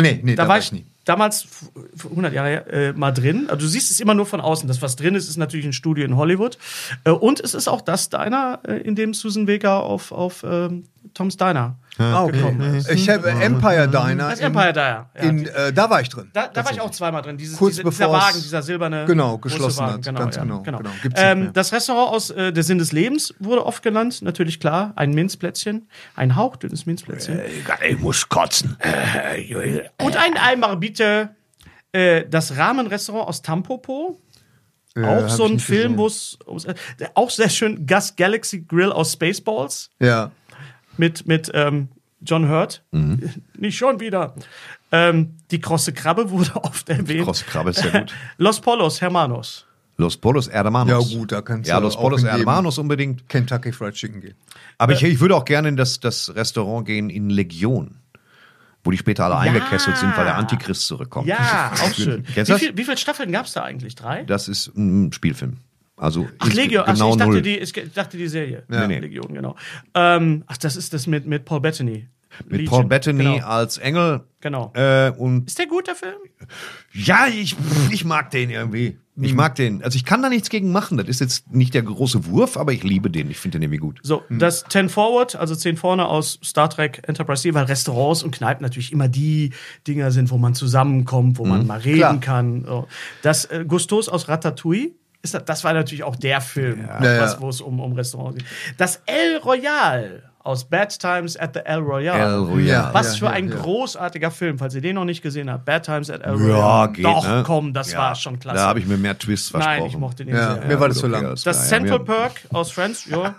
nee, nee, da war ich damals, f- f- 100 Jahre her, äh, mal drin. Also du siehst es immer nur von außen. Das, was drin ist, ist natürlich ein Studio in Hollywood. Äh, und es ist auch das Diner, äh, in dem Susan Vega auf, auf ähm, Tom's Diner Ah, okay. Ich habe Empire Diner. Das Empire Diner. Ja, In, in, äh, da war ich drin. Da, da war ich auch zweimal drin. Dieses, Kurz diese, bevor's dieser Wagen, dieser silberne. genau, große geschlossen Wagen, hat. Ganz genau, genau. Gibt's nicht mehr. Ähm, das Restaurant aus äh, Der Sinn des Lebens wurde oft genannt. Natürlich klar, ein Minzplätzchen. Ein hauchdünnes Minzplätzchen. Äh, Ich muss kotzen. Und einen Eimer bitte. Äh, das Rahmenrestaurant aus Tampopo. auch Äh, hab so ich ein nicht Film, gesehen. wo es. wo's- äh, Auch sehr schön. Gus Galaxy Grill aus Spaceballs. Ja. mit, mit ähm, John Hurt. Mhm. Nicht schon wieder. Ähm, die krosse Krabbe wurde oft erwähnt. Krosse Krabbe ist sehr gut. Los Polos, Hermanos. Los Polos Hermanos. Ja, gut, da kannst Ja, du Los auch Polos in jedem- Hermanos unbedingt. Kentucky Fried Chicken gehen. Aber ich, ich würde auch gerne in das, das Restaurant gehen in Legion, wo die später alle eingekesselt sind, weil der Antichrist zurückkommt. Ja, auch schön. Kennst wie, du das? viel, wie viele Staffeln gab es da eigentlich? Drei? Das ist ein Spielfilm. Also Ach, ins- Legion. Ach, genau ich, dachte null. die, ich dachte die Serie. Ja. Nee, nee. Legion, genau. Ähm, ach, das ist das mit, mit Paul Bettany. Mit Legion, Paul Bettany ah. Genau. als Engel. Genau. Äh, und Ist der gut, der Film? Ja, ich, ich mag den irgendwie. Hm. Ich mag den. Also ich kann da nichts gegen machen. Das ist jetzt nicht der große Wurf, aber ich liebe den. Ich finde den irgendwie gut. So, das 10 Forward, also 10 vorne aus Star Trek Enterprise D, weil Restaurants und Kneipen natürlich immer die Dinger sind, wo man zusammenkommt, wo Mhm. man mal reden Klar. kann. So. Das äh, Gustos aus Ratatouille, ist das, das war natürlich auch der Film, Ja, was, ja. wo es um, um Restaurants geht. Das El Royal aus Bad Times at the El Royal. El Royal. Oh Was Ja, für ja, ein ja. großartiger Film, falls ihr den noch nicht gesehen habt. Bad Times at El Royal. Ja, geht. Doch, ne? komm, das Ja. war schon klasse. Da habe ich mir mehr Twists versprochen. Nein, ich mochte den Ja, sehr. mir war das gut, zu okay, lang. alles Das klar. Ja, Central mir- Perk aus Friends, ja.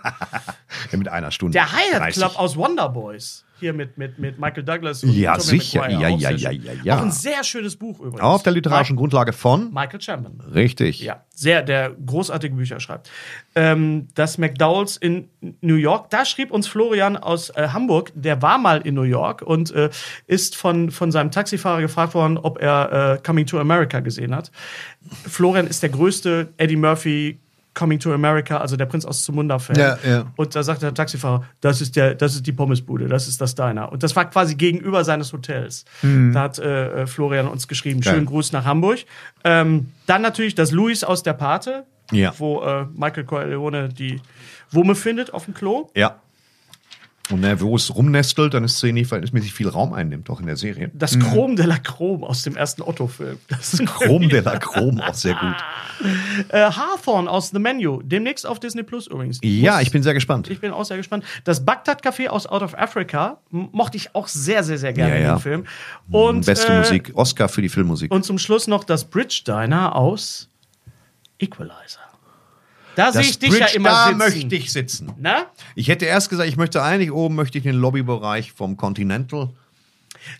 Ja, mit einer Stunde. Der Hyatt 30. Club aus Wonder Boys. Hier mit, mit, mit Michael Douglas und Ja, Tobey sicher. Maguire. Ja, Auch ja, sehr ja, schön. ja, ja. Auch ein sehr schönes Buch übrigens. Auf der literarischen Grundlage von. Ma Michael Chapman. Richtig. Ja, sehr, der großartige Bücher schreibt. Ähm, das McDowells in New York, da schrieb uns Florian aus äh, Hamburg, der war mal in New York und äh, ist von, von seinem Taxifahrer gefragt worden, ob er äh, Coming to America gesehen hat. Florian ist der größte Eddie Murphy Coming to America, also der Prinz aus Zumunda-Fan. Ja, ja. Und da sagt der Taxifahrer, das ist, der, das ist die Pommesbude, das ist das Diner. Und das war quasi gegenüber seines Hotels. Mhm. Da hat äh, äh, Florian uns geschrieben, schönen Gruß nach Hamburg. Ähm, dann natürlich das Luis aus der Pate, Ja. wo äh, Michael Corleone die Wumme findet auf dem Klo. Ja. Und nervös rumnestelt, dann ist Szene verhältnismäßig viel Raum einnimmt, auch in der Serie. Das Chrom de la Chrom aus dem ersten Otto-Film. Das ist Chrom de la Chrom, auch sehr gut. äh, Hawthorne aus The Menu, demnächst auf Disney Plus übrigens. Ja, ich bin sehr gespannt. Ich bin auch sehr gespannt. Das Bagdad Café aus Out of Africa m- mochte ich auch sehr, sehr, sehr gerne Ja, in ja. Mhm, dem Film. Und, Beste äh, Musik. Oscar für die Filmmusik. Und zum Schluss noch das Bridge Diner aus Equalizer. Da sehe ich dich ja immer da sitzen. möchte ich sitzen. Na? Ich hätte erst gesagt, ich möchte eigentlich oben möchte ich den Lobbybereich vom Continental.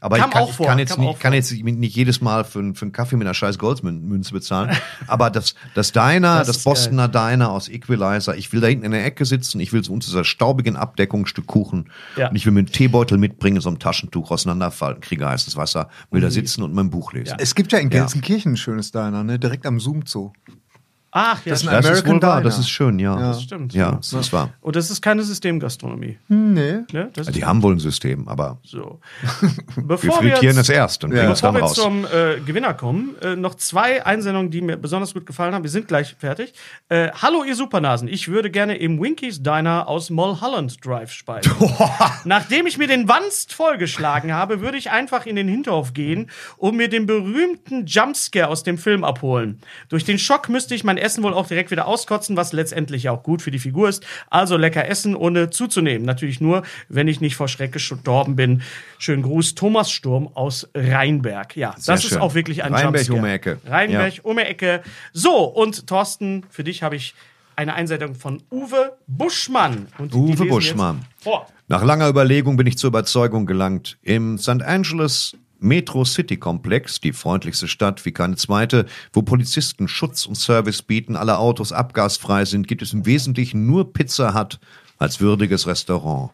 Aber Kam ich, kann, auch vor, ich kann jetzt, kam auch nicht, kann vor. jetzt nicht jedes Mal für, einen- für einen Kaffee mit einer scheiß Goldmünze bezahlen. Aber das, das Diner, das, Das ist Bostoner Diner aus Equalizer, ich will da hinten in der Ecke sitzen, ich will so unter dieser staubigen Abdeckung ein Stück Kuchen. Ja. Und ich will mir einen Teebeutel mitbringen, so ein Taschentuch auseinanderfalten, kriege heißes Wasser, Mhm. will da sitzen und mein Buch lesen. Es gibt ja in Gelsenkirchen ein schönes Diner, ne? direkt am Zoom Zoo. Ach, ja, Das ist ein stimmt. Das ist wohl American wahr, Diner. das ist schön, ja. Ja. Ja, Das stimmt. das ist wahr. Und Oh, das ist keine Systemgastronomie. Nee. Ne? Das ist Die haben wohl ein System, aber so. wir Bevor frittieren jetzt- das erst und Ja. bringen es Bevor dann wir raus. zum äh, Gewinner kommen, äh, noch zwei Einsendungen, die mir besonders gut gefallen haben. Wir sind gleich fertig. Äh, Hallo, ihr Supernasen. Ich würde gerne im Winkies Diner aus Mulholland Drive speisen. Nachdem ich mir den Wanst vollgeschlagen habe, würde ich einfach in den Hinterhof gehen und mir den berühmten Jumpscare aus dem Film abholen. Durch den Schock müsste ich mein Essen wohl auch direkt wieder auskotzen, was letztendlich auch gut für die Figur ist. Also lecker essen, ohne zuzunehmen. Natürlich nur, wenn ich nicht vor Schreck gestorben bin. Schönen Gruß, Thomas Sturm aus Rheinberg. Ja, das schön. ist auch wirklich ein Rheinberg Jumpscare. um die Ecke. Rheinberg um die Ecke. So, und Thorsten, für dich habe ich eine Einsendung von Uwe Buschmann. Und die Uwe lesen jetzt Buschmann. Vor. Nach langer Überlegung bin ich zur Überzeugung gelangt. Im St. Angeles Metro City Komplex, die freundlichste Stadt wie keine zweite, wo Polizisten Schutz und Service bieten, alle Autos abgasfrei sind, gibt es im Wesentlichen nur Pizza Hut als würdiges Restaurant.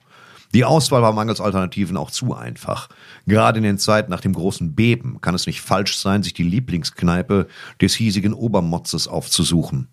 Die Auswahl war mangels Alternativen auch zu einfach. Gerade in den Zeiten nach dem großen Beben kann es nicht falsch sein, sich die Lieblingskneipe des hiesigen Obermotzes aufzusuchen.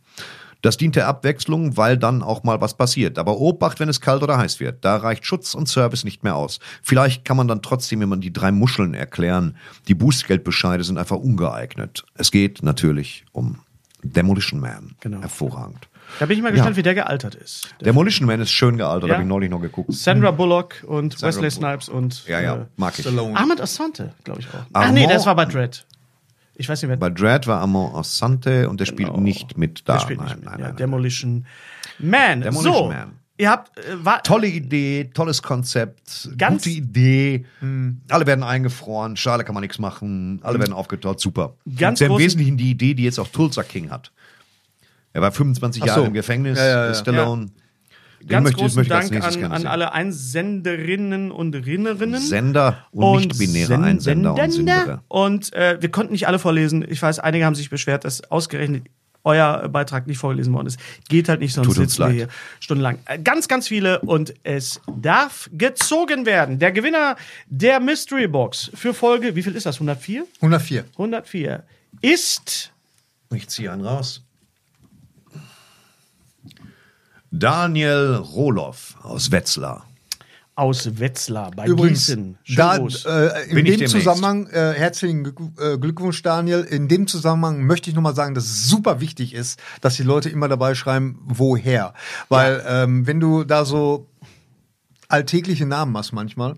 Das dient der Abwechslung, weil dann auch mal was passiert. Aber Obacht, wenn es kalt oder heiß wird. Da reicht Schutz und Service nicht mehr aus. Vielleicht kann man dann trotzdem jemand die drei Muscheln erklären. Die Bußgeldbescheide sind einfach ungeeignet. Es geht natürlich um Demolition Man. Genau. Hervorragend. Da bin ich mal gespannt, wie der gealtert ist. Demolition Man ist schön gealtert, Ja. habe ich neulich noch geguckt. Sandra Bullock und Wesley Bullock. Snipes und Ja, äh, ja, mag ich. Ahmed Assante, glaube ich auch. Ach Armand- nee, das war bei Dread. Ich weiß nicht, wer Bei Dread war Armand Assante und der spielt Genau. nicht mit da. der spielt nein, nicht mit. nein, ja, nein, nein. Demolition Man. Demolition so, Man. ihr habt äh, war, Tolle Idee, tolles Konzept, Ganz- gute Idee. Alle werden eingefroren, schade kann man nichts machen, alle werden aufgetaut, super. Ganz das ist ja im großen- Wesentlichen die Idee, die jetzt auch Tulsa King hat. Er war 25 Ach so. Jahre im Gefängnis, Ja, ja, ja. Stallone. Den ganz möchte- das großen möchte ich als Dank nächstes an, gerne an sehen. alle Einsenderinnen und Rinnerinnen. Sender und, nicht-binäre Sendender. Einsender und Sendere. Und äh, wir konnten nicht alle vorlesen. Ich weiß, einige haben sich beschwert, dass ausgerechnet euer Beitrag nicht vorgelesen worden ist. Geht halt nicht, sonst Tut uns sitzen wir leid. hier stundenlang. Äh, Ganz, ganz viele und es darf gezogen werden. Der Gewinner der Mystery Box für Folge, wie viel ist das? 104? 104. 104 ist Ich ziehe einen raus. Daniel Rohloff aus Wetzlar. aus Wetzlar bei Übrigens, Gießen. Schönen da, Gruß. äh, in Bin ich dem demnächst. Zusammenhang, äh, herzlichen Glück- äh, Glückwunsch, Daniel. In dem Zusammenhang möchte ich nochmal sagen, dass es super wichtig ist, dass die Leute immer dabei schreiben, woher. Weil, ähm, wenn du da so alltägliche Namen hast manchmal,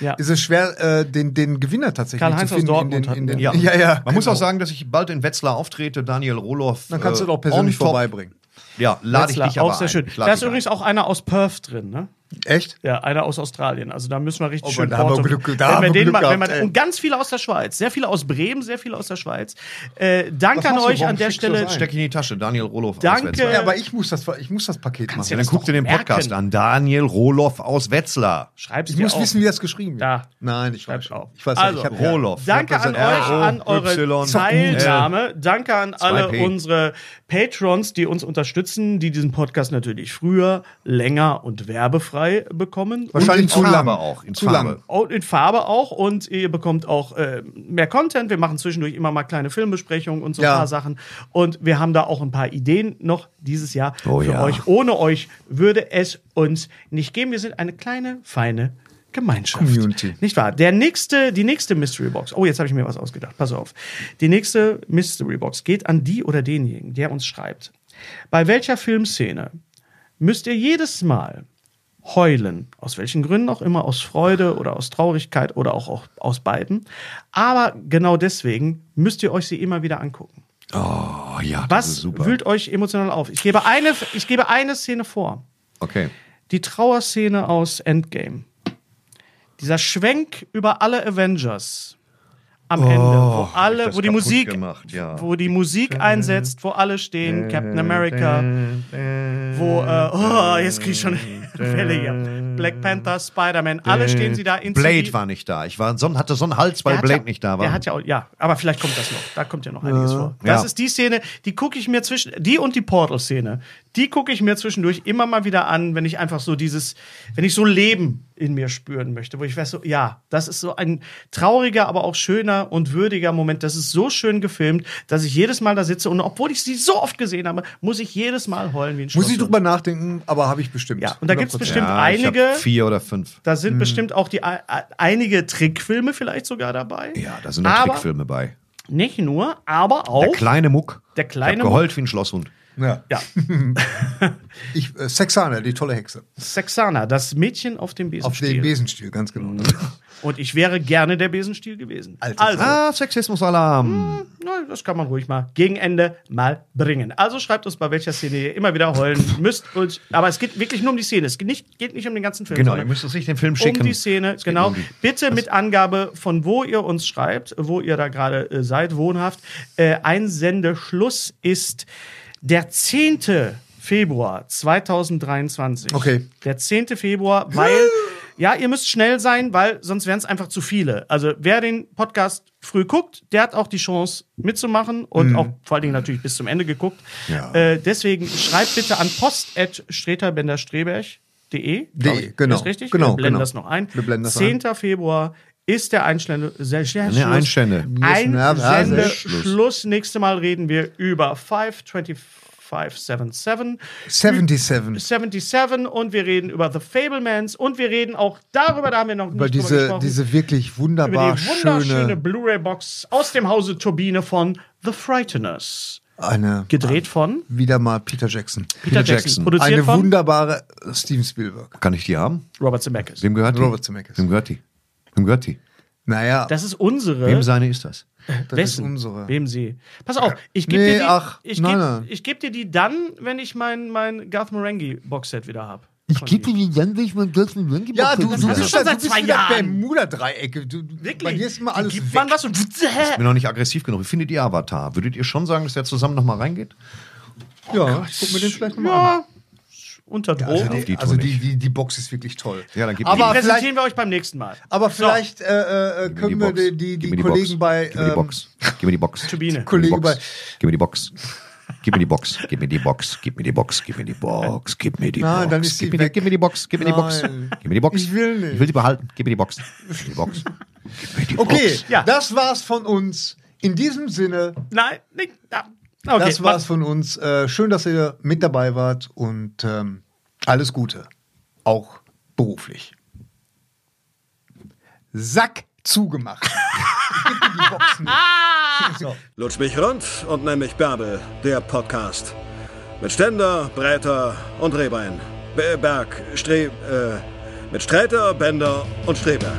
ja. ist es schwer, äh, den, den Gewinner tatsächlich Karl-Heinz zu aus finden. Dortmund in den, in den, Ja, ja, ja. genau. Man muss auch sagen, dass ich bald in Wetzlar auftrete. Daniel Rohloff. Dann kannst du äh, doch persönlich on top. vorbeibringen. Ja, lade ich Wetzlar, dich aber auch sehr ein. schön. Ich lade Da ist dich ein. übrigens auch einer aus Perth drin, ne? Echt? Ja, einer aus Australien. Also da müssen wir richtig Oh, schön da haben wir Porto- Glück- da wenn haben wir wir den Glück mal, wenn gehabt, wir, ey. Und ganz viele aus der Schweiz. Sehr viele aus Bremen, sehr viele aus der Schweiz. Äh, Was danke an machst du? euch Warum an der schickst du Stelle. das ein? Steck in die Tasche, Daniel Rohloff Danke. aus Wetzlar. Ja, aber ich muss das, ich muss das Paket machen. ja Dann das guck dir den doch merken. Podcast an. Daniel Rohloff aus Wetzlar. Schreib's Ich dir muss auf. wissen, wie das geschrieben wird. Da. Nein, ich Schreib weiß auf. auf. Ich weiß Also, nicht. Ich hab- ja. Rohloff. Danke an euch, an eure Teilnahme. Danke an alle 2P. unsere Patrons, die uns unterstützen, die diesen Podcast natürlich früher, länger und werbefrei bekommen. Wahrscheinlich in zu lang. Farbe auch, in zu Farbe. lang. Ähm, Und in Farbe auch. Und ihr bekommt auch äh, mehr Content. Wir machen zwischendurch immer mal kleine Filmbesprechungen und so ein Ja. paar Sachen. Und wir haben da auch ein paar Ideen noch dieses Jahr Oh für ja. euch. Ohne euch würde es uns nicht geben. Wir sind eine kleine, feine Gemeinschaft. Community. Nicht wahr? Der nächste, die nächste Mystery Box. Oh, jetzt habe ich mir was ausgedacht. Pass auf. Die nächste Mystery Box geht an die oder denjenigen, der uns schreibt. Bei welcher Filmszene müsst ihr jedes Mal heulen, aus welchen Gründen auch immer, aus Freude oder aus Traurigkeit oder auch, auch aus beiden. Aber genau deswegen müsst ihr euch sie immer wieder angucken. Oh ja, das ist Was super. wühlt euch emotional auf? Ich gebe eine, ich gebe eine Szene vor. Okay. Die Trauerszene aus Endgame. Dieser Schwenk über alle Avengers am Ende, wo alle, Oh, das wo die kaputt Musik, gemacht, ja. wo die Musik einsetzt, wo alle stehen, Captain America, wo äh, oh, jetzt krieg ich schon Fälle hier. Black Panther, Spider-Man, alle stehen sie da in Äh, Blade war nicht da. Ich war, so- hatte so einen Hals, weil der hat Blade ja, nicht da Der war. hat ja, auch, ja, aber vielleicht kommt das noch. Da kommt ja noch einiges vor. Ja. Das ist die Szene, die gucke ich mir zwischen, die und die Portal-Szene, die gucke ich mir zwischendurch immer mal wieder an, wenn ich einfach so dieses, wenn ich so Leben in mir spüren möchte, wo ich weiß, so, ja, das ist so ein trauriger, aber auch schöner und würdiger Moment. Das ist so schön gefilmt, dass ich jedes Mal da sitze und obwohl ich sie so oft gesehen habe, muss ich jedes Mal heulen wie ein Muss ich Schlosshund. drüber nachdenken, aber habe ich bestimmt. Ja, und da gibt's 100%. bestimmt- ich hab einige- Vier oder fünf. Da sind bestimmt auch die ei- einige Trickfilme vielleicht sogar dabei. Ja, da sind auch aber, Trickfilme bei. Nicht nur, aber auch Der kleine Muck. Der kleine ich hab geheult wie ein Schlosshund. Ja. ja, Ich, äh, Sexana, die tolle Hexe. Saxana, das Mädchen auf dem Auf Besenstiel. den Besenstiel, ganz genau. Und ich wäre gerne der Besenstiel gewesen. Altes also, Hm. Ah, Sexismusalarm. na, das kann man ruhig mal gegen Ende mal bringen. Also schreibt uns, bei welcher Szene ihr immer wieder heulen müsst. Und, aber es geht wirklich nur um die Szene. Es geht nicht, geht nicht um den ganzen Film. Genau, ihr sondern müsst es nicht den Film um schicken. die Szene, Es geht genau. um die- Bitte mit Angabe, von wo ihr uns schreibt, wo ihr da gerade äh, seid, wohnhaft. Äh, Einsendeschluss ist der 10. Februar 2023. Okay. Der 10. Februar, weil, ja, ihr müsst schnell sein, weil sonst wären es einfach zu viele. Also, wer den Podcast früh guckt, der hat auch die Chance mitzumachen Mhm. und auch vor allen Dingen natürlich bis zum Ende geguckt. Ja. Äh, deswegen schreibt bitte an post.streterbender-streberch.de. De, genau. Ist richtig? Genau, wir blenden genau. das noch ein. Wir blenden das 10. Februar ist der Einstände. Nee, Einstände. Einstände. Schluss. Schluss. Nächstes Mal reden wir über 52577. Hm. 77. 77 und wir reden über The Fablemans und wir reden auch darüber, da haben wir noch Über nicht drüber diese, gesprochen, diese wirklich über wunderbar die wunderschöne schöne. Blu-ray-Box aus dem Hause Turbine von The Frighteners. Eine, Gedreht von wieder mal Ah, Peter Jackson. Peter Jackson, Jackson. produziert Eine von wunderbare Steven Spielberg. Kann ich die haben? Robert Zemeckis. Wem gehört die? Robert Zemeckis. Wem gehört die? Wem gehört die? Naja, Das ist unsere. Wem seine ist das? ist Wessen? unsere. Wem sie? Pass auf, ich gebe Nee, dir die, ach, ich nein, geb, nein. ich geb dir die dann, wenn ich mein, mein Garth Marenghi Boxset wieder habe. die dann, wenn ich mein Geld mit Lenki ja, du, du, hast du bist, schon da- seit du bist zwei wieder Jahren. Bermuda-Dreiecke. Du- du- Bei dir ist immer alles Gibt weg. man was und bin noch nicht aggressiv genug. Wie findet ihr Avatar? Würdet ihr schon sagen, dass der zusammen nochmal reingeht? ja, ich guck mir den vielleicht nochmal an. ja, unter Drogen. auf die also Tour die, die, die Box ist wirklich toll. Ja, dann gib mir aber die. vielleicht, Präsentieren wir euch beim nächsten Mal. aber vielleicht äh, äh, Gib mir können wir Box. die, die, Gib die mir Kollegen Box. bei. Gib mir ähm, die Box. Gib mir die Box. Turbine. Gib mir die Kollege Box. bei- Gib mir die Box. Gib mir die Box. Gib mir die Box. Gib mir die Box. Gib mir die Box. Gib mir die Box. Nein, Ah, dann ist sie gib, mir die, weg. gib mir die Box. Gib mir die Box. Nein. Gib mir die Box. Ich will nicht. Ich will sie behalten. Gib mir die Box. Gib mir die Box. Gib mir die Okay, Box. Ja. das war's von uns. In diesem Sinne, Nein, nicht. ah, Okay, das war's von uns. Äh, schön, dass ihr mit dabei wart und ähm, alles Gute. Auch beruflich. Sack zugemacht. Ich geb dir die Box nicht. so. Lutsch mich rund und nenn mich Bärbel, der Podcast. Mit Ständer, Breiter und Rehbein. Be- Berg, Stre... Äh, mit Sträter, Bender und Streberg.